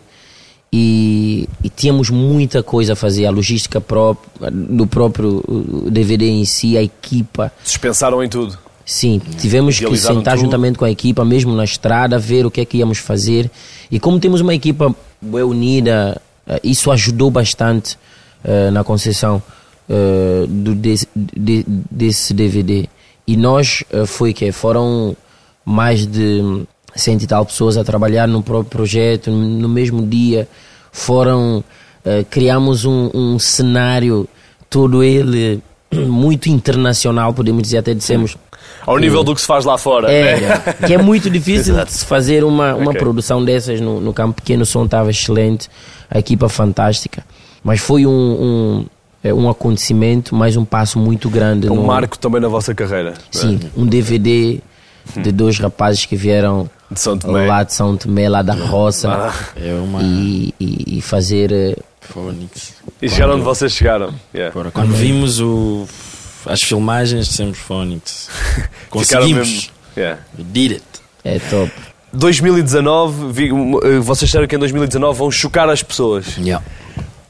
[SPEAKER 2] E, e tínhamos muita coisa a fazer, a logística pró do próprio uh, DVD em si, a equipa.
[SPEAKER 4] Dispensaram em tudo.
[SPEAKER 2] Sim, tivemos que
[SPEAKER 4] Idealizaram
[SPEAKER 2] sentar
[SPEAKER 4] tudo.
[SPEAKER 2] juntamente com a equipa, mesmo na estrada, ver o que é que íamos fazer. E como temos uma equipa bem unida, eh, isso ajudou bastante eh, na concessão eh, do, desse, de- desse DVD. E nós eh, foi que foram mais de cento e tal pessoas a trabalhar no próprio projeto, no mesmo dia. Foram, eh, criamos um, um cenário, todo ele [clears throat] muito internacional, podemos dizer, até dissemos.
[SPEAKER 4] Ao nível do que se faz lá fora. né?
[SPEAKER 2] É, que é muito difícil de se fazer uma, uma
[SPEAKER 4] Ok.
[SPEAKER 2] produção dessas no, no campo pequeno. O som estava excelente, a equipa fantástica. Mas foi um, um, é, um acontecimento, mais um passo muito grande.
[SPEAKER 4] Um
[SPEAKER 2] no-
[SPEAKER 4] marco também na vossa carreira.
[SPEAKER 2] Sim, um DVD de dois rapazes que vieram
[SPEAKER 4] De São Tomé.
[SPEAKER 2] lá de São Tomé, lá da roça,
[SPEAKER 3] É uma.
[SPEAKER 2] e, e- e fazer. eh,
[SPEAKER 3] Fónix.
[SPEAKER 4] E chegaram onde vocês chegaram. Yeah.
[SPEAKER 3] Agora, quando vimos o, as filmagens, dissemos
[SPEAKER 2] [laughs]
[SPEAKER 3] Fónix.
[SPEAKER 4] Ficaram
[SPEAKER 3] Conseguimos.
[SPEAKER 4] mesmo- Yeah.
[SPEAKER 3] We did it.
[SPEAKER 2] É top.
[SPEAKER 4] 2019, vi- eh, vocês disseram que em 2019 vão chocar as pessoas.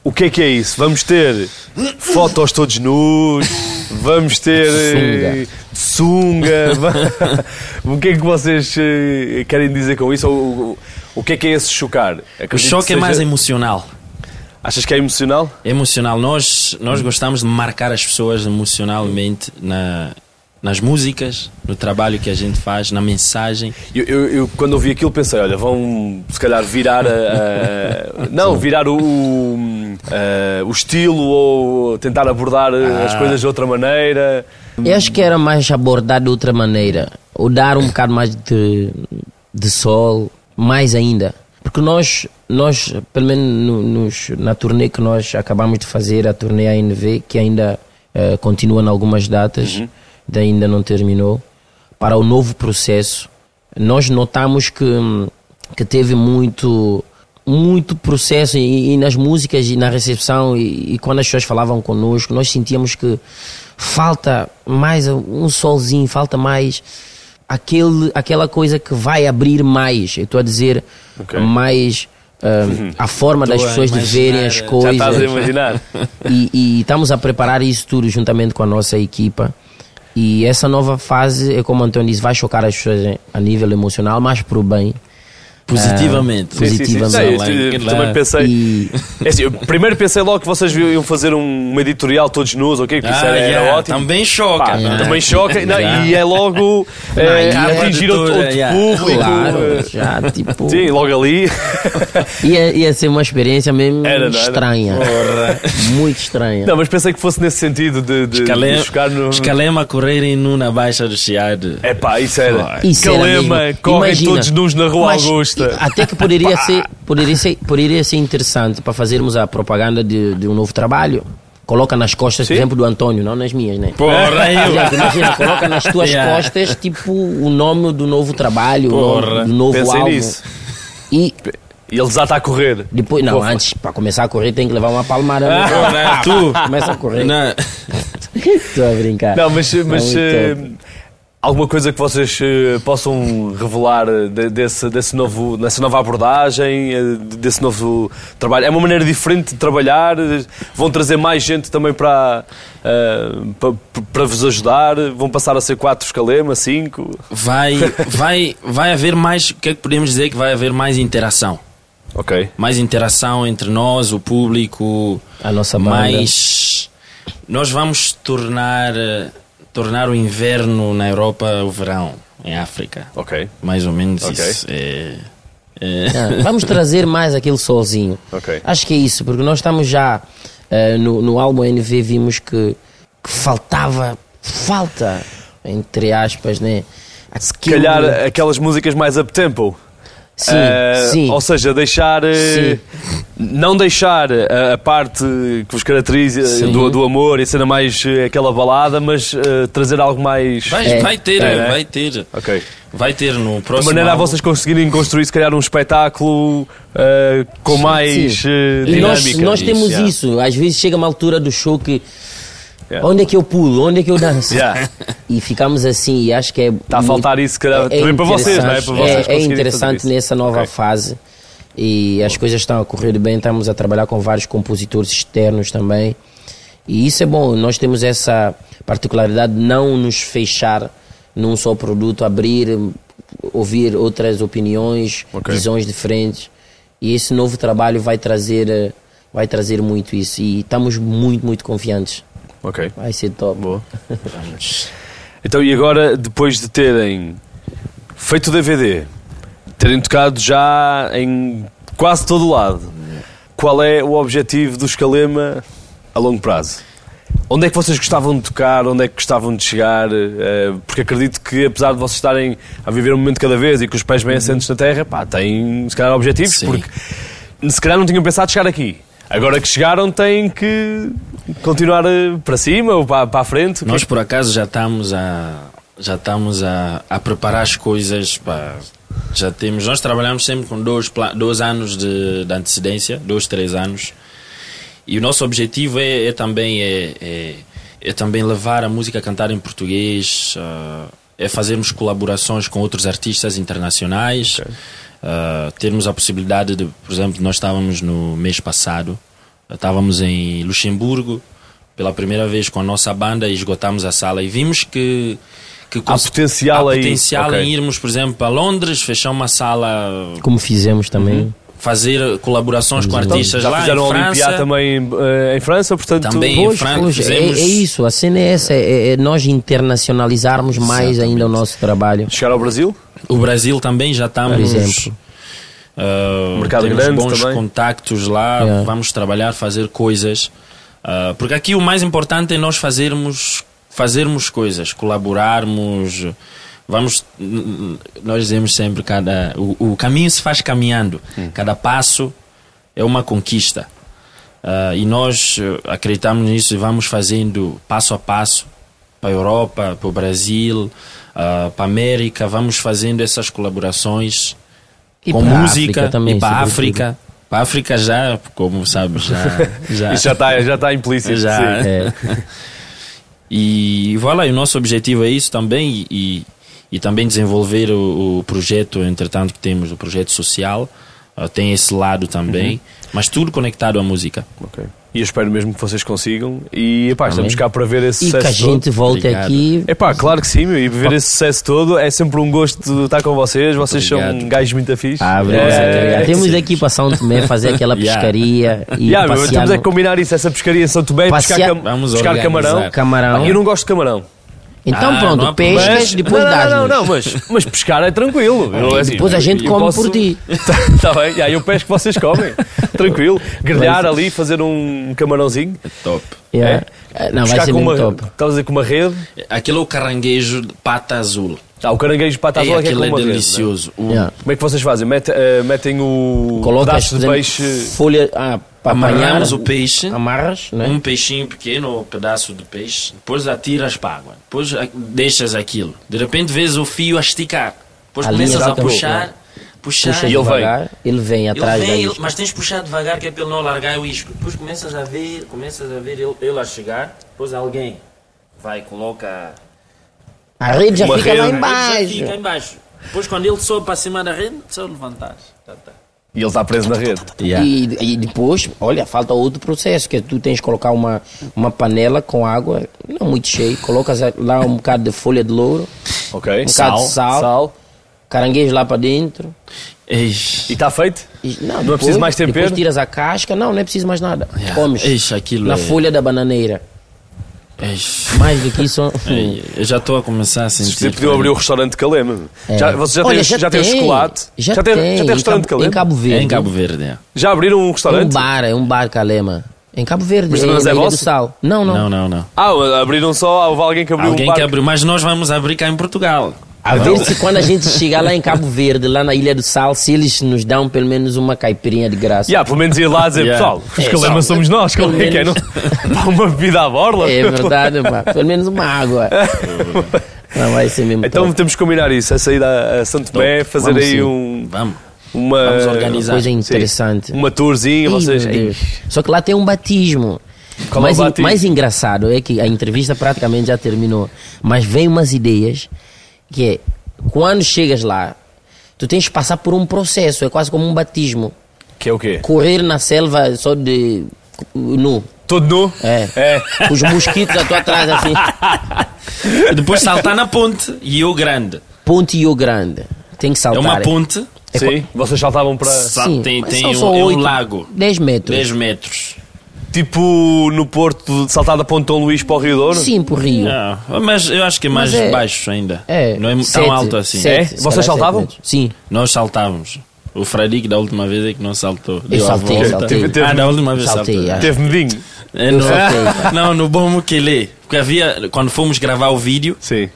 [SPEAKER 4] O que é que é isso? Vamos ter fotos todos nus, vamos ter eh, sunga. [laughs] va- o que é que vocês eh, querem dizer com isso? Ou, o- o que é que é esse chocar?
[SPEAKER 3] O choque é mais emocional.
[SPEAKER 4] Achas que é emocional?
[SPEAKER 3] Emocional. Nós, nós gostamos de marcar as pessoas emocionalmente na, nas músicas, no trabalho que a gente faz, na mensagem.
[SPEAKER 4] Eu, eu- eu, quando ouvi aquilo pensei, olha, vão se calhar virar a,
[SPEAKER 3] [laughs]
[SPEAKER 4] a- não, virar o, o, a- o estilo ou tentar abordar eh,
[SPEAKER 3] Ah.
[SPEAKER 4] as coisas de outra maneira.
[SPEAKER 2] Eu acho que era mais abordar de outra maneira. Ou dar um bocado mais de, de sol, mais ainda. Porque nós, nós pelo menos no- nos, na turnê que nós acabamos de fazer, a turnê ANV, que ainda eh, continua em algumas datas, de ainda não terminou, para o novo processo, nós notamos que, hum, que teve muito muito processo e, e nas músicas e na recepção e, e quando as pessoas falavam connosco nós sentíamos que falta mais um solzinho falta mais aquele aquela coisa que vai abrir mais eu estou a dizer mais ah, a forma das
[SPEAKER 3] Estou a
[SPEAKER 2] pessoas de
[SPEAKER 3] imaginar,
[SPEAKER 2] verem as
[SPEAKER 3] já
[SPEAKER 4] Já
[SPEAKER 2] coisas
[SPEAKER 4] estás a imaginar?
[SPEAKER 2] e, e estamos a preparar isso tudo juntamente com a nossa equipa. E essa nova fase, é como o Antônio disse, vai chocar as pessoas a nível emocional, mas para o bem.
[SPEAKER 4] Ah,
[SPEAKER 3] Positivamente.
[SPEAKER 2] Sim, sim, sim.
[SPEAKER 4] Não,
[SPEAKER 2] Positivamente.
[SPEAKER 4] eu te-
[SPEAKER 3] Claro.
[SPEAKER 4] também pensei.
[SPEAKER 2] E-
[SPEAKER 4] É assim, eu primeiro pensei logo que vocês iam fazer um, uma editorial todos nus, ok? Que isso
[SPEAKER 3] Ah,
[SPEAKER 4] era, era
[SPEAKER 3] yeah,
[SPEAKER 4] ótimo.
[SPEAKER 3] Também choca.
[SPEAKER 4] Pá,
[SPEAKER 3] né?
[SPEAKER 4] Também choca. Não,
[SPEAKER 3] Yeah.
[SPEAKER 4] E é logo eh,
[SPEAKER 3] e acaba
[SPEAKER 4] atingir
[SPEAKER 3] de
[SPEAKER 4] outro,
[SPEAKER 3] tudo,
[SPEAKER 4] outro
[SPEAKER 3] yeah.
[SPEAKER 4] público.
[SPEAKER 2] Claro,
[SPEAKER 4] eh,
[SPEAKER 2] [laughs] já, tipo.
[SPEAKER 4] Sim, logo ali. [laughs]
[SPEAKER 2] Ia, ia ser uma experiência mesmo
[SPEAKER 4] Era, não era?
[SPEAKER 2] estranha. Muito estranha.
[SPEAKER 4] Não, mas pensei que fosse nesse sentido de, de,
[SPEAKER 3] Escalema,
[SPEAKER 4] de chocar no.
[SPEAKER 3] Escalema correrem nu na Baixa do Chiado.
[SPEAKER 4] É pá, isso era.
[SPEAKER 2] Isso era
[SPEAKER 4] Calema,
[SPEAKER 2] mesmo.
[SPEAKER 4] correm
[SPEAKER 2] Imagina.
[SPEAKER 4] todos nus na Rua
[SPEAKER 2] Mas
[SPEAKER 4] Augusta. Costa.
[SPEAKER 2] Até que poderia ser, poderia ser, poderia ser interessante para fazermos a propaganda de, de um novo trabalho. Coloca nas costas, por exemplo, do António, não nas minhas, né?
[SPEAKER 4] [laughs]
[SPEAKER 3] Porra, eu.
[SPEAKER 2] Aliás, imagina, coloca nas tuas
[SPEAKER 3] [laughs] Yeah.
[SPEAKER 2] costas, tipo, o nome do novo trabalho, o
[SPEAKER 3] Porra,
[SPEAKER 2] nome do um novo
[SPEAKER 4] Pensei
[SPEAKER 2] álbum.
[SPEAKER 4] nisso.
[SPEAKER 2] E
[SPEAKER 4] E ele já está a correr.
[SPEAKER 2] depois, não,
[SPEAKER 4] Porra. Ah, né?
[SPEAKER 2] antes, para começar a correr, tem que levar uma palmada. no corpo.
[SPEAKER 3] Porra, tu.
[SPEAKER 2] [laughs] Começa a correr.
[SPEAKER 3] Não.
[SPEAKER 2] Estou a brincar. Tá
[SPEAKER 4] Não, mas, mas
[SPEAKER 2] muito
[SPEAKER 4] eh,
[SPEAKER 2] top.
[SPEAKER 4] alguma coisa que vocês eh, possam revelar eh, de- desse, desse novo, dessa nova abordagem, eh, desse novo trabalho? É uma maneira diferente de trabalhar? eh, Vão trazer mais gente também para, eh, pa- para vos ajudar? Vão passar a ser quatro escalema, cinco?
[SPEAKER 3] Vai, vai, vai haver mais. O que é que podemos dizer que vai haver mais interação?
[SPEAKER 4] Ok.
[SPEAKER 3] Mais interação entre nós, o público.
[SPEAKER 2] A nossa banda.
[SPEAKER 3] Mas nós vamos tornar, eh, tornar o inverno na Europa o verão em África.
[SPEAKER 4] Ok,
[SPEAKER 3] Mais ou menos
[SPEAKER 4] Ok.
[SPEAKER 3] isso. É,
[SPEAKER 2] [laughs]
[SPEAKER 3] é.
[SPEAKER 2] Ah, vamos trazer mais aquele solzinho.
[SPEAKER 4] Ok.
[SPEAKER 2] Acho que é isso, porque nós estamos já eh, no, no álbum NV vimos que, que faltava, falta, entre aspas, né? Se
[SPEAKER 4] calhar aquelas músicas mais up-tempo.
[SPEAKER 2] Sim,
[SPEAKER 4] Eh,
[SPEAKER 2] sim.
[SPEAKER 4] Ou seja, deixar. eh, Não deixar eh, a, a parte que vos caracteriza eh,
[SPEAKER 3] Sim.
[SPEAKER 4] do, do amor e cena mais eh, aquela balada, mas eh, trazer algo mais.
[SPEAKER 3] Vai,
[SPEAKER 2] É.
[SPEAKER 3] vai ter,
[SPEAKER 4] É, né?
[SPEAKER 3] vai ter.
[SPEAKER 4] Ok.
[SPEAKER 3] Vai ter no
[SPEAKER 4] De
[SPEAKER 3] próximo.
[SPEAKER 4] maneira a
[SPEAKER 3] álbum.
[SPEAKER 4] vocês conseguirem construir, se calhar, um espetáculo eh, com mais
[SPEAKER 2] Sim.
[SPEAKER 4] eh,
[SPEAKER 2] E
[SPEAKER 4] dinâmica.
[SPEAKER 2] nós, nós temos
[SPEAKER 4] Yeah.
[SPEAKER 2] isso. Às vezes chega uma altura do show que.
[SPEAKER 4] Yeah.
[SPEAKER 2] Onde é que eu pulo? Onde é que eu danço?
[SPEAKER 4] Yeah.
[SPEAKER 2] E ficamos assim, e acho que é.
[SPEAKER 4] Está a faltar isso, se calhar, também para vocês, não é? Para vocês
[SPEAKER 2] é,
[SPEAKER 4] conseguirem fazer
[SPEAKER 2] interessante
[SPEAKER 4] isso.
[SPEAKER 2] nessa nova
[SPEAKER 4] Ok.
[SPEAKER 2] fase. E as coisas estão a correr bem, estamos a trabalhar com vários compositores externos também. E isso é bom, nós temos essa particularidade de não nos fechar num só produto, abrir, ouvir outras opiniões, visões diferentes. E esse novo trabalho vai trazer, eh, vai trazer muito isso. E estamos muito, muito confiantes.
[SPEAKER 4] Ok.
[SPEAKER 2] Vai ser top.
[SPEAKER 4] Boa. Então, e agora, depois de terem feito o DVD, terem tocado já em quase todo o lado, qual é o objetivo do Escalema a longo prazo? Onde é que vocês gostavam de tocar? Onde é que gostavam de chegar? Eh, Porque acredito que, apesar de vocês estarem a viver um momento cada vez e com os pés bem assentes na terra, pá, têm, se calhar, objetivos,
[SPEAKER 3] Sim.
[SPEAKER 4] porque se calhar não tinham pensado chegar aqui. Agora que chegaram, têm que continuar eh, para cima ou para, para a frente. O que é
[SPEAKER 3] Nós por acaso já estamos a já estamos a, a preparar as coisas para já temos nós trabalhamos sempre com dois pla- dois anos de, de antecedência dois três anos e o nosso objetivo é, é também é, é, é também levar a música a cantar em português ah, é fazermos colaborações com outros artistas internacionais ah, termos a possibilidade de por exemplo nós estávamos no mês passado ah, estávamos em Luxemburgo pela primeira vez com a nossa banda e esgotámos a sala e vimos que que cons-
[SPEAKER 4] potencial
[SPEAKER 3] há
[SPEAKER 4] aí.
[SPEAKER 3] potencial
[SPEAKER 4] Ok.
[SPEAKER 3] em irmos por exemplo para Londres fechar uma sala
[SPEAKER 2] Como fizemos também.
[SPEAKER 4] Uhum.
[SPEAKER 3] fazer colaborações com
[SPEAKER 4] então.
[SPEAKER 3] artistas
[SPEAKER 4] Já
[SPEAKER 3] lá
[SPEAKER 4] fizeram
[SPEAKER 3] em
[SPEAKER 4] a Olimpiada
[SPEAKER 3] França
[SPEAKER 4] também eh, em França, portanto.
[SPEAKER 3] Também em
[SPEAKER 4] Pois,
[SPEAKER 3] França
[SPEAKER 2] Pois, é,
[SPEAKER 3] fizemos
[SPEAKER 2] é isso, a cena é essa, é, é nós internacionalizarmos mais ainda o nosso trabalho.
[SPEAKER 4] Chegar ao Brasil?
[SPEAKER 3] O Brasil também já estamos.
[SPEAKER 2] Por exemplo.
[SPEAKER 3] ah,
[SPEAKER 4] Mercado
[SPEAKER 3] temos
[SPEAKER 4] grande
[SPEAKER 3] bons
[SPEAKER 4] também.
[SPEAKER 3] contactos lá,
[SPEAKER 2] Yeah.
[SPEAKER 3] vamos trabalhar, fazer coisas. Ah, porque aqui o mais importante é nós fazermos, fazermos coisas, colaborarmos. Vamos, nós dizemos sempre cada o, o caminho se faz caminhando, cada passo é uma conquista. Ah, e nós eh, acreditamos nisso e vamos fazendo passo a passo para a Europa, para o Brasil, ah, para a América. Vamos fazendo essas colaborações
[SPEAKER 2] E
[SPEAKER 3] com
[SPEAKER 2] pra
[SPEAKER 3] música
[SPEAKER 2] África também,
[SPEAKER 3] e para a
[SPEAKER 2] sobretudo.
[SPEAKER 3] África. Para a África já, como sabes, já. já,
[SPEAKER 4] Isso [laughs] já está, já está implícito.
[SPEAKER 3] Já.
[SPEAKER 4] sim.
[SPEAKER 2] É,
[SPEAKER 3] [laughs] E voilà, e o nosso objetivo é isso também e, e também desenvolver o, o projeto, entretanto, que temos, o projeto social. ah, tem esse lado também,
[SPEAKER 2] Uhum.
[SPEAKER 3] mas tudo conectado à música.
[SPEAKER 4] Ok. E eu espero mesmo que vocês consigam. E epá, estamos cá para ver esse
[SPEAKER 2] E que
[SPEAKER 4] sucesso.
[SPEAKER 2] a gente
[SPEAKER 4] todo.
[SPEAKER 2] volte
[SPEAKER 3] Obrigado.
[SPEAKER 2] aqui.
[SPEAKER 4] Epá, claro que sim, meu, e ver esse sucesso todo é sempre um gosto estar com vocês. Vocês são
[SPEAKER 3] Obrigado.
[SPEAKER 4] gajos muito É. afins.
[SPEAKER 2] Ah, obrigado, obrigado. Temos aqui para São Tomé fazer
[SPEAKER 4] [laughs]
[SPEAKER 2] aquela
[SPEAKER 3] Yeah.
[SPEAKER 2] pescaria e
[SPEAKER 4] Yeah, meu,
[SPEAKER 2] passear
[SPEAKER 4] temos é
[SPEAKER 2] no-
[SPEAKER 4] que combinar isso, essa pescaria em São Tomé, pescar,
[SPEAKER 2] Passear-
[SPEAKER 4] cam-
[SPEAKER 3] Vamos
[SPEAKER 4] pescar
[SPEAKER 3] organizar.
[SPEAKER 4] camarão. Ah,
[SPEAKER 2] Camarão.
[SPEAKER 4] Eu não gosto de camarão.
[SPEAKER 2] Então
[SPEAKER 3] Ah, não há
[SPEAKER 2] pronto,
[SPEAKER 3] problema.
[SPEAKER 2] pescas, depois
[SPEAKER 4] não,
[SPEAKER 2] dás
[SPEAKER 4] não, não, não, mas, mas pescar é tranquilo. Eu, assim,
[SPEAKER 2] Depois a gente
[SPEAKER 4] eu
[SPEAKER 2] come
[SPEAKER 4] posso-
[SPEAKER 2] por
[SPEAKER 4] [laughs]
[SPEAKER 2] ti.
[SPEAKER 4] Está bem, e aí eu peço que vocês comem.
[SPEAKER 2] [laughs]
[SPEAKER 4] Tranquilo. Grelhar ali, fazer um camarãozinho.
[SPEAKER 3] Top.
[SPEAKER 2] Yeah. Ah,
[SPEAKER 4] É.
[SPEAKER 2] Não, vai
[SPEAKER 4] Pescar
[SPEAKER 2] ser
[SPEAKER 4] com
[SPEAKER 2] muito
[SPEAKER 4] uma,
[SPEAKER 2] top.
[SPEAKER 4] Estás a dizer com uma rede.
[SPEAKER 3] Aquilo é o caranguejo de pata azul.
[SPEAKER 4] Ah, o caranguejo para a
[SPEAKER 3] Ei,
[SPEAKER 4] é que é
[SPEAKER 3] aquilo
[SPEAKER 4] com
[SPEAKER 3] é
[SPEAKER 4] uma vez,
[SPEAKER 3] delicioso. O-
[SPEAKER 2] Yeah.
[SPEAKER 4] né? Como é que vocês fazem? Mete- eh, metem o
[SPEAKER 2] Colocas,
[SPEAKER 4] pedaço de
[SPEAKER 2] por exemplo,
[SPEAKER 4] peixe...
[SPEAKER 2] folha ah, para apanhar.
[SPEAKER 3] Amarramos o peixe.
[SPEAKER 2] Amarras, né?
[SPEAKER 4] Hum.
[SPEAKER 3] um peixinho pequeno ou pedaço de peixe, depois atiras para a água, depois a- deixas aquilo. De repente vês o fio a esticar, depois
[SPEAKER 2] Ali
[SPEAKER 3] começas a
[SPEAKER 2] exatamente,
[SPEAKER 3] puxar,
[SPEAKER 2] né?
[SPEAKER 3] puxar,
[SPEAKER 2] Puxa
[SPEAKER 4] E ele vem.
[SPEAKER 2] devagar, ele vem
[SPEAKER 3] Ele
[SPEAKER 2] atrás da
[SPEAKER 3] vem, ele-
[SPEAKER 2] isca.
[SPEAKER 3] mas tens de puxar devagar que é para ele não largar o isco. Depois começas a ver, começas a ver ele, ele a chegar, depois alguém vai, coloca
[SPEAKER 2] A rede já
[SPEAKER 4] Uma
[SPEAKER 2] fica lá
[SPEAKER 4] rede.
[SPEAKER 3] Ele já
[SPEAKER 2] embaixo.
[SPEAKER 3] fica embaixo. Depois quando ele sobe para cima da rede, só levantar. Tá, tá.
[SPEAKER 4] E ele está preso na rede.
[SPEAKER 2] E, e depois, olha, falta outro processo, que é tu tens que colocar uma, uma panela com água, não muito cheia, colocas a- lá um bocado de folha de louro,
[SPEAKER 4] Ok.
[SPEAKER 2] um bocado de sal,
[SPEAKER 4] Sal.
[SPEAKER 2] caranguejo lá para dentro.
[SPEAKER 3] Eis,
[SPEAKER 4] E está feito?
[SPEAKER 2] E- não,
[SPEAKER 4] é preciso mais tempero?
[SPEAKER 2] Depois tiras a casca, não, não é preciso mais nada.
[SPEAKER 3] Yeah.
[SPEAKER 2] Comes
[SPEAKER 3] Ixi, aquilo
[SPEAKER 2] na
[SPEAKER 3] é-
[SPEAKER 2] folha da bananeira.
[SPEAKER 3] eis.
[SPEAKER 2] Mais do que isso...
[SPEAKER 3] Ei, Eu já estou a começar a
[SPEAKER 4] Você
[SPEAKER 3] sentir.
[SPEAKER 4] podiam abrir o restaurante de Calema.
[SPEAKER 2] tipo, É.
[SPEAKER 4] Já, vocês já têm,
[SPEAKER 2] Olha,
[SPEAKER 4] já têm o chocolate? têm-
[SPEAKER 2] Já, tem,
[SPEAKER 4] já têm
[SPEAKER 2] em
[SPEAKER 4] restaurante de
[SPEAKER 2] Cabo-
[SPEAKER 4] Calema?
[SPEAKER 2] Em Cabo
[SPEAKER 3] É
[SPEAKER 2] Verde.
[SPEAKER 3] em Cabo Verde. é.
[SPEAKER 4] Já abriram um
[SPEAKER 2] É um
[SPEAKER 4] restaurante?
[SPEAKER 2] bar, é um bar Calema. Em Cabo Verde,
[SPEAKER 4] Mas
[SPEAKER 2] é,
[SPEAKER 4] não é
[SPEAKER 2] na Ilha do
[SPEAKER 4] vosso?
[SPEAKER 2] Sal. Não, não.
[SPEAKER 3] Não, não, não.
[SPEAKER 4] Ah, abriram só. Houve alguém que abriu um
[SPEAKER 3] Alguém
[SPEAKER 4] bar.
[SPEAKER 3] que abriu, mas nós vamos abrir cá em Portugal.
[SPEAKER 2] A ver se quando a gente chegar lá em Cabo Verde, lá na Ilha do Sal, se eles nos dão pelo menos uma caipirinha de graça.
[SPEAKER 4] Yeah, pelo menos ia lá dizer,
[SPEAKER 3] Yeah.
[SPEAKER 4] pessoal, os Calema somos nós. Como é que é? Não, dá uma bebida à borla?
[SPEAKER 2] É verdade, pá. Pelo menos uma água. Não vai ser
[SPEAKER 4] [laughs]
[SPEAKER 2] mesmo.
[SPEAKER 4] Então
[SPEAKER 2] top.
[SPEAKER 4] temos que combinar isso, a saída a Santo Tomé, fazer
[SPEAKER 2] Vamos
[SPEAKER 4] aí
[SPEAKER 2] sim.
[SPEAKER 4] um,
[SPEAKER 3] Vamos.
[SPEAKER 4] uma,
[SPEAKER 3] Vamos organizar.
[SPEAKER 2] coisa
[SPEAKER 4] Sim.
[SPEAKER 2] interessante.
[SPEAKER 4] uma tourzinha,
[SPEAKER 2] Ih,
[SPEAKER 4] vocês.
[SPEAKER 2] meu Deus. Só que lá tem um batismo.
[SPEAKER 4] Qual é o
[SPEAKER 2] mais, en-
[SPEAKER 4] batismo?
[SPEAKER 2] mais engraçado é que a entrevista praticamente já terminou. Mas vem umas ideias que é quando chegas lá, tu tens que passar por um processo, é quase como um batismo.
[SPEAKER 4] Que é o quê?
[SPEAKER 2] Correr na selva só de nu.
[SPEAKER 4] Todo nu?
[SPEAKER 2] É. Os mosquitos à tua trás assim.
[SPEAKER 4] [laughs]
[SPEAKER 3] E depois saltar na ponte e eu grande.
[SPEAKER 2] Ponte e o grande. Tem que
[SPEAKER 3] É
[SPEAKER 2] saltar.
[SPEAKER 3] uma ponte,
[SPEAKER 4] Sim, vocês saltavam para.
[SPEAKER 3] Sa- tem,
[SPEAKER 2] mas
[SPEAKER 3] tem
[SPEAKER 2] são
[SPEAKER 3] um,
[SPEAKER 2] só
[SPEAKER 3] é um
[SPEAKER 2] oito,
[SPEAKER 3] lago,
[SPEAKER 2] 10 metros.
[SPEAKER 3] 10 metros.
[SPEAKER 4] Tipo no Porto, de saltar da Ponte Dom Luís para o Rio Douro?
[SPEAKER 2] Sim, pro Rio.
[SPEAKER 3] Ah, mas eu acho que é mais
[SPEAKER 2] Mas é-
[SPEAKER 3] baixo ainda.
[SPEAKER 2] É,
[SPEAKER 3] Não é
[SPEAKER 2] sete,
[SPEAKER 3] tão alto assim. É?
[SPEAKER 2] sete,
[SPEAKER 4] É?
[SPEAKER 2] se
[SPEAKER 4] Vocês
[SPEAKER 2] calhar sete
[SPEAKER 4] saltavam?
[SPEAKER 2] metros. Sim.
[SPEAKER 3] Nós saltávamos. O Fradique da última vez é que não saltou. Deu a
[SPEAKER 2] saltei,
[SPEAKER 3] volta.
[SPEAKER 2] saltei. Teve-
[SPEAKER 4] teve-
[SPEAKER 3] Ah, da última vez
[SPEAKER 2] Saltei,
[SPEAKER 3] saltou.
[SPEAKER 2] é.
[SPEAKER 4] Teve medinho?
[SPEAKER 3] É
[SPEAKER 2] Eu saltei.
[SPEAKER 3] [laughs] no, não, no bom Mukele. Porque havia, quando fomos gravar o vídeo,
[SPEAKER 4] Sim.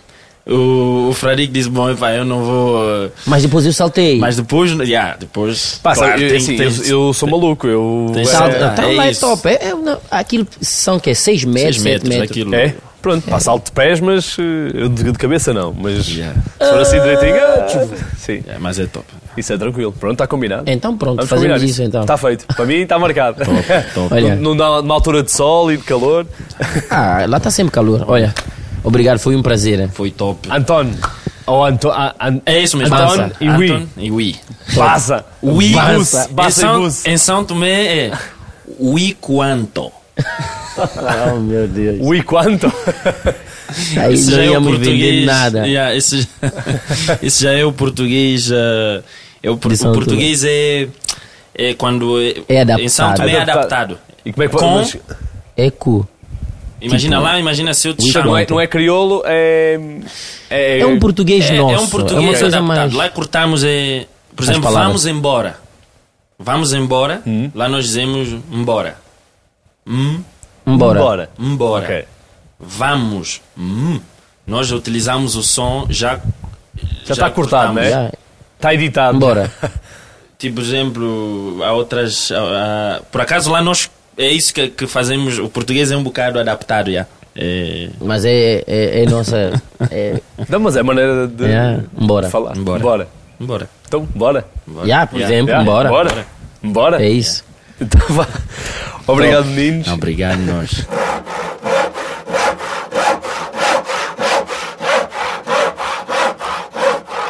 [SPEAKER 3] o, o Fradique disse: Bom, epá, eu não vou. eh,
[SPEAKER 2] Mas depois eu saltei.
[SPEAKER 3] Mas depois, já, depois.
[SPEAKER 4] Pá,
[SPEAKER 3] claro,
[SPEAKER 4] eu,
[SPEAKER 3] tem-
[SPEAKER 4] assim,
[SPEAKER 3] tem-
[SPEAKER 4] eu, eu sou maluco, eu.
[SPEAKER 3] Tem
[SPEAKER 4] é-
[SPEAKER 2] Salta.
[SPEAKER 3] é,
[SPEAKER 2] então
[SPEAKER 3] é
[SPEAKER 2] lá
[SPEAKER 3] isso.
[SPEAKER 2] é top. É, é uma- aquilo são que é 6 metros,
[SPEAKER 3] seis
[SPEAKER 2] 7
[SPEAKER 3] metros,
[SPEAKER 2] metros.
[SPEAKER 3] aquilo.
[SPEAKER 4] É? Pronto, pá, salto de pés, mas eh, de, de cabeça não. Mas
[SPEAKER 3] Yeah.
[SPEAKER 4] se for assim direitinho. ah, sim,
[SPEAKER 3] É, mas é top.
[SPEAKER 4] isso é tranquilo. Pronto, está combinado.
[SPEAKER 2] Então pronto,
[SPEAKER 4] Vamos
[SPEAKER 2] fazemos
[SPEAKER 4] combinar
[SPEAKER 2] isso, então.
[SPEAKER 4] Está feito. Para mim está marcado. [laughs]
[SPEAKER 3] top.
[SPEAKER 2] Olha.
[SPEAKER 4] Não, não dá uma altura de sol e de calor.
[SPEAKER 2] Ah, lá está sempre
[SPEAKER 3] Tá
[SPEAKER 2] calor. Olha, obrigado, foi um prazer.
[SPEAKER 3] Foi top.
[SPEAKER 4] António. Ou Anto, a- an-
[SPEAKER 3] É isso mesmo.
[SPEAKER 4] Anton
[SPEAKER 3] Anton
[SPEAKER 4] e Wii.
[SPEAKER 3] Anton e Wii.
[SPEAKER 4] Baza.
[SPEAKER 3] Wii
[SPEAKER 4] Baza.
[SPEAKER 3] Goose. Em
[SPEAKER 4] Baza e
[SPEAKER 3] São,
[SPEAKER 4] Goose.
[SPEAKER 3] em São Tomé é Wii Quanto.
[SPEAKER 2] Oh, meu Deus.
[SPEAKER 4] Ui, quanto?
[SPEAKER 2] Aí
[SPEAKER 3] Esse
[SPEAKER 2] não
[SPEAKER 3] já é o
[SPEAKER 2] íamos vender
[SPEAKER 3] português- é.
[SPEAKER 2] nada.
[SPEAKER 3] Yeah, esse, esse já [laughs] é o português. ah, é o, por-
[SPEAKER 2] De São
[SPEAKER 3] o português é, é quando. É,
[SPEAKER 2] É
[SPEAKER 3] Em São
[SPEAKER 2] adaptado.
[SPEAKER 3] Tomé é
[SPEAKER 4] Adaptado.
[SPEAKER 3] adaptado.
[SPEAKER 4] E como é que
[SPEAKER 3] Com-
[SPEAKER 4] mas-
[SPEAKER 2] É cu.
[SPEAKER 3] Imagina
[SPEAKER 2] Tipo,
[SPEAKER 3] lá, imagina se eu te
[SPEAKER 4] não,
[SPEAKER 3] chamo.
[SPEAKER 4] é, não é crioulo, é. É,
[SPEAKER 2] É um português
[SPEAKER 3] é,
[SPEAKER 2] nosso.
[SPEAKER 3] é um português
[SPEAKER 2] uma coisa
[SPEAKER 3] adaptado.
[SPEAKER 2] mais.
[SPEAKER 3] Lá cortamos é. Por
[SPEAKER 2] As
[SPEAKER 3] exemplo,
[SPEAKER 2] palavras.
[SPEAKER 3] vamos embora. Vamos embora.
[SPEAKER 4] Hum.
[SPEAKER 3] Lá nós dizemos embora. Hum,
[SPEAKER 2] Embora.
[SPEAKER 4] Bora.
[SPEAKER 3] embora.
[SPEAKER 4] Ok.
[SPEAKER 3] Vamos. Hum. Nós utilizamos o som já.
[SPEAKER 4] Já está cortado,
[SPEAKER 3] cortamos.
[SPEAKER 4] né?
[SPEAKER 2] Já.
[SPEAKER 4] Está editado.
[SPEAKER 2] Embora.
[SPEAKER 3] Tipo, por exemplo, há outras. há- há- por acaso lá nós. É isso que, que fazemos. O português é um bocado adaptado já. É,
[SPEAKER 2] Mas é, é, é nossa. É,
[SPEAKER 4] Não, mas é a maneira de.
[SPEAKER 2] Yeah, bora.
[SPEAKER 4] de falar.
[SPEAKER 3] Bora.
[SPEAKER 4] Bora.
[SPEAKER 3] embora.
[SPEAKER 4] Então, bora.
[SPEAKER 2] yeah, por exemplo,
[SPEAKER 4] Yeah.
[SPEAKER 2] embora.
[SPEAKER 4] Bora. Bora.
[SPEAKER 2] É isso.
[SPEAKER 4] Então, [laughs] vá. Obrigado, meninos.
[SPEAKER 3] Obrigado, nós.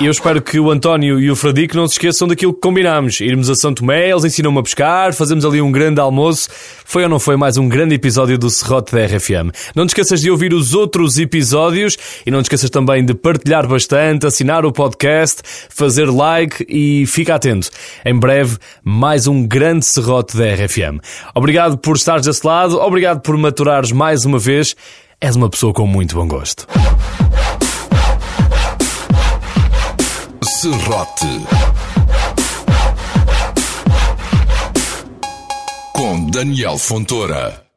[SPEAKER 1] E eu espero que o António e o Fradique não se esqueçam daquilo que combinámos. Irmos a São Tomé, eles ensinam-me a pescar, fazemos ali um grande almoço. Foi ou não foi mais um grande episódio do Serrote da RFM. Não te esqueças de ouvir os outros episódios e não te esqueças também de partilhar bastante, assinar o podcast, fazer like e fica atento. Em breve, mais um grande Serrote da RFM. Obrigado por estares desse lado, obrigado por maturares mais uma vez. És uma pessoa com muito bom gosto.
[SPEAKER 5] Serrote. Com Daniel Fontoura.